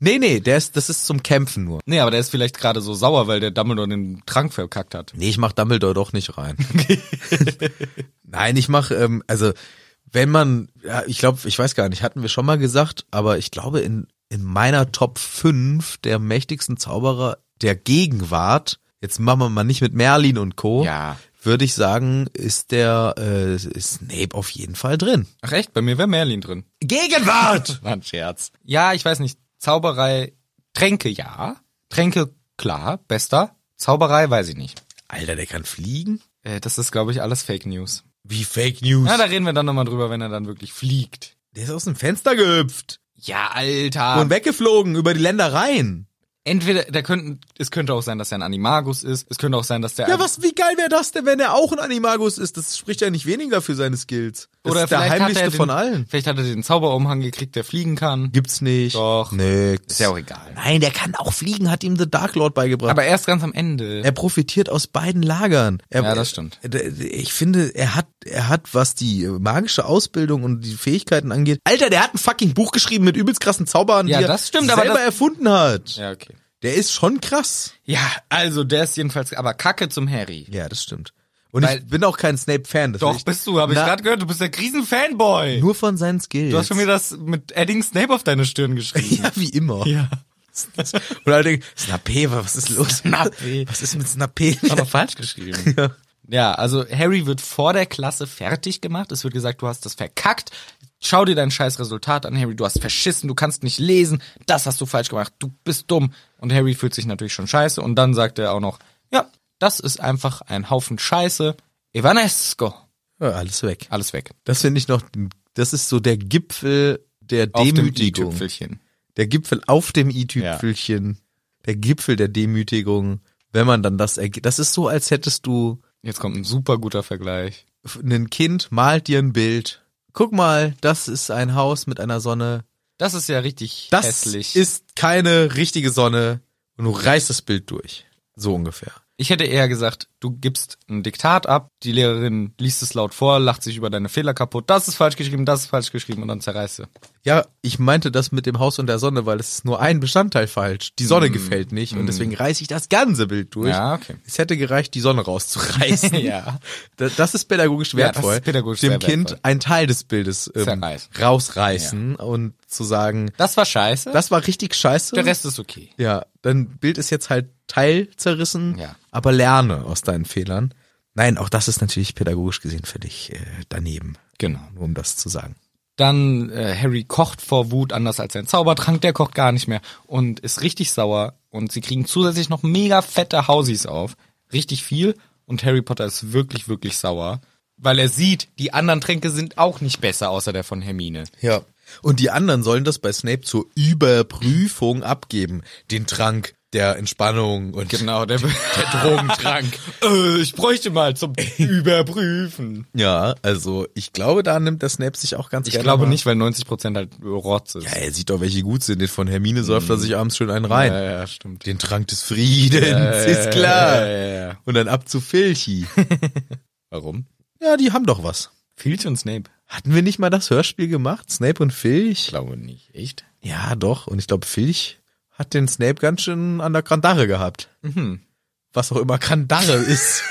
Nee, nee, der ist, das ist zum Kämpfen nur. Nee, aber der ist vielleicht gerade so sauer, weil der Dumbledore den Trank verkackt hat. Nee, ich mach Dumbledore doch nicht rein. Nein, ich mach, ähm, also wenn man, ja, ich glaube, ich weiß gar nicht, hatten wir schon mal gesagt, aber ich glaube in, in meiner Top 5 der mächtigsten Zauberer der Gegenwart, jetzt machen wir mal nicht mit Merlin und Co., Ja. würde ich sagen, ist der äh, Snape auf jeden Fall drin. Ach echt? Bei mir wäre Merlin drin. Gegenwart! War ein Scherz. Ja, ich weiß nicht. Zauberei, Tränke ja. Tränke, klar, bester. Zauberei, weiß ich nicht. Alter, der kann fliegen? Äh, das ist, glaube ich, alles Fake News. Wie Fake News. Na, da reden wir dann nochmal drüber, wenn er dann wirklich fliegt. der ist aus dem Fenster gehüpft Ja, Alter. und weggeflogen über die Ländereien. entweder, da könnten, es könnte auch sein, dass er ein Animagus ist. Es könnte auch sein, dass der. Ja, was, wie geil wäre das denn, wenn er auch ein Animagus ist? Das spricht ja nicht weniger für seine Skills. Das Oder ist der vielleicht hat heimlichste er den, von allen. Vielleicht hat er den Zauberumhang gekriegt, der fliegen kann. Gibt's nicht. Doch. Nix. Ist ja auch egal. Nein, der kann auch fliegen, hat ihm The Dark Lord beigebracht. Aber erst ganz am Ende. er profitiert aus beiden Lagern. Er, Ja, das stimmt. er- Ich finde, er hat, er hat, was die magische Ausbildung und die Fähigkeiten angeht. Alter, der hat ein fucking Buch geschrieben mit übelst krassen Zauberern, Ja, die er das stimmt, aber selber das- erfunden hat. ja, okay. Der ist schon krass. Ja, also der ist jedenfalls aber Kacke zum Harry. Ja, das stimmt. Und Weil- ich bin auch kein Snape-Fan. das will Doch, ich- bist du, habe ich Na- gerade gehört, du bist der Krisenfanboy. Nur von seinen Skills. Du hast schon wieder das mit Edding Snape auf deine Stirn geschrieben. Ja, wie immer. ja. Und alle denken, Snape, was ist los? Snape. Was ist mit Snape? Auch noch falsch geschrieben. Ja. Ja, also Harry wird vor der Klasse fertig gemacht. Es wird gesagt, du hast das verkackt. Schau dir dein scheiß Resultat an, Harry. Du hast verschissen, du kannst nicht lesen. Das hast du falsch gemacht. Du bist dumm. Und Harry fühlt sich natürlich schon scheiße. Und dann sagt er auch noch, ja, das ist einfach ein Haufen Scheiße. Evanesco. Ja, alles weg. Alles weg. Das finde ich noch, das ist so der Gipfel der Demütigung. Auf dem i-Tüpfelchen. der Gipfel auf dem i-Tüpfelchen. Der Gipfel der Demütigung. Wenn man dann das erge- Das ist so, als hättest du Jetzt kommt ein super guter Vergleich. f- ein Kind malt dir ein Bild. Guck mal, das ist ein Haus mit einer Sonne. Das ist ja richtig Das hässlich. ist keine richtige Sonne. Und du reißt das Bild durch. So ungefähr. Ich hätte eher gesagt, du gibst ein Diktat ab, die Lehrerin liest es laut vor, lacht sich über deine Fehler kaputt, das ist falsch geschrieben, das ist falsch geschrieben und dann zerreißt du. Ja, ich meinte das mit dem Haus und der Sonne, weil es ist nur ein Bestandteil falsch. Die Sonne gefällt nicht und deswegen reiße ich das ganze Bild durch. Mm. Ja, okay. Es hätte gereicht, die Sonne rauszureißen. Ja. Da- Das ist pädagogisch Ja, das ist wertvoll. pädagogisch dem sehr Kind wertvoll. ein Teil des Bildes ähm, Zerreißen. rausreißen und zu sagen, Das war scheiße, das war richtig scheiße. der Rest ist okay. Ja, dein Bild ist jetzt halt Teil zerrissen, Ja. aber lerne aus deinen Fehlern. Nein, auch das ist natürlich pädagogisch gesehen für dich äh, daneben. Genau. Nur um das zu sagen. Dann äh, Harry kocht vor Wut, anders als sein Zaubertrank, der kocht gar nicht mehr und ist richtig sauer und sie kriegen zusätzlich noch mega fette Hausies auf, richtig viel und Harry Potter ist wirklich, wirklich sauer, weil er sieht, die anderen Tränke sind auch nicht besser, außer der von Hermine. Ja. Und die anderen sollen das bei Snape zur Überprüfung abgeben. Den Trank der Entspannung und Genau, der, der Drogentrank. äh, ich bräuchte mal zum Überprüfen. ja, also ich glaube, da nimmt der Snape sich auch ganz Ich gerne glaube mal- nicht, weil 90% halt Rotz ist. Ja, er sieht doch, welche gut sind. Den von Hermine säuft er sich abends schön einen rein. Ja, ja, stimmt. Den Trank des Friedens, ist Ja, klar. ja, ja. Und dann ab zu Filchi. Warum? ja, die haben doch was. Filch und Snape. Hatten wir nicht mal das Hörspiel gemacht? Snape und Filch? glaube nicht. Echt? Ja, doch. Und ich glaube, Filch hat den Snape ganz schön an der Kandare gehabt. Mhm. Was auch immer Kandare ist.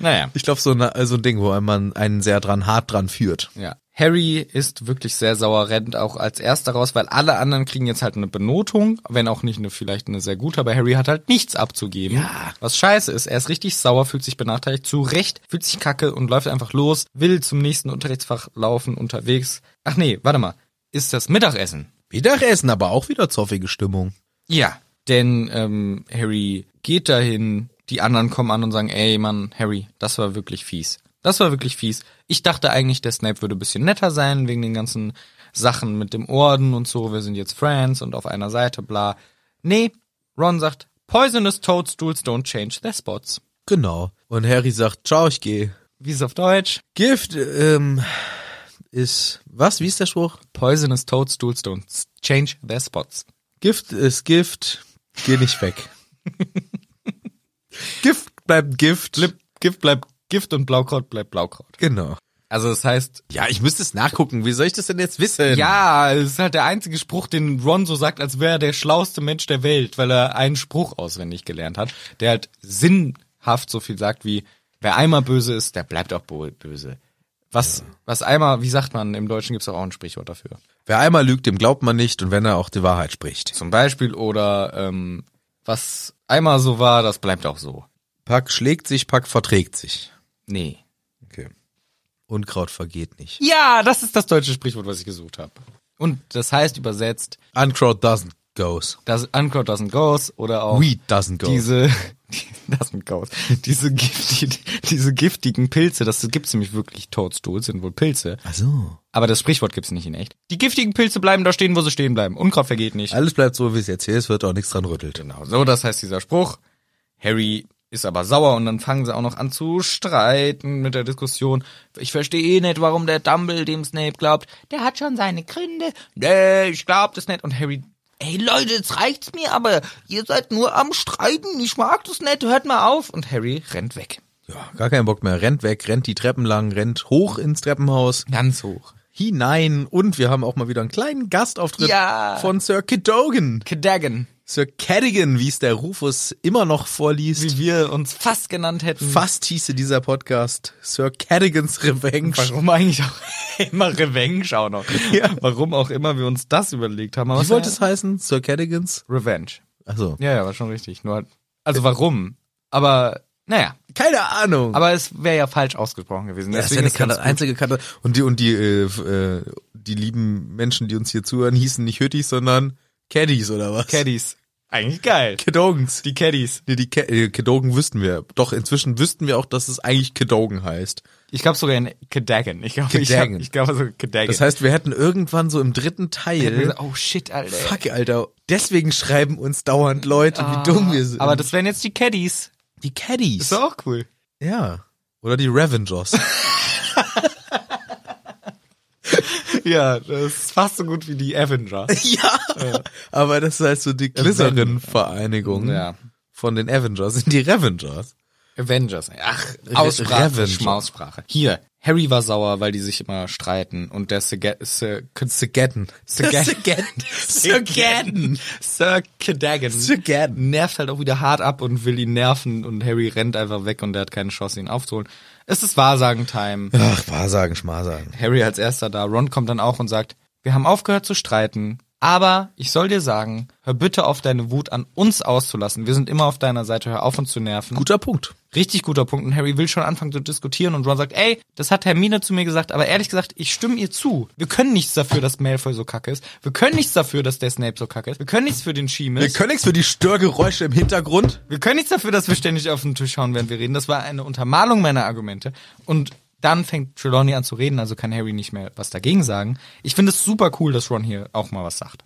Naja. Ich glaube, so, eine- äh, so ein Ding, wo man einen sehr dran hart dran führt. Ja. Harry ist wirklich sehr sauer, rennt auch als erster raus, weil alle anderen kriegen jetzt halt eine Benotung, wenn auch nicht eine, vielleicht eine sehr gute, aber Harry hat halt nichts abzugeben. Ja. Was scheiße ist, er ist richtig sauer, fühlt sich benachteiligt, zu Recht, fühlt sich kacke und läuft einfach los, will zum nächsten Unterrichtsfach laufen, unterwegs. Ach nee, warte mal, ist das Mittagessen? Mittagessen, aber auch wieder zoffige Stimmung. Ja. Denn ähm, Harry geht dahin, die anderen kommen an und sagen, ey Mann, Harry, das war wirklich fies. Das war wirklich fies. Ich dachte eigentlich, der Snape würde ein bisschen netter sein, wegen den ganzen Sachen mit dem Orden und so, wir sind jetzt Friends und auf einer Seite, bla. Nee, Ron sagt, Poisonous Toadstools don't change their spots. Genau. Und Harry sagt, ciao, ich gehe. Wie ist es auf Deutsch? Gift ähm, ist, was, wie ist der Spruch? Poisonous Toadstool Stones. Change their spots. Gift ist Gift, geh nicht weg. Gift bleibt Gift. Blip, Gift bleibt Gift und Blaukraut bleibt Blaukraut. Genau. Also das heißt, Ja, ich müsste es nachgucken. Wie soll ich das denn jetzt wissen? ja, es ist halt der einzige Spruch, den Ron so sagt, als wäre er der schlauste Mensch der Welt, weil er einen Spruch auswendig gelernt hat, der halt sinnhaft so viel sagt wie, wer einmal böse ist, der bleibt auch bo- böse. Was, was einmal, wie sagt man, im Deutschen gibt's doch auch ein Sprichwort dafür. Wer einmal lügt, dem glaubt man nicht und wenn er auch die Wahrheit spricht. Zum Beispiel oder ähm, was einmal so war, das bleibt auch so. Pack schlägt sich, Pack verträgt sich. Nee. Okay. Unkraut vergeht nicht. Ja, das ist das deutsche Sprichwort, was ich gesucht habe. Und das heißt übersetzt, Unkraut doesn't goes. das Unquote doesn't goes oder auch Weed doesn't go. diese das sind Gauss. Diese giftigen, diese giftigen Pilze, das gibt's nämlich wirklich Toadstools, sind wohl Pilze. Ach so. Aber das Sprichwort gibt's nicht in echt. Die giftigen Pilze bleiben da stehen, wo sie stehen bleiben. Unkraut vergeht nicht. Alles bleibt so, wie es jetzt hier ist, wird auch nichts dran rüttelt. Genau, so das heißt dieser Spruch. Harry ist aber sauer und dann fangen sie auch noch an zu streiten mit der Diskussion. Ich verstehe eh nicht, warum der Dumble dem Snape glaubt. Der hat schon seine Gründe. Nee, ich glaub das nicht. Und Harry, ey Leute, jetzt reicht's mir, aber ihr seid nur am Streiten. Ich mag das nicht, hört mal auf. Und Harry rennt weg. Ja, gar keinen Bock mehr. Rennt weg, rennt die Treppen lang, rennt hoch ins Treppenhaus, Ganz hoch. hinein und wir haben auch mal wieder einen kleinen Gastauftritt Ja. von Sir Cadogan. Cadogan, Sir Cadigan, wie es der Rufus immer noch vorliest. wie wir uns fast genannt hätten. Fast hieße dieser Podcast Sir Cadigans Revenge. Warum eigentlich auch immer Revenge auch noch? Ja. Warum auch immer wir uns das überlegt haben. aber Wie was- wollte es heißen? Sir Cadigans? Revenge. Also Ja, ja, war schon richtig. Nur halt, also warum? Aber naja, keine Ahnung. aber es wäre ja falsch ausgesprochen gewesen. Ja, das ist ja Deswegen eine ist ganz Kata- einzige Karte. Und die und die äh, f- äh, die lieben Menschen, die uns hier zuhören, hießen nicht Hüttis, sondern Caddies oder was? Caddies. Eigentlich geil. Cadogans. Die Caddies. Nee, die Ke- äh, Cadogan wüssten wir. Doch, inzwischen wüssten wir auch, dass es eigentlich Cadogan heißt. Ich glaube sogar in Cadogan. Ich glaube, ich, hab- Cadogan. ich also glaube sogar Cadogan. Das heißt, wir hätten irgendwann so im dritten Ich hab mir Teil. gesagt, oh shit, Alter. Fuck, Alter. Deswegen schreiben uns dauernd Leute, wie dumm wir sind. Aber das wären jetzt die Caddies. die Caddies. Ist doch auch cool. Ja. Oder die Revengers. Ja, das ist fast so gut wie die Avenger. ja. Äh, Aber das ist halt so die Glycerin-Vereinigung Ja. von den Avengers sind die Revengers. Avengers. Ach, Re- Aussprache, Revenge. Schmaussprache. Hier, Harry war sauer, weil die sich immer streiten und der Sagat, Sagetten. Sagetten. Sagetten. Sir Cadogan. Sir Cadogan. Nervt halt auch wieder hart ab und will ihn nerven und Harry rennt einfach weg und er hat keine Chance, ihn aufzuholen. Es ist Wahrsagen-Time. Ach, Wahrsagen, Schmarsagen. Harry als erster da. Ron kommt dann auch und sagt, wir haben aufgehört zu streiten, aber ich soll dir sagen, hör bitte auf, deine Wut an uns auszulassen. Wir sind immer auf deiner Seite, hör auf, uns zu nerven. Guter Punkt. Richtig guter Punkt. Und Harry will schon anfangen zu diskutieren und Ron sagt, ey, das hat Hermine zu mir gesagt, aber ehrlich gesagt, ich stimme ihr zu. Wir können nichts dafür, dass Malfoy so kacke ist. Wir können nichts dafür, dass der Snape so kacke ist. Wir können nichts für den Schiemes. Wir können nichts für die Störgeräusche im Hintergrund. Wir können nichts dafür, dass wir ständig auf den Tisch schauen, während wir reden. Das war eine Untermalung meiner Argumente. Und dann fängt Trelawney an zu reden, also kann Harry nicht mehr was dagegen sagen. Ich finde es super cool, dass Ron hier auch mal was sagt.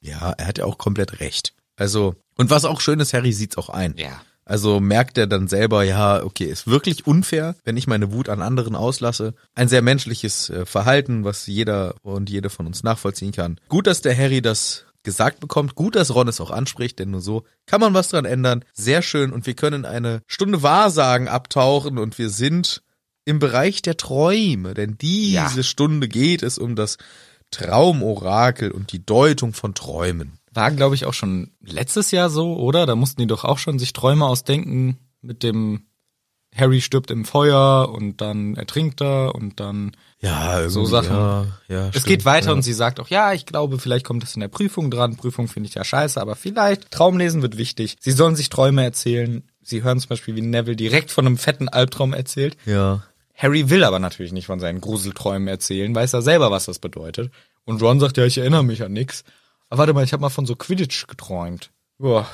Ja, er hat ja auch komplett recht. Also, und was auch schön ist, Harry sieht's auch ein. Ja. Also merkt er dann selber, ja, okay, ist wirklich unfair, wenn ich meine Wut an anderen auslasse. Ein sehr menschliches äh, Verhalten, was jeder und jede von uns nachvollziehen kann. Gut, dass der Harry das gesagt bekommt. Gut, dass Ron es auch anspricht, denn nur so kann man was dran ändern. Sehr schön. Und wir können in eine Stunde Wahrsagen abtauchen und wir sind im Bereich der Träume, denn diese Ja. Stunde geht es um das Traumorakel und die Deutung von Träumen. War, glaube ich, auch schon letztes Jahr so, oder? Da mussten die doch auch schon sich Träume ausdenken mit dem Harry stirbt im Feuer und dann ertrinkt er und dann Ja, so Sachen. Ja, ja, Es geht weiter und sie sagt auch, ja, ich glaube, vielleicht kommt das in der Prüfung dran. Prüfung finde ich ja scheiße, aber vielleicht. Traumlesen wird wichtig. Sie sollen sich Träume erzählen. Sie hören zum Beispiel, wie Neville direkt von einem fetten Albtraum erzählt. Ja. Harry will aber natürlich nicht von seinen Gruselträumen erzählen, weiß ja selber, was das bedeutet. Und Ron sagt, ja, ich erinnere mich an nix. Aber warte mal, ich habe mal von so Quidditch geträumt. Boah,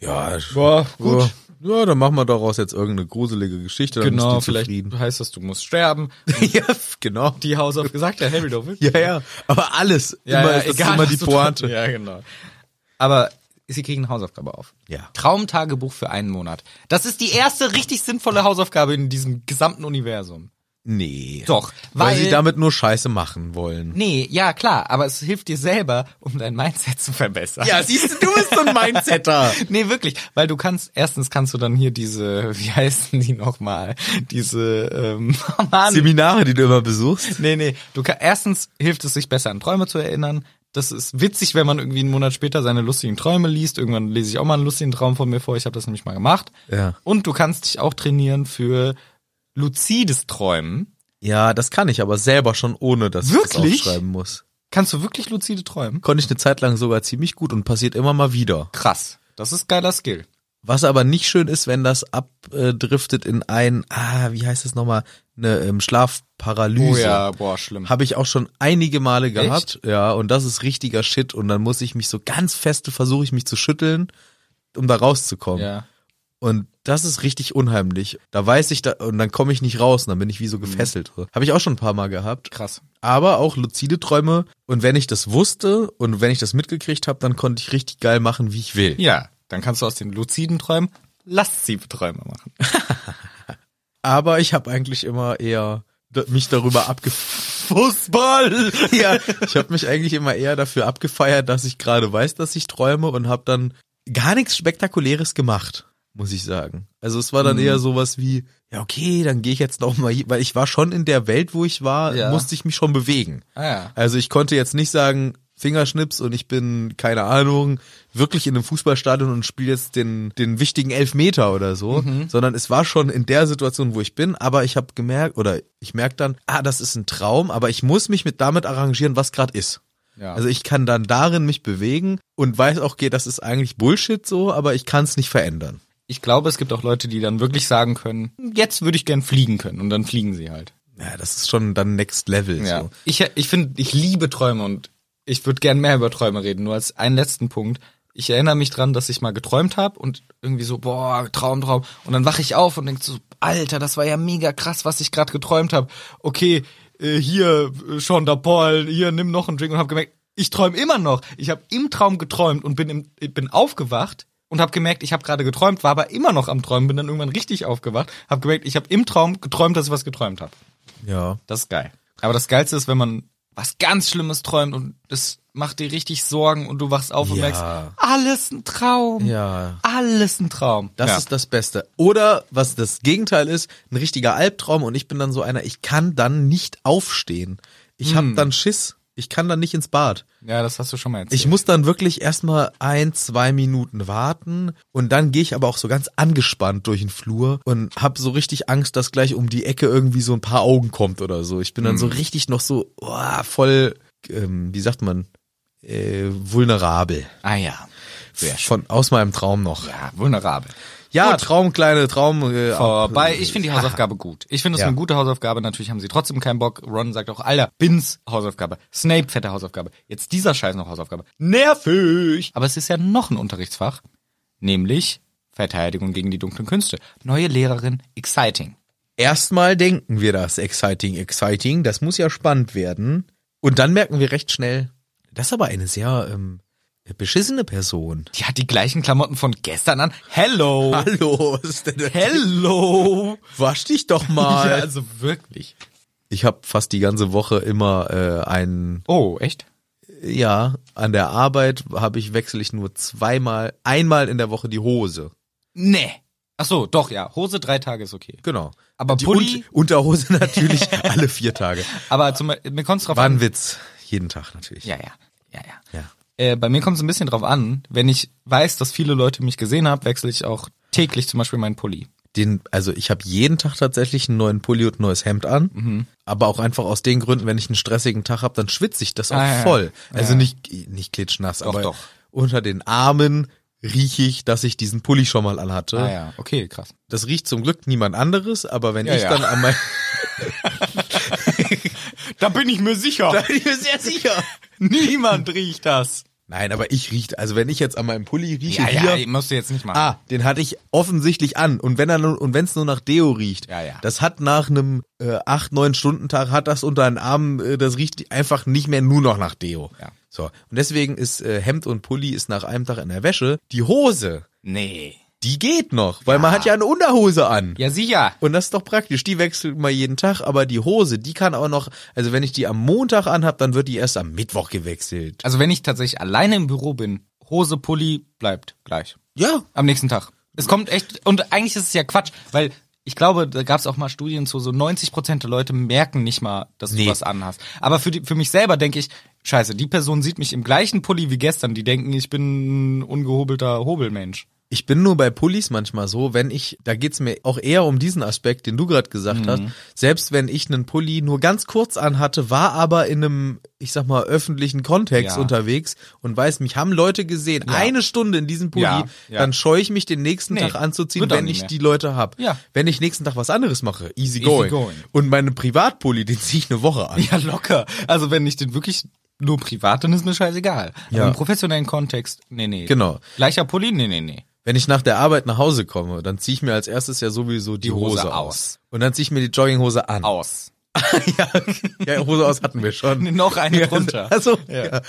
Ja, ich- boah, gut. Ja. Ja, dann machen wir daraus jetzt irgendeine gruselige Geschichte. Dann Genau, ist die vielleicht zufrieden. heißt das, du musst sterben. ja, genau. Die Hausaufgabe gesagt, der Harry doch wirklich. Ja, ja. Aber alles. Ja, immer ja, ist das egal, immer was die du Pointe. tust. Ja, genau. Aber Sie kriegen eine Hausaufgabe auf. Ja. Traumtagebuch für einen Monat. Das ist die erste richtig sinnvolle Hausaufgabe in diesem gesamten Universum. Nee. Doch, Weil, weil- sie damit nur Scheiße machen wollen. Nee, ja, klar, aber es hilft dir selber, um dein Mindset zu verbessern. siehst du, du bist so ein Mindsetter. Nee, wirklich, weil du kannst, erstens kannst du dann hier diese, wie heißen die nochmal, diese, ähm, Mann. Seminare, die du immer besuchst. Nee, nee. Du kann, erstens hilft es sich besser an Träume zu erinnern. Das ist witzig, wenn man irgendwie einen Monat später seine lustigen Träume liest. Irgendwann lese ich auch mal einen lustigen Traum von mir vor. Ich habe das nämlich mal gemacht. Ja. Und du kannst dich auch trainieren für luzides Träumen. Ja, das kann ich aber selber schon, ohne dass ich das Wirklich? aufschreiben muss. Kannst du wirklich luzide träumen? Konnte ich eine Zeit lang sogar ziemlich gut und passiert immer mal wieder. Krass. Das ist geiler Skill. Was aber nicht schön ist, wenn das abdriftet in ein, ah, wie heißt das nochmal, eine ähm, Schlafparalyse. Oh ja, boah, schlimm. Habe ich auch schon einige Male gehabt. Ja, und das ist richtiger Shit. Und dann muss ich mich so ganz feste, versuche ich mich zu schütteln, um da rauszukommen. ja. Und das ist richtig unheimlich. Da weiß ich, da, und dann komme ich nicht raus und dann bin ich wie Mhm. so gefesselt. Habe ich auch schon ein paar Mal gehabt. Krass. Aber auch luzide Träume. Und wenn ich das wusste und wenn ich das mitgekriegt habe, dann konnte ich richtig geil machen, wie ich will. Ja, dann kannst du aus den luziden Träumen lastive Träume machen. Aber ich habe eigentlich immer eher d- mich darüber abgefeiert. Fußball! ja, ich habe mich eigentlich immer eher dafür abgefeiert, dass ich gerade weiß, dass ich träume und habe dann gar nichts Spektakuläres gemacht, muss ich sagen. Also es Mhm. war dann eher sowas wie, ja okay, dann gehe ich jetzt noch mal, hier- weil ich war schon in der Welt, wo ich war, Ja. musste ich mich schon bewegen. Ah ja. Also ich konnte jetzt nicht sagen, Fingerschnips und ich bin, keine Ahnung, wirklich in einem Fußballstadion und spiele jetzt den, den wichtigen Elfmeter oder so, sondern es war schon in der Situation, wo ich bin, aber ich habe gemerkt oder ich merke dann, ah, das ist ein Traum, aber ich muss mich mit damit arrangieren, was gerade ist. ja. Also ich kann dann darin mich bewegen und weiß auch, okay, das ist eigentlich Bullshit so, aber ich kann es nicht verändern. ich glaube, es gibt auch Leute, die dann wirklich sagen können, jetzt würde ich gern fliegen können und dann fliegen sie halt. Ja, das ist schon dann Next Level. So. Ich, ich finde, ich liebe Träume und ich würde gern mehr über Träume reden. Nur als einen letzten Punkt. Ich erinnere mich dran, dass ich mal geträumt habe und irgendwie so, boah, Traum, Traum. Und dann wache ich auf und denke so, Alter, das war ja mega krass, was ich gerade geträumt habe. Okay, äh, hier, äh, Sean da Paul, hier, nimm noch einen Drink und habe gemerkt, ich träume immer noch. Ich habe im Traum geträumt und bin, im, ich bin aufgewacht und habe gemerkt, ich habe gerade geträumt, war aber immer noch am Träumen, bin dann irgendwann richtig aufgewacht, habe gemerkt, ich habe im Traum geträumt, dass ich was geträumt habe. Ja. Das ist geil. Aber das Geilste ist, wenn man was ganz Schlimmes träumt und das macht dir richtig Sorgen und du wachst auf und Ja. merkst, alles ein Traum. Ja. Alles ein Traum. Das ja. ist das Beste. Oder was das Gegenteil ist, ein richtiger Albtraum und ich bin dann so einer, ich kann dann nicht aufstehen. Ich Hm. hab dann Schiss. Ich kann dann nicht ins Bad. ja, das hast du schon mal erzählt. Ich muss dann wirklich erstmal ein, zwei Minuten warten und dann gehe ich aber auch so ganz angespannt durch den Flur und hab so richtig Angst, dass gleich um die Ecke irgendwie so ein paar Augen kommt oder so. Ich bin dann so Hm. richtig noch so oh, voll, ähm, wie sagt man, äh, vulnerabel. ah ja. Sehr schön. Von aus meinem Traum noch. Ja, vulnerabel. Ja, Gut. Traum, kleine Traum. Äh, Vorbei. Ich finde die Hausaufgabe gut. Ich finde es Ja. eine gute Hausaufgabe. Natürlich haben sie trotzdem keinen Bock. Ron sagt auch, Alter, Bins Hausaufgabe. Snape fette Hausaufgabe. Jetzt dieser Scheiß noch Hausaufgabe. Nervig. Aber es ist ja noch ein Unterrichtsfach. Nämlich Verteidigung gegen die dunklen Künste. Neue Lehrerin, exciting. Erstmal denken wir das exciting, exciting. Das muss ja spannend werden. Und dann merken wir recht schnell, das ist aber eine sehr ähm, beschissene Person. Die hat die gleichen Klamotten von gestern an. Hello. Hallo, was ist denn das? Hello. Wasch dich doch Ja, mal. also wirklich. Ich habe fast die ganze Woche immer äh, einen, Oh, echt? ja, an der Arbeit habe ich wechsle ich nur zweimal, einmal in der Woche die Hose. Nee. Ach so, doch, ja. Hose drei Tage ist okay. Genau. Aber die Pulli- Un Unterhose natürlich alle vier Tage. Aber zum, mir kommt's drauf War an. ein Witz. Jeden Tag natürlich. Ja, ja. Ja, ja. ja. Äh, bei mir kommt es ein bisschen drauf an. Wenn ich weiß, dass viele Leute mich gesehen haben, wechsle ich auch täglich zum Beispiel meinen Pulli. den, also ich habe jeden Tag tatsächlich einen neuen Pulli und ein neues Hemd an, Mhm. aber auch einfach aus den Gründen, wenn ich einen stressigen Tag habe, dann schwitze ich das auch Ah, ja, ja. voll. Also Ja. nicht nicht klitschnass, aber doch. unter den Armen rieche ich, dass ich diesen Pulli schon mal anhatte. Ah, ja, okay, krass. Das riecht zum Glück niemand anderes, aber wenn Ja, ich ja. dann an mein Da bin ich mir sicher. bin ich mir sehr sicher. Niemand riecht das. Nein, aber ich rieche, also wenn ich jetzt an meinem Pulli rieche Ja, hier, ja, ja, musst du jetzt nicht machen. ah, den hatte ich offensichtlich an und wenn er nur, und wenn es nur nach Deo riecht, Ja, ja. das hat nach einem äh, acht, neun Stunden Tag hat das unter den Armen, äh, das riecht einfach nicht mehr nur noch nach Deo. Ja. So und deswegen ist äh, Hemd und Pulli ist nach einem Tag in der Wäsche. Die Hose, Nee. die geht noch, weil man hat ja eine Unterhose an. Ja, sicher. Und das ist doch praktisch. Die wechselt man jeden Tag, aber die Hose, die kann auch noch, also wenn ich die am Montag anhab, dann wird die erst am Mittwoch gewechselt. Also wenn ich tatsächlich alleine im Büro bin, Hose, Pulli bleibt gleich. Ja. Am nächsten Tag. Es kommt echt, und eigentlich ist es ja Quatsch, weil ich glaube, da gab es auch mal Studien zu, so 90% der Leute merken nicht mal, dass du Nee. was anhast. Aber für, die, für mich selber denke ich, scheiße, die Person sieht mich im gleichen Pulli wie gestern, die denken, ich bin ein ungehobelter Hobelmensch. Ich bin nur bei Pullis manchmal so, wenn ich, da geht's mir auch eher um diesen Aspekt, den du gerade gesagt Mhm. hast. Selbst wenn ich einen Pulli nur ganz kurz anhatte, war aber in einem, ich sag mal, öffentlichen Kontext Ja. unterwegs und weiß, mich haben Leute gesehen, eine Stunde in diesem Pulli, Ja, ja. dann scheue ich mich den nächsten Nee, Tag anzuziehen, wird auch wenn nie ich mehr. die Leute hab. Ja. Wenn ich nächsten Tag was anderes mache, easy going. going. Und meinen Privatpulli, den ziehe ich eine Woche an. Ja, locker. Also wenn ich den wirklich nur privat, dann ist mir scheißegal. Ja. Aber im professionellen Kontext, nee, nee. Genau. Gleicher Pulli, nee, nee, nee. Wenn ich nach der Arbeit nach Hause komme, dann ziehe ich mir als erstes ja sowieso die, Die Hose Hose aus. aus. Und dann ziehe ich mir die Jogginghose an. Aus. ja, ja, Hose aus hatten wir schon. Noch eine drunter. Also, ja. Ja.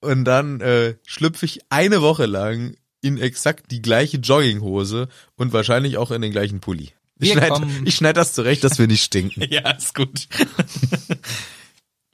Und dann äh, schlüpfe ich eine Woche lang in exakt die gleiche Jogginghose und wahrscheinlich auch in den gleichen Pulli. Ich Wir schneide kommen- schneid das zurecht, dass wir nicht stinken. Ja, ist gut.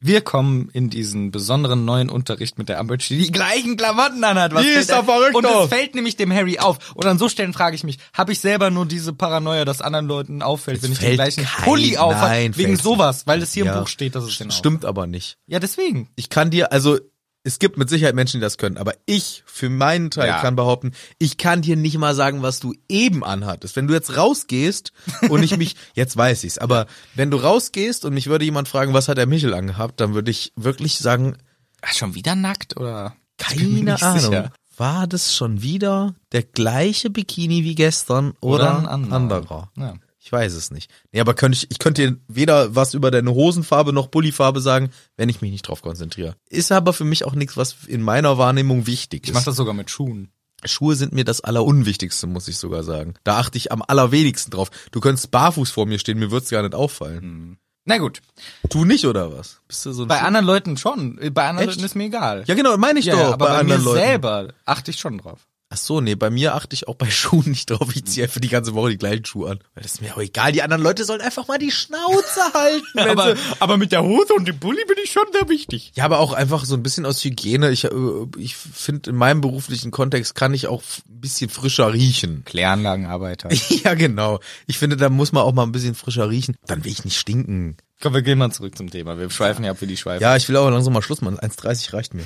Wir kommen in diesen besonderen neuen Unterricht mit der Umbridge, die die gleichen Klamotten anhat. Was Die fällt ist doch ein? verrückt Und doch. es fällt nämlich dem Harry auf. Und an so Stellen frage ich mich, habe ich selber nur diese Paranoia, dass anderen Leuten auffällt, wenn ich den fällt gleichen kein- Pulli auf nein, wegen fällt's sowas, weil es hier Ja. im Buch steht, dass es genau den auf. Stimmt aber nicht. Ja, deswegen. Ich kann dir, also es gibt mit Sicherheit Menschen, die das können, aber ich für meinen Teil Ja. kann behaupten, ich kann dir nicht mal sagen, was du eben anhattest. Wenn du jetzt rausgehst und ich mich, jetzt weiß ich's, aber wenn du rausgehst und mich würde jemand fragen, was hat der Michel angehabt, dann würde ich wirklich sagen, Ach, schon wieder nackt oder? Ich bin mir keine nicht Ahnung. sicher. War das schon wieder der gleiche Bikini wie gestern oder, Oder ein ein anderer. anderer? Ja. Ich weiß es nicht. Nee, aber könnte ich, ich könnte dir weder was über deine Hosenfarbe noch Pullifarbe sagen, wenn ich mich nicht drauf konzentriere. Ist aber für mich auch nichts, was in meiner Wahrnehmung wichtig Ich ist. mache das sogar mit Schuhen. Schuhe sind mir das Allerunwichtigste, muss ich sogar sagen. Da achte ich am allerwenigsten drauf. Du könntest barfuß vor mir stehen, mir wird's gar nicht auffallen. Na gut. Du nicht, oder was? Bist du so ein Hm. Bei Schuh- anderen Leuten schon. Bei anderen Echt? Leuten ist mir egal. Ja genau, meine ich Ja, doch. aber bei, mir anderen Leuten. selber achte ich schon drauf. Ach so, nee, bei mir achte ich auch bei Schuhen nicht drauf. Ich ziehe einfach die ganze Woche die gleichen Schuhe an. Weil das ist mir auch egal. Die anderen Leute sollen einfach mal die Schnauze halten. Wenn sie, aber mit der Hose und dem Pulli bin ich schon sehr wichtig. Ja, aber auch einfach so ein bisschen aus Hygiene. Ich, äh, ich finde, in meinem beruflichen Kontext kann ich auch f- ein bisschen frischer riechen. Kläranlagenarbeiter. Ja, genau. Ich finde, da muss man auch mal ein bisschen frischer riechen. Dann will ich nicht stinken. Komm, wir gehen mal zurück zum Thema. Wir schweifen ja ab wie die Schweife. Ja, ich will aber langsam mal Schluss machen. 1,30 reicht mir.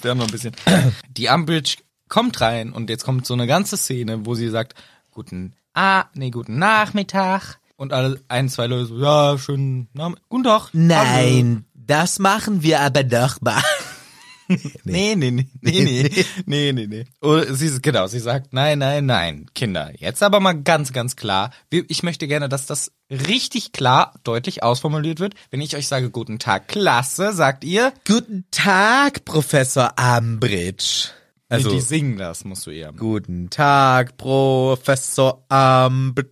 wir haben noch ein bisschen. Die Umbridge kommt rein und jetzt kommt so eine ganze Szene, wo sie sagt, guten ah, nee, guten Nachmittag. Und alle ein, zwei Leute so, ja, schönen Namen. Guten Tag. das machen wir aber doch mal. Nee, nee, nee, nee, nee, nee, nee, nee. Oder sie, genau, sie sagt, nein, nein, nein, Kinder, jetzt aber mal ganz, ganz klar. Wir- Ich möchte gerne, dass das richtig klar, deutlich ausformuliert wird. Wenn ich euch sage, guten Tag, klasse, sagt ihr, Guten Tag, Professor Ambridge. also, Also, die singen das, musst du eher. guten Tag, Professor Ambridge.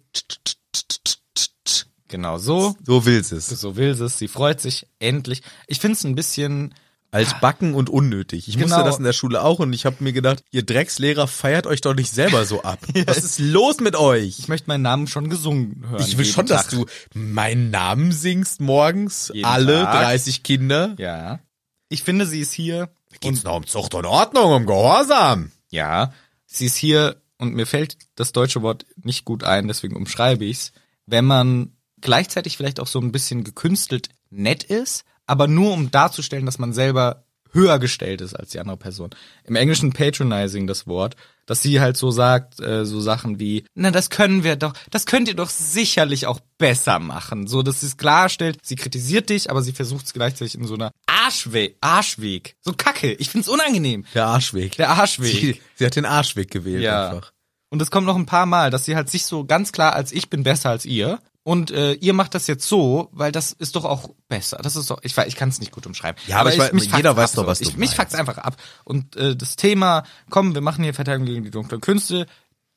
Genau so. So will's es. So will sie es, sie freut sich, endlich. Ich find's ein bisschen, Altbacken und unnötig. Ich musste Genau. das in der Schule auch und ich habe mir gedacht, ihr Dreckslehrer feiert euch doch nicht selber so ab. Was ist los mit euch? ich möchte meinen Namen schon gesungen hören. Ich will jeden schon, dass Tag. du meinen Namen singst morgens. Jeden alle Tag. 30 Kinder. Ja. Ich finde, sie ist hier. Geht's noch um Zucht und Ordnung, um Gehorsam? Ja, sie ist hier und mir fällt das deutsche Wort nicht gut ein, deswegen umschreibe ich's. Wenn man gleichzeitig vielleicht auch so ein bisschen gekünstelt nett ist, aber nur um darzustellen, dass man selber höher gestellt ist als die andere Person. Im Englischen patronizing das Wort, dass sie halt so sagt, äh, so Sachen wie, na, das können wir doch, das könnt ihr doch sicherlich auch besser machen. So, dass sie es klarstellt, sie kritisiert dich, aber sie versucht es gleichzeitig in so einer Arschweg, Arschweg. So Kacke, ich find's unangenehm. Der Arschweg. Der Arschweg. Sie, sie hat den Arschweg gewählt einfach. Und es kommt noch ein paar Mal, dass sie halt sich so ganz klar als ich bin besser als ihr Und äh, ihr macht das jetzt so, weil das ist doch auch besser. Das ist doch, ich, weiß- ich kann es nicht gut umschreiben. Ja, aber ich weiß- jeder fuckt's weiß ab, doch, so. was du ich, Mich meinst. fuckt's einfach ab. Und äh, das Thema, komm, wir machen hier Verteidigung gegen die dunklen Künste,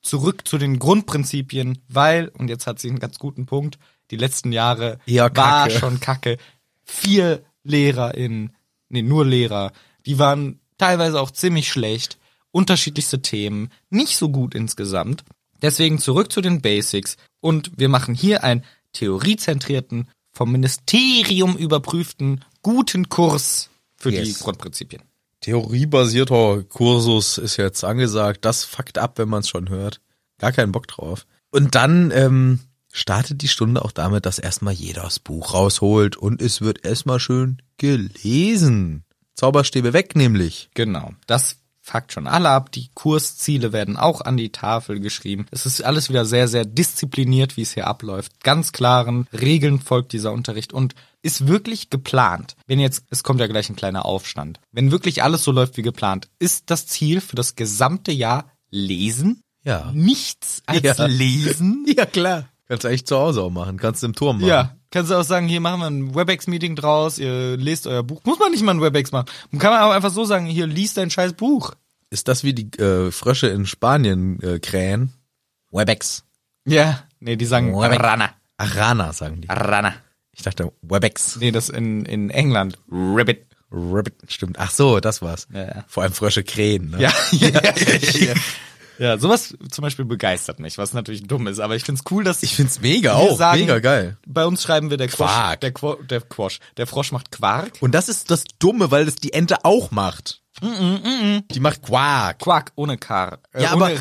zurück zu den Grundprinzipien, weil, und jetzt hat sie einen ganz guten Punkt, die letzten Jahre Ja, kacke. war schon kacke. Vier LehrerInnen, nee, nur Lehrer, die waren teilweise auch ziemlich schlecht, unterschiedlichste Themen, nicht so gut insgesamt. Deswegen zurück zu den Basics und wir machen hier einen theoriezentrierten, vom Ministerium überprüften, guten Kurs für Yes. die Grundprinzipien. Theoriebasierter Kursus ist jetzt angesagt. Das fuckt ab, wenn man es schon hört. Gar keinen Bock drauf. Und dann ähm, startet die Stunde auch damit, dass erstmal jeder das Buch rausholt und es wird erstmal schön gelesen. Zauberstäbe weg nämlich. Genau. Das fuckt schon alle ab. Die Kursziele werden auch an die Tafel geschrieben. Es ist alles wieder sehr, sehr diszipliniert, wie es hier abläuft. Ganz klaren Regeln folgt dieser Unterricht und ist wirklich geplant. Wenn jetzt, es kommt ja gleich ein kleiner Aufstand. Wenn wirklich alles so läuft wie geplant, ist das Ziel für das gesamte Jahr Lesen? Ja. Nichts als Ja. Lesen? Ja, klar. Kannst du eigentlich zu Hause auch machen. Kannst du im Turm machen. Ja, kannst du auch sagen, hier machen wir ein WebEx-Meeting draus, ihr lest euer Buch. Muss man nicht mal ein WebEx machen. Kann man aber einfach so sagen, hier liest dein scheiß Buch. Ist das wie die äh, Frösche in Spanien äh, krähen? Webex. Ja, nee, die sagen Webex. Rana. Arana sagen die. Rana. Ich dachte Webex. Nee, das in, in England. Rabbit. Rabbit. Stimmt. Ach so, das war's. Ja, ja. Vor allem Frösche krähen. Ne? Ja, ja, ja. ja, sowas zum Beispiel begeistert mich, was natürlich dumm ist, aber ich find's cool, dass Ich find's mega wir auch. mega geil. Bei uns schreiben wir der Quosch, Quark. Der, Quo, der Quosch, der Frosch macht Quark. Und das ist das Dumme, weil das die Ente auch macht. Die macht Quark. Quark ohne Kar. Äh, Ja, ohne aber R.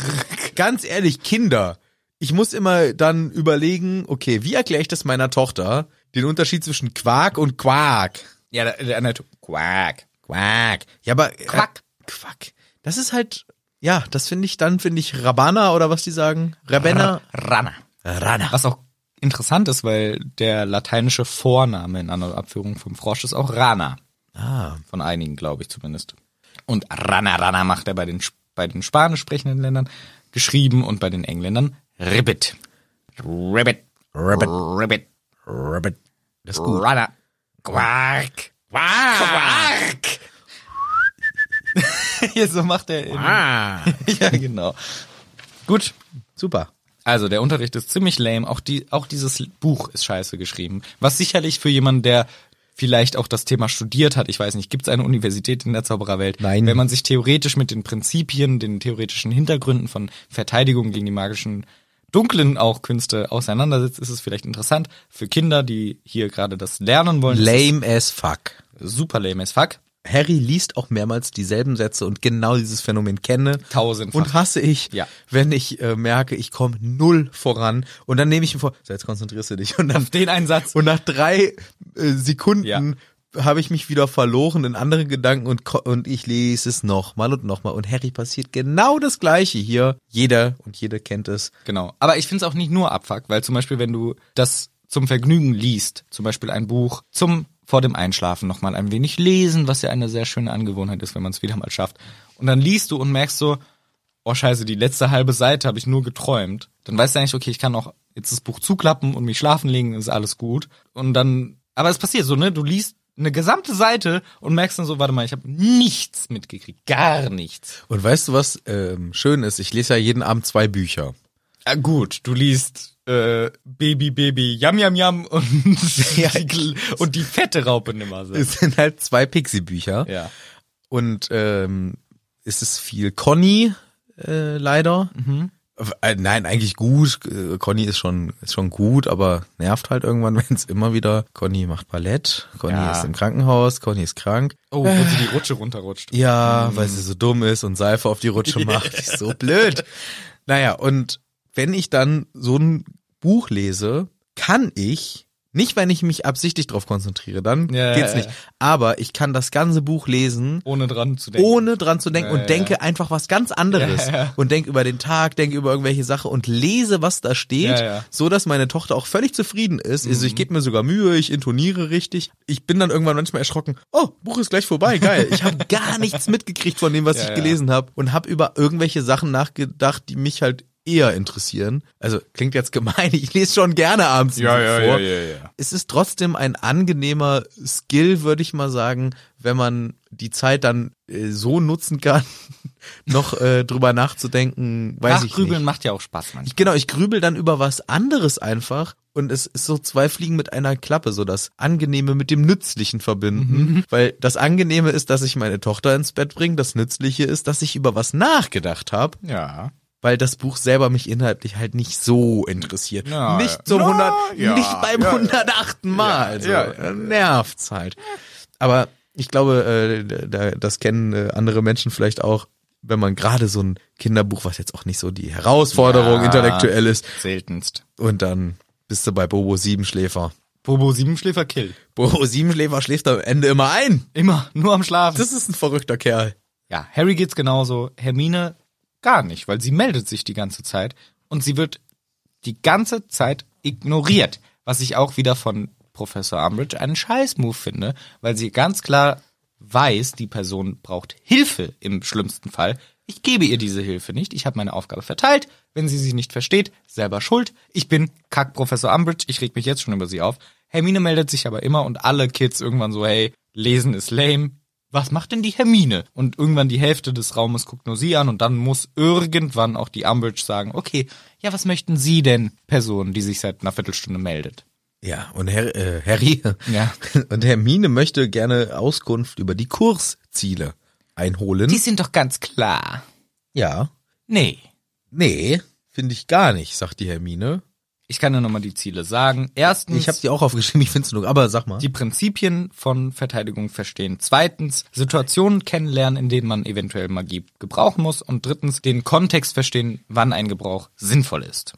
ganz ehrlich, Kinder, ich muss immer dann überlegen, okay, wie erkläre ich das meiner Tochter, den Unterschied zwischen Quark und Quark? ja, der, der andere Quark. Quark. Ja, aber Quack. Äh, Quack. Das ist halt ja, das finde ich dann finde ich Rabana oder was die sagen, Rabena, Rana. Rana. Was auch interessant ist, weil der lateinische Vorname in einer Abführung vom Frosch ist auch Rana. Ah, Von einigen, glaube ich zumindest. Und Rana Rana macht er bei den, Sp- bei den spanisch sprechenden Ländern geschrieben und bei den Engländern Ribbit. Ribbit. Ribbit. Ribbit. Rabbit. Das ist gut. Rana. Quark. Quark. Hier, so macht er. In, Ah, ja, genau. Gut. super. Also der Unterricht ist ziemlich lame. Auch die, auch dieses Buch ist scheiße geschrieben. Was sicherlich für jemanden, der vielleicht auch das Thema studiert hat, ich weiß nicht, gibt es eine Universität in der Zaubererwelt? Nein. Wenn man sich theoretisch mit den Prinzipien, den theoretischen Hintergründen von Verteidigung gegen die magischen dunklen auch Künste auseinandersetzt, ist es vielleicht interessant für Kinder, die hier gerade das lernen wollen. Lame as fuck. Super lame as fuck. Harry liest auch mehrmals dieselben Sätze und genau dieses Phänomen kenne. Tausendfach. Und hasse ich, Ja. wenn ich äh, merke, ich komme null voran. Und dann nehme ich ihn vor, so jetzt konzentrierst du dich. Und, dann, Den einen Satz. und nach drei äh, Sekunden Ja. habe ich mich wieder verloren in andere Gedanken und, ko- und ich lese es nochmal und nochmal. Und Harry passiert genau das Gleiche hier. Jeder und jede kennt es. Genau. Aber ich find's auch nicht nur abfuck, weil zum Beispiel, wenn du das zum Vergnügen liest, zum Beispiel ein Buch zum vor dem Einschlafen nochmal ein wenig lesen, was ja eine sehr schöne Angewohnheit ist, wenn man es wieder mal schafft. Und dann liest du und merkst so, oh scheiße, die letzte halbe Seite habe ich nur geträumt. Dann weißt du eigentlich, okay, ich kann auch jetzt das Buch zuklappen und mich schlafen legen, ist alles gut. Und dann, aber es passiert so, ne? Du liest eine gesamte Seite und merkst dann so, warte mal, ich habe nichts mitgekriegt, gar nichts. Und weißt du, was ähm, schön ist? Ich lese ja jeden Abend zwei Bücher. Ah, gut, du liest äh, Baby, Baby, Yam, Yam, Yam und, die, und die fette Raupe nimmer. so. Es sind halt zwei Pixie-Bücher. Ja. und ähm, ist es ist viel Conny äh, leider. Mhm. Äh, nein, eigentlich gut. Äh, Conny ist schon ist schon gut, aber nervt halt irgendwann, wenn es immer wieder Conny macht Ballett, Conny Ja. ist im Krankenhaus, Conny ist krank. Oh, wo sie die Rutsche runterrutscht. Ja, Mhm. weil sie so dumm ist und Seife auf die Rutsche macht. Ist so blöd. Naja, und wenn ich dann so ein Buch lese, kann ich, nicht wenn ich mich absichtlich drauf konzentriere, dann Ja, geht's ja, nicht. ja. Aber ich kann das ganze Buch lesen Ohne dran zu denken. ohne dran zu denken Ja, ja, und denke einfach was ganz anderes Ja, ja. und denke über den Tag, denke über irgendwelche Sachen und lese, was da steht, Ja, Mhm. ja. so dass meine Tochter auch völlig zufrieden ist. Also ich gebe mir sogar Mühe, ich intoniere richtig. Ich bin dann irgendwann manchmal erschrocken. Oh, Buch ist gleich vorbei, geil. Ich habe gar nichts mitgekriegt von dem, was Ja, ich ja. gelesen habe und habe über irgendwelche Sachen nachgedacht, die mich halt eher interessieren. Also klingt jetzt gemein, ich lese schon gerne abends ein Buch vor. ja. Es ist trotzdem ein angenehmer Skill, würde ich mal sagen, wenn man die Zeit dann äh, so nutzen kann, noch äh, drüber nachzudenken, weiß ich nicht. Nachgrübeln macht ja auch Spaß manchmal. Ich, genau, ich grübel dann über was anderes einfach und es ist so zwei Fliegen mit einer Klappe, so das Angenehme mit dem Nützlichen verbinden, weil das Angenehme ist, dass ich meine Tochter ins Bett bringe, das Nützliche ist, dass ich über was nachgedacht habe, Ja. weil das Buch selber mich inhaltlich halt nicht so interessiert. Ja, nicht zum ja, 100, ja, nicht beim ja, 108. Mal, also ja, ja, ja. nervt's halt. Aber ich glaube, äh, da, das kennen äh, andere Menschen vielleicht auch, wenn man gerade so ein Kinderbuch, was jetzt auch nicht so die Herausforderung Ja. intellektuell ist, Seltenst. und dann bist du bei Bobo Siebenschläfer. Bobo Siebenschläfer kill. Bobo Siebenschläfer schläft am Ende immer ein. Immer, nur am Schlafen. Das ist ein verrückter Kerl. ja, Harry geht's genauso. Hermine gar nicht, weil sie meldet sich die ganze Zeit und sie wird die ganze Zeit ignoriert, was ich auch wieder von Professor Umbridge einen Scheißmove finde, weil sie ganz klar weiß, die Person braucht Hilfe im schlimmsten Fall. Ich gebe ihr diese Hilfe nicht. Ich habe meine Aufgabe verteilt. Wenn sie sie nicht versteht, selber schuld. Ich bin Kack Professor Umbridge. Ich reg mich jetzt schon über sie auf. Hermine meldet sich aber immer und alle Kids irgendwann so, hey, lesen ist lame was macht denn die Hermine? Und irgendwann die Hälfte des Raumes guckt nur sie an und dann muss irgendwann auch die Umbridge sagen, okay, ja, was möchten Sie denn, Person, die sich seit einer Viertelstunde meldet? Ja, und Her äh, Harry Ja. und Hermine möchte gerne Auskunft über die Kursziele einholen. Die sind doch ganz klar. ja. Hm? Nee. Nee, finde ich gar nicht, sagt die Hermine. Ich kann dir nochmal die Ziele sagen. Erstens, Ich habe die auch aufgeschrieben, ich finde es nur, aber sag mal. die Prinzipien von Verteidigung verstehen. Zweitens, Situationen kennenlernen, in denen man eventuell Magie gebrauchen muss. Und drittens, den Kontext verstehen, wann ein Gebrauch sinnvoll ist.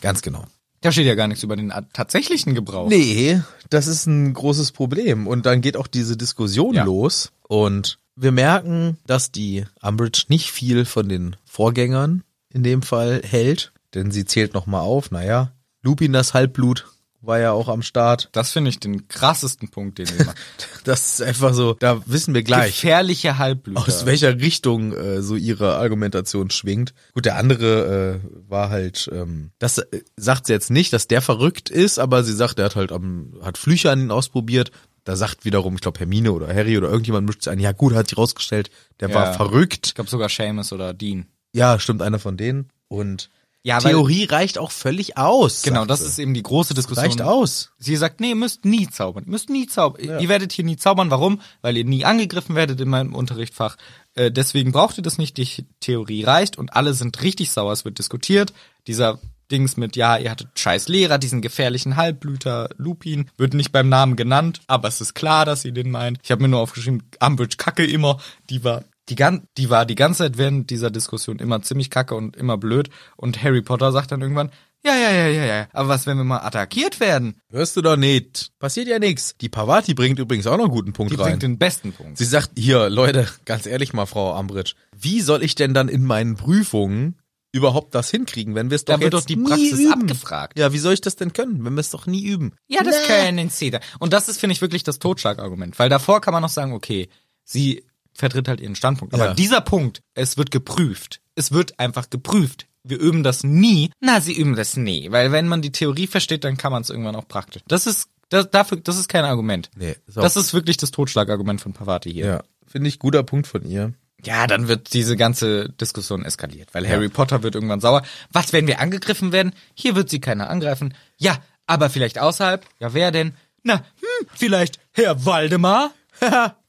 Ganz genau. Da steht ja gar nichts über den tatsächlichen Gebrauch. Nee, das ist ein großes Problem. Und dann geht auch diese Diskussion Ja. los. Und wir merken, dass die Umbridge nicht viel von den Vorgängern in dem Fall hält. Denn sie zählt nochmal auf. Naja, Lupin das Halbblut war ja auch am Start. Das finde ich den krassesten Punkt, den wir machen. Das ist einfach so, da wissen wir gleich. Gefährliche Halbblüter. aus welcher Richtung äh, so ihre Argumentation schwingt. Gut, der andere äh, war halt, ähm, das äh, sagt sie jetzt nicht, dass der verrückt ist, aber sie sagt, er hat halt am, hat Flüche an ihn ausprobiert. Da sagt wiederum, ich glaube Hermine oder Harry oder irgendjemand mischt sich ein, ja gut, hat sich rausgestellt, der Ja. war verrückt. Ich glaube sogar Seamus oder Dean. Ja, stimmt, einer von denen. Und Ja, weil- Theorie reicht auch völlig aus. Genau, sagt das sie. ist eben die große Diskussion. reicht aus. Sie sagt, nee, ihr müsst nie zaubern. Ihr müsst nie zaubern. Ihr werdet hier nie zaubern. Warum? Weil ihr nie angegriffen werdet in meinem Unterrichtfach. Äh, deswegen braucht ihr das nicht. Die Theorie reicht und alle sind richtig sauer. Es wird diskutiert. Dieser Dings mit, ja, ihr hattet scheiß Lehrer, diesen gefährlichen Halbblüter Lupin, wird nicht beim Namen genannt, aber es ist klar, dass sie den meint. Ich habe mir nur aufgeschrieben, Umbridge kacke immer, die war die, gan die war die ganze Zeit während dieser Diskussion immer ziemlich kacke und immer blöd und Harry Potter sagt dann irgendwann, ja, ja, ja, ja, ja, aber was, wenn wir mal attackiert werden? Hörst du doch nicht. Passiert ja nichts. Die Pavati bringt übrigens auch noch einen guten Punkt Die rein. bringt den besten Punkt. Sie sagt, hier, Leute, ganz ehrlich mal, Frau Ambridge, wie soll ich denn dann in meinen Prüfungen überhaupt das hinkriegen, wenn wir es doch Da wird jetzt doch die nie Praxis üben? abgefragt. Ja, wie soll ich das denn können, wenn wir es doch nie üben? ja, das können sie da. Und das ist, finde ich, wirklich das Totschlagargument. Weil davor kann man noch sagen, okay, sie vertritt halt ihren Standpunkt. Aber Ja. dieser Punkt, es wird geprüft. Es wird einfach geprüft. Wir üben das nie. Na, sie üben das nie. Weil wenn man die Theorie versteht, dann kann man es irgendwann auch praktisch. Das ist, das, dafür, das ist kein Argument. Nee, ist auch- das ist wirklich das Totschlagargument von Pavati hier. Ja, finde ich guter Punkt von ihr. Ja, dann wird diese ganze Diskussion eskaliert, weil Harry Potter wird irgendwann sauer. Was, wenn wir angegriffen werden? Hier wird sie keiner angreifen. Ja, aber vielleicht außerhalb? Ja, wer denn? Na, hm, vielleicht Herr Waldemar?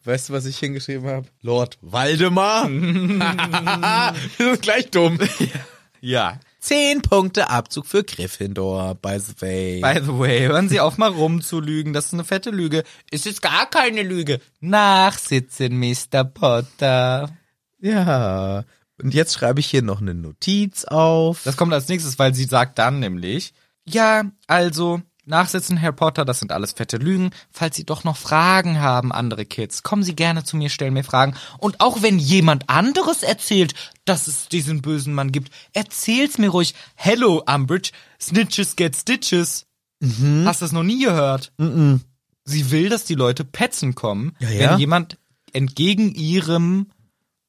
Weißt du, was ich hingeschrieben habe? Lord Waldemar. das ist gleich dumm. Ja. Zehn Punkte Abzug für Gryffindor, by the way. By the way, hören Sie auf mal rumzulügen, das ist eine fette Lüge. Es ist gar keine Lüge. Nachsitzen, Mr. Potter. ja. Und jetzt schreibe ich hier noch eine Notiz auf. Das kommt als nächstes, weil sie sagt dann nämlich, ja, also, nachsitzen, Harry Potter, das sind alles fette Lügen. Falls Sie doch noch Fragen haben, andere Kids, kommen Sie gerne zu mir, stellen mir Fragen. Und auch wenn jemand anderes erzählt, dass es diesen bösen Mann gibt, erzähl's mir ruhig. Hello, Umbridge, Snitches get Stitches. Mhm. Hast du das noch nie gehört? Sie will, dass die Leute petzen kommen, ja. wenn jemand entgegen ihrem,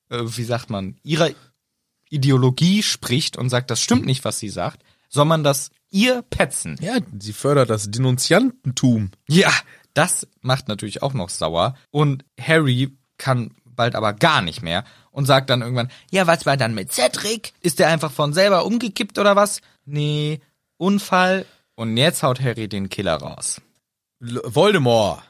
äh, wie sagt man, ihrer Ideologie spricht und sagt, das stimmt nicht, was sie sagt, soll man das ihr petzen. Ja, sie fördert das Denunziantentum. Ja, das macht natürlich auch noch sauer. Und Harry kann bald aber gar nicht mehr und sagt dann irgendwann, ja, was war dann mit Cedric? Ist der einfach von selber umgekippt oder was? Nee, Unfall. Und jetzt haut Harry den Killer raus. L Voldemort.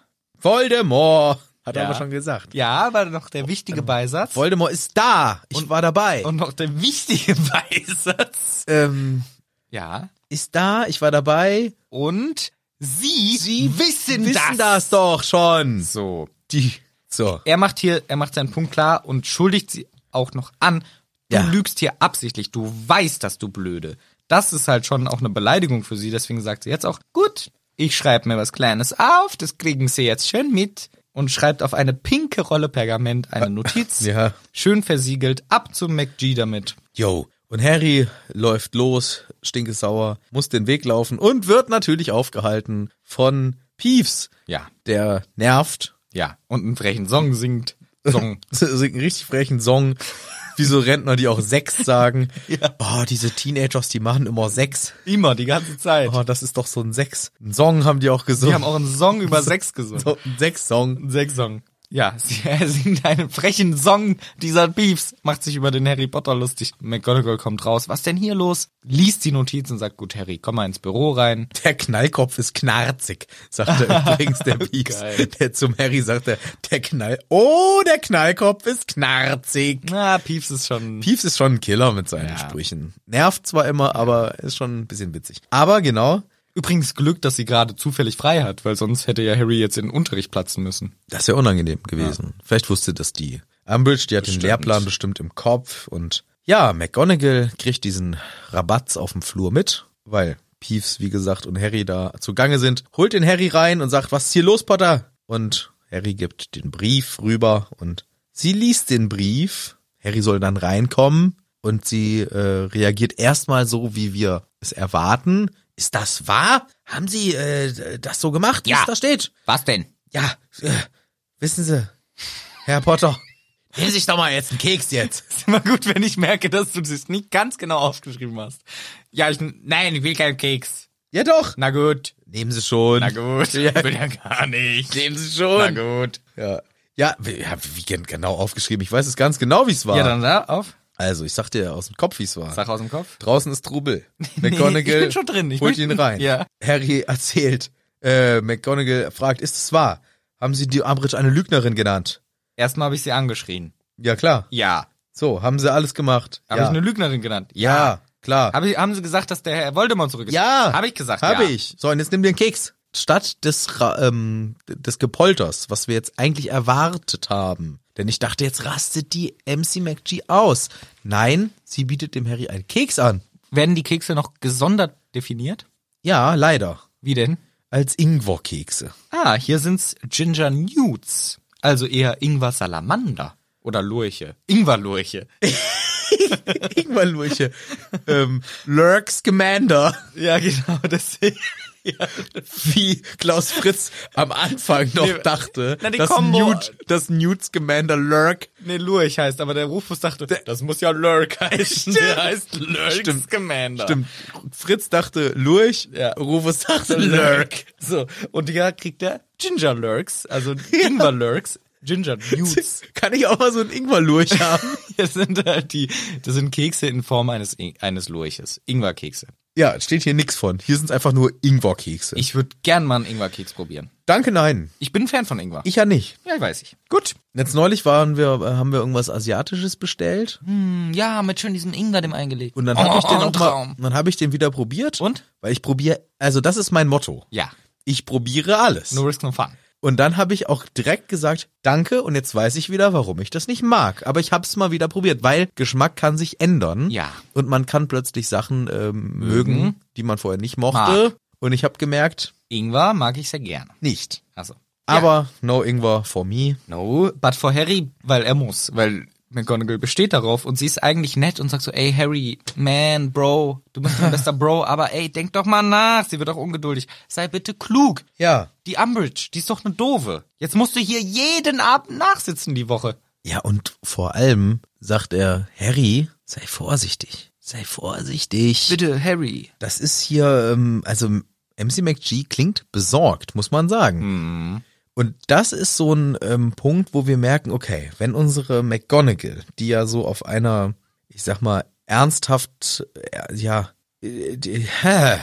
Voldemort. Hat Ja. er aber schon gesagt. Ja, aber noch der wichtige Beisatz. Voldemort ist da. Ich war dabei. Und noch der wichtige Beisatz. ähm, Ja. ist da. Ich war dabei. Und sie, Sie wissen, Wissen das doch schon. So. Die. So. Er macht hier, er macht seinen Punkt klar und schuldigt sie auch noch an. Du Ja. lügst hier absichtlich. Du weißt, dass du blöde. Das ist halt schon auch eine Beleidigung für sie. Deswegen sagt sie jetzt auch, gut, ich schreibe mir was Kleines auf. Das kriegen sie jetzt schön mit. Und schreibt auf eine pinke Rolle Pergament eine Notiz. Äh, Ja. Schön versiegelt. Ab zum McG damit. Yo. Und Harry läuft los, stinkesauer, muss den Weg laufen und wird natürlich aufgehalten von Peeves. Ja. Der nervt. Ja. Und einen frechen Song singt. Song. Singt einen richtig frechen Song. Wie so Rentner, die auch sechs sagen. Oh, diese Teenagers, die machen immer sechs. Immer, die ganze Zeit. Oh, das ist doch so ein Sechs. Einen Song haben die auch gesungen. Die haben auch einen Song über Sex gesungen. so einen Sechs-Song. Ein Sex-Song. Ja, sie, er singt einen frechen Song dieser Beefs, macht sich über den Harry Potter lustig. McGonagall kommt raus. Was denn hier los? Liest die Notiz und sagt, gut, Harry, komm mal ins Büro rein. Der Knallkopf ist knarzig, sagt er übrigens der Pieps. Geil. Der zum Harry sagt er, der Knall, oh, der Knallkopf ist knarzig. Na, Peeves ist schon... Pieps ist schon ein Killer mit seinen Ja. Sprüchen. Nervt zwar immer, aber ist schon ein bisschen witzig. Aber genau, Übrigens Glück, dass sie gerade zufällig frei hat, weil sonst hätte ja Harry jetzt in den Unterricht platzen müssen. das wäre unangenehm gewesen. Vielleicht wusste das die Umbridge, die hat Bestimmt. den Lehrplan bestimmt im Kopf und ja, McGonagall kriegt diesen Rabatz auf dem Flur mit, weil Peeves, wie gesagt, und Harry da zugange sind, holt den Harry rein und sagt, was ist hier los, Potter? Und Harry gibt den Brief rüber und sie liest den Brief. Harry soll dann reinkommen und sie äh, reagiert erstmal so, wie wir es erwarten. Ist das wahr? Haben Sie äh, das so gemacht, wie Ja. es da steht? Was denn? Ja, äh, wissen Sie, Herr Potter, nehmen Sie sich doch mal jetzt einen Keks jetzt. Ist immer gut, wenn ich merke, dass du das nicht ganz genau aufgeschrieben hast. Ja, ich... Nein, ich will keinen Keks. Ja doch. Na gut. Nehmen Sie schon. Na gut. Ja. Ich will ja gar nicht. Nehmen Sie Na schon. gut. Ja. Ja, wie ja, wie gen- genau aufgeschrieben? Ich weiß es ganz genau, wie es war. Ja, dann da, auf. also, ich sag dir aus dem Kopf, wie es war. Sag aus dem Kopf. Draußen ist Trubel. ich bin schon drin. Ich holt möchte- ihn rein. Ja. Harry erzählt, äh, McGonagall fragt, ist es wahr? Haben Sie die Umbridge eine Lügnerin genannt? Erstmal habe ich sie angeschrien. Ja, klar. Ja. So, haben Sie alles gemacht? Habe ja. ich eine Lügnerin genannt? ja, klar. Hab ich, haben sie gesagt, dass der Herr Voldemort zurück ist? Ja. Habe ich gesagt, Habe ja. ich. So, und jetzt nimm den Keks. Statt des, Ra- ähm, des Gepolters, was wir jetzt eigentlich erwartet haben. Denn ich dachte, jetzt rastet die MC McG aus. Nein, sie bietet dem Harry einen Keks an. Werden die Kekse noch gesondert definiert? Ja, leider. Wie denn? Als Ingwerkekse. Ah, hier sind's Ginger Newts. Also eher Ingwer Salamander. Oder Lurche. Ingwerlurche. Ingwerlurche. ähm, Lurk Scamander. Ja, genau, deswegen. Wie Klaus Fritz am Anfang noch Nee, dachte, na, die dass, Kombo. Newt, dass Newt Scamander Lurk Nee, Lurch heißt, aber der Rufus dachte, das muss ja Lurk heißen. Der heißt Lurk Stimmt. Scamander. Stimmt. Fritz dachte Lurch, Ja. Rufus dachte Lurk. Lurk. So, und ja, kriegt er Ginger Lurks, also Ingwer Lurks, Ginger Nudes. Kann ich auch mal so einen Ingwerlurch haben? Das sind halt die, das sind Kekse in Form eines, In- eines Lurches. Ingwerkekse. ja, steht hier nix von. Hier sind einfach nur Ingwerkekse. Ich würde gern mal einen Ingwerkeks probieren. danke, nein. Ich bin ein Fan von Ingwer. Ich ja nicht. ja, weiß ich. Gut. Jetzt neulich waren wir, äh, haben wir irgendwas Asiatisches bestellt. Ja, mit schön diesem Ingwer dem eingelegt. Und dann habe ich den ein auch mal, Oh, Traum. und dann habe ich den wieder probiert. Und? Weil ich probiere, also das ist mein Motto. Ja. Ich probiere alles. No risk, no fun. Und dann habe ich auch direkt gesagt, danke. Und jetzt weiß ich wieder, warum ich das nicht mag. Aber ich habe es mal wieder probiert, weil Geschmack kann sich ändern. Ja. Und man kann plötzlich Sachen ähm, mögen, die man vorher nicht mochte. Mag. Und ich habe gemerkt, Ingwer mag ich sehr gern. nicht. Also. Aber no Ingwer for me. No, but for Harry, weil er muss, weil McGonagall besteht darauf und sie ist eigentlich nett und sagt so, ey Harry, man, Bro, du bist mein bester Bro, aber ey, denk doch mal nach, sie wird auch ungeduldig. Sei bitte klug. Ja. Die Umbridge, die ist doch eine Doofe. Jetzt musst du hier jeden Abend nachsitzen die Woche. Ja, und vor allem sagt er, Harry, sei vorsichtig. Sei vorsichtig. Bitte, Harry. Das ist hier, ähm, also MC McG klingt besorgt, muss man sagen. Hm. Und das ist so ein ähm, Punkt, wo wir merken, okay, wenn unsere McGonagall, die ja so auf einer, ich sag mal, ernsthaft, äh, ja, äh, die, hä,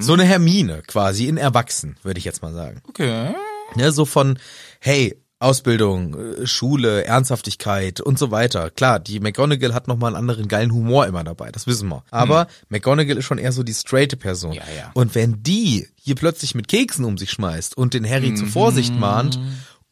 so eine Hermine quasi in Erwachsen, würde ich jetzt mal sagen. Okay. Ne, so von, hey, Ausbildung, äh, Schule, Ernsthaftigkeit und so weiter. Klar, die McGonagall hat nochmal einen anderen geilen Humor immer dabei, das wissen wir. Aber McGonagall ist schon eher so die straighte Person. Mhm. Ja, ja. Und wenn die hier plötzlich mit Keksen um sich schmeißt und den Harry zur Mhm. Vorsicht mahnt,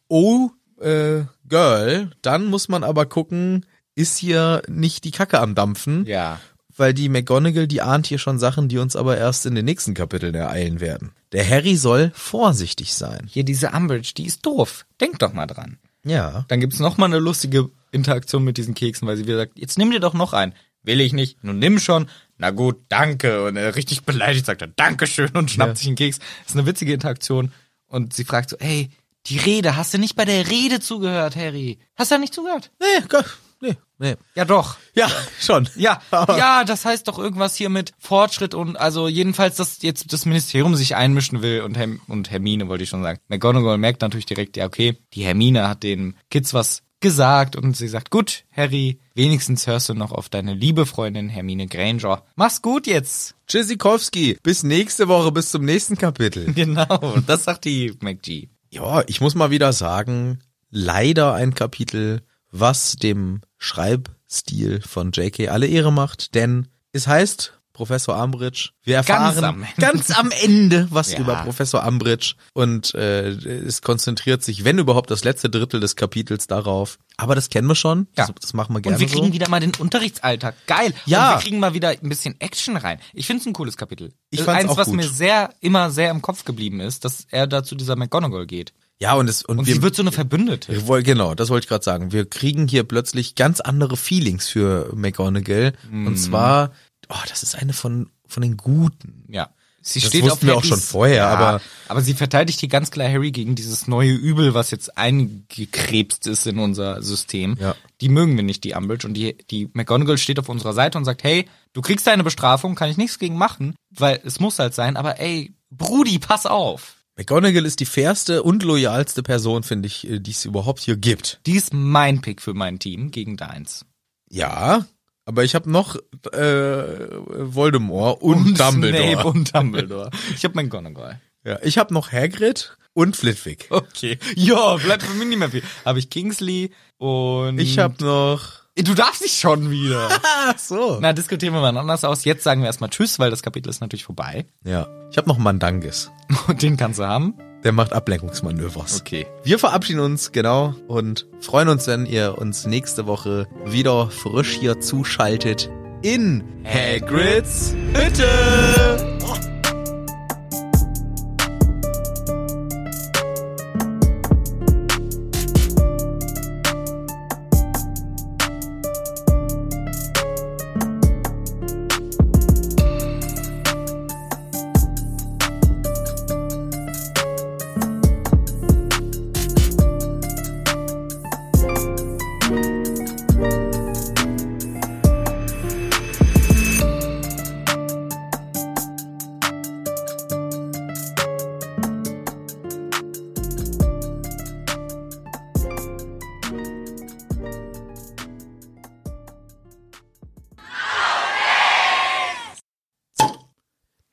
oh, äh, Girl, dann muss man aber gucken, ist hier nicht die Kacke am Dampfen? Ja. weil die McGonagall, die ahnt hier schon Sachen, die uns aber erst in den nächsten Kapiteln ereilen werden. Der Harry soll vorsichtig sein. Hier diese Umbridge, die ist doof. Denk doch mal dran. Ja. Dann gibt's noch mal eine lustige Interaktion mit diesen Keksen, weil sie wieder sagt, jetzt nimm dir doch noch einen. Will ich nicht, nun nimm schon. Na gut, danke. Und er richtig beleidigt sagt er, Dankeschön und schnappt sich einen Keks. ist eine witzige Interaktion. Und sie fragt so, ey, die Rede, hast du nicht bei der Rede zugehört, Harry? Hast du da nicht zugehört? Nee, Gott, nee, nee. Ja, doch. Ja, schon. Ja, Aber- ja, das heißt doch irgendwas hier mit Fortschritt und also jedenfalls, dass jetzt das Ministerium sich einmischen will und, Herm und Hermine wollte ich schon sagen. McGonagall merkt natürlich direkt, ja okay, die Hermine hat den Kids was gesagt und sie sagt, gut, Harry, wenigstens hörst du noch auf deine liebe Freundin Hermine Granger. Mach's gut jetzt. Tschüssikowski, bis nächste Woche, bis zum nächsten Kapitel. Genau, das sagt die McG. Ja, ich muss mal wieder sagen, leider ein Kapitel, was dem Schreibstil von JK alle Ehre macht, denn es heißt Professor Ambridge. Wir erfahren am Ende. ganz am Ende was Ja. über Professor Ambridge und äh, es konzentriert sich, wenn überhaupt, das letzte Drittel des Kapitels darauf. Aber das kennen wir schon, Ja. das, das machen wir gerne Und wir kriegen so. wieder mal den Unterrichtsalltag. Geil. Ja. Und wir kriegen mal wieder ein bisschen Action rein. Ich finde es ein cooles Kapitel. Ich Das ist fand's Eins, auch was gut. mir sehr, immer sehr im Kopf geblieben ist, dass er da zu dieser McGonagall geht. Ja, und, es, und, Und wir, sie wird so eine Verbündete. Ich woll- Genau, das wollte ich gerade sagen. Wir kriegen hier plötzlich ganz andere Feelings für McGonagall. Und zwar, oh, das ist eine von, von den Guten. Ja. Sie Das wussten wir auch Harrys- schon vorher, aber- Aber sie verteidigt hier ganz klar Harry gegen dieses neue Übel, was jetzt eingekrebst ist in unser System. Ja. Die mögen wir nicht, die Umbridge. Und die, die McGonagall steht auf unserer Seite und sagt, hey, du kriegst deine Bestrafung, kann ich nichts gegen machen, weil es muss halt sein, aber ey, Brudi, pass auf. McGonagall ist die fairste und loyalste Person, finde ich, äh, die es überhaupt hier gibt. Die ist mein Pick für mein Team gegen deins. Ja, aber ich habe noch äh, Voldemort und, Dumbledore. Snape und Dumbledore. Ich hab McGonagall. ja, ich habe noch Hagrid und Flitwick. Okay. Ja, bleibt für mich nicht mehr viel. Habe ich Kingsley und... Ich habe noch... Du darfst nicht schon wieder. Mhm. Ach so. Na, diskutieren wir mal anders aus. Jetzt sagen wir erstmal Tschüss, weil das Kapitel ist natürlich vorbei. Ja, ich habe noch Mandangis. Und den kannst du haben. Der macht Ablenkungsmanövers. Okay. Wir verabschieden uns, genau, und freuen uns, wenn ihr uns nächste Woche wieder frisch hier zuschaltet in Hagrids Hütte.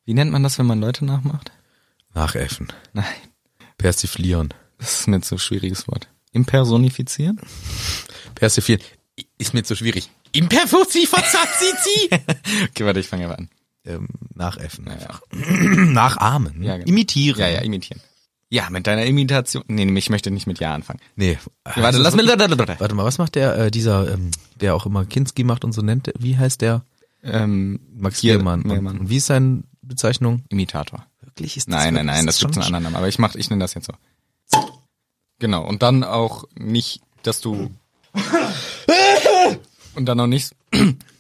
Wie nennt man das, wenn man Leute nachmacht? Nachäffen. Nein, Persiflieren. das ist mir zu schwieriges Wort. Impersonifizieren? Persiflieren. I- Ist mir zu schwierig. Imperfusi verzapzizi. Okay, warte, ich fange mal an. ähm, nachäffen einfach. Nachahmen. Ja, genau. Imitieren. Ja, ja, imitieren. Ja, mit deiner Imitation. Nee, nee, ich möchte nicht mit Ja anfangen. Nee. Also Warte, lass mir... Warte mal, was macht der, äh, dieser, ähm, der auch immer Kinski macht und so nennt, der- wie heißt der? Ähm, Max Hier, Giermann. Und, Giermann. und wie ist seine Bezeichnung? Imitator. Wirklich ist Nein, nein, nein, das ist gibt's einen anderen Namen. Aber ich mach, ich nenne das jetzt so. Genau. Und dann auch nicht, dass du und dann auch nicht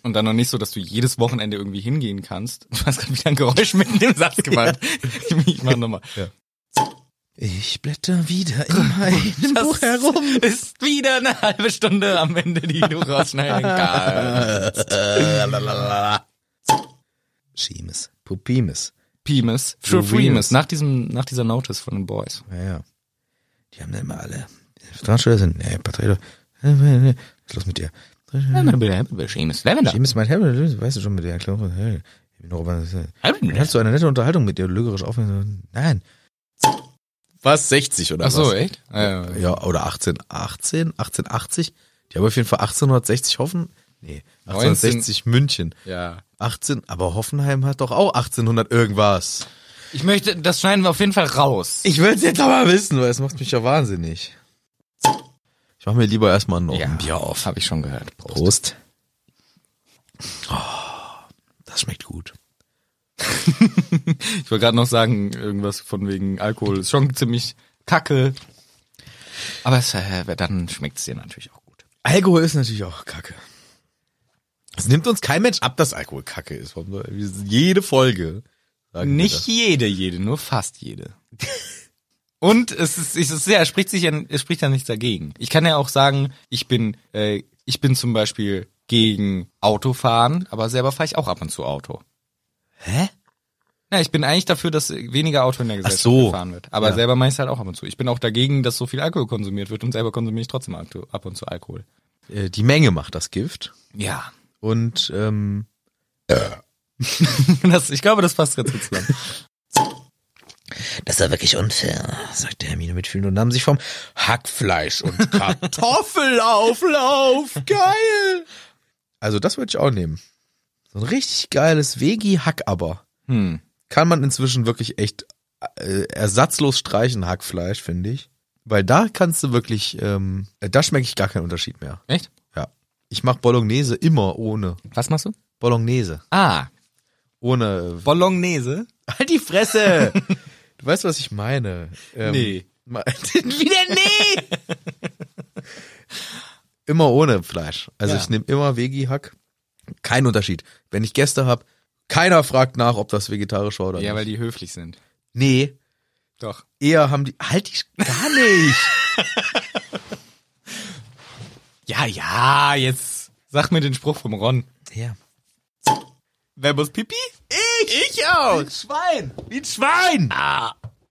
und dann auch nicht so, dass du jedes Wochenende irgendwie hingehen kannst. Du hast gerade wieder ein Geräusch mitten im Satz gemacht. Ich mach nochmal. Ich blätter wieder in meinem Buch herum. ist wieder eine halbe Stunde am Ende, die du rausschneiden kannst. Schiemes. Pupimes. Pemis. Für Freemis. Nach, diesem, nach dieser Notice von den Boys. Ja, ja. Die haben da immer alle. Strandschüler sind. Nee, Patreon. Was ist los mit dir? Seamus Lavender. Schiemes mein Herr, weißt du schon mit der Erklärung. Hey, ich bin noch Hast du eine nette Unterhaltung mit dir, lügerisch aufmerksam? Nein. Was, 60 oder Ach so, was? echt? Ja, ja. Ja, oder 1818, 1880. Die haben auf jeden Fall 1860 Hoffen. Nee, 1860 München. ja. 18, aber Hoffenheim hat doch auch 1800 irgendwas. Ich möchte, das schneiden wir auf jeden Fall raus. Ich will's jetzt aber wissen, weil es macht mich ja wahnsinnig. Ich mach mir lieber erstmal Oh. noch ein Bier auf. Habe ich schon gehört. Prost. Prost. Oh, das schmeckt gut. Ich wollte gerade noch sagen, irgendwas von wegen Alkohol ist schon ziemlich kacke. Aber es, äh, dann schmeckt's dir natürlich auch gut. Alkohol ist natürlich auch Kacke. Es nimmt uns kein Mensch ab, dass Alkohol Kacke ist. Warum soll- wir sind Jede Folge. sagen wir Nicht jede, jede, nur fast jede. Und es ist, es ist sehr, es spricht sich ja, es spricht ja nichts dagegen. Ich kann ja auch sagen, ich bin, äh, ich bin zum Beispiel gegen Autofahren, aber selber fahre ich auch ab und zu Auto. Hä? Ja, ich bin eigentlich dafür, dass weniger Auto in der Gesellschaft so. gefahren wird. Aber selber mache ich es halt auch ab und zu. Ich bin auch dagegen, dass so viel Alkohol konsumiert wird und selber konsumiere ich trotzdem Alko- ab und zu Alkohol. das. Äh, Die Menge macht das Gift. Ja. Und ähm, Das, ich glaube, das passt ganz gut zusammen. Das ist ja wirklich unfair, Ah, sagte Hermine mitfühlend und nahm sich vom Hackfleisch und Kartoffelauflauf. Geil! also das würde ich auch nehmen. So ein richtig geiles Veggie-Hack aber. Hm. Kann man inzwischen wirklich echt äh, ersatzlos streichen, Hackfleisch, finde ich. Weil da kannst du wirklich, ähm, äh, da schmecke ich gar keinen Unterschied mehr. Echt? Ja. Ich mache Bolognese immer ohne. Was machst du? Bolognese. Ah, Ohne. äh, Bolognese? Halt die Fresse! du weißt, was ich meine. Ähm, Nee. ma- Wieder nee! immer ohne Fleisch. Also Ja. ich nehme immer Veggie-Hack. Kein Unterschied. Wenn ich Gäste habe, keiner fragt nach, ob das vegetarisch war oder Ja, nicht. weil die höflich sind. Nee, Doch. eher haben die. Halt die gar nicht! Ja, ja, jetzt sag mir den Spruch vom Ron. Ja. Wer muss Pipi? Ich! Ich auch! Wie ein Schwein! Wie ein Schwein! Ah.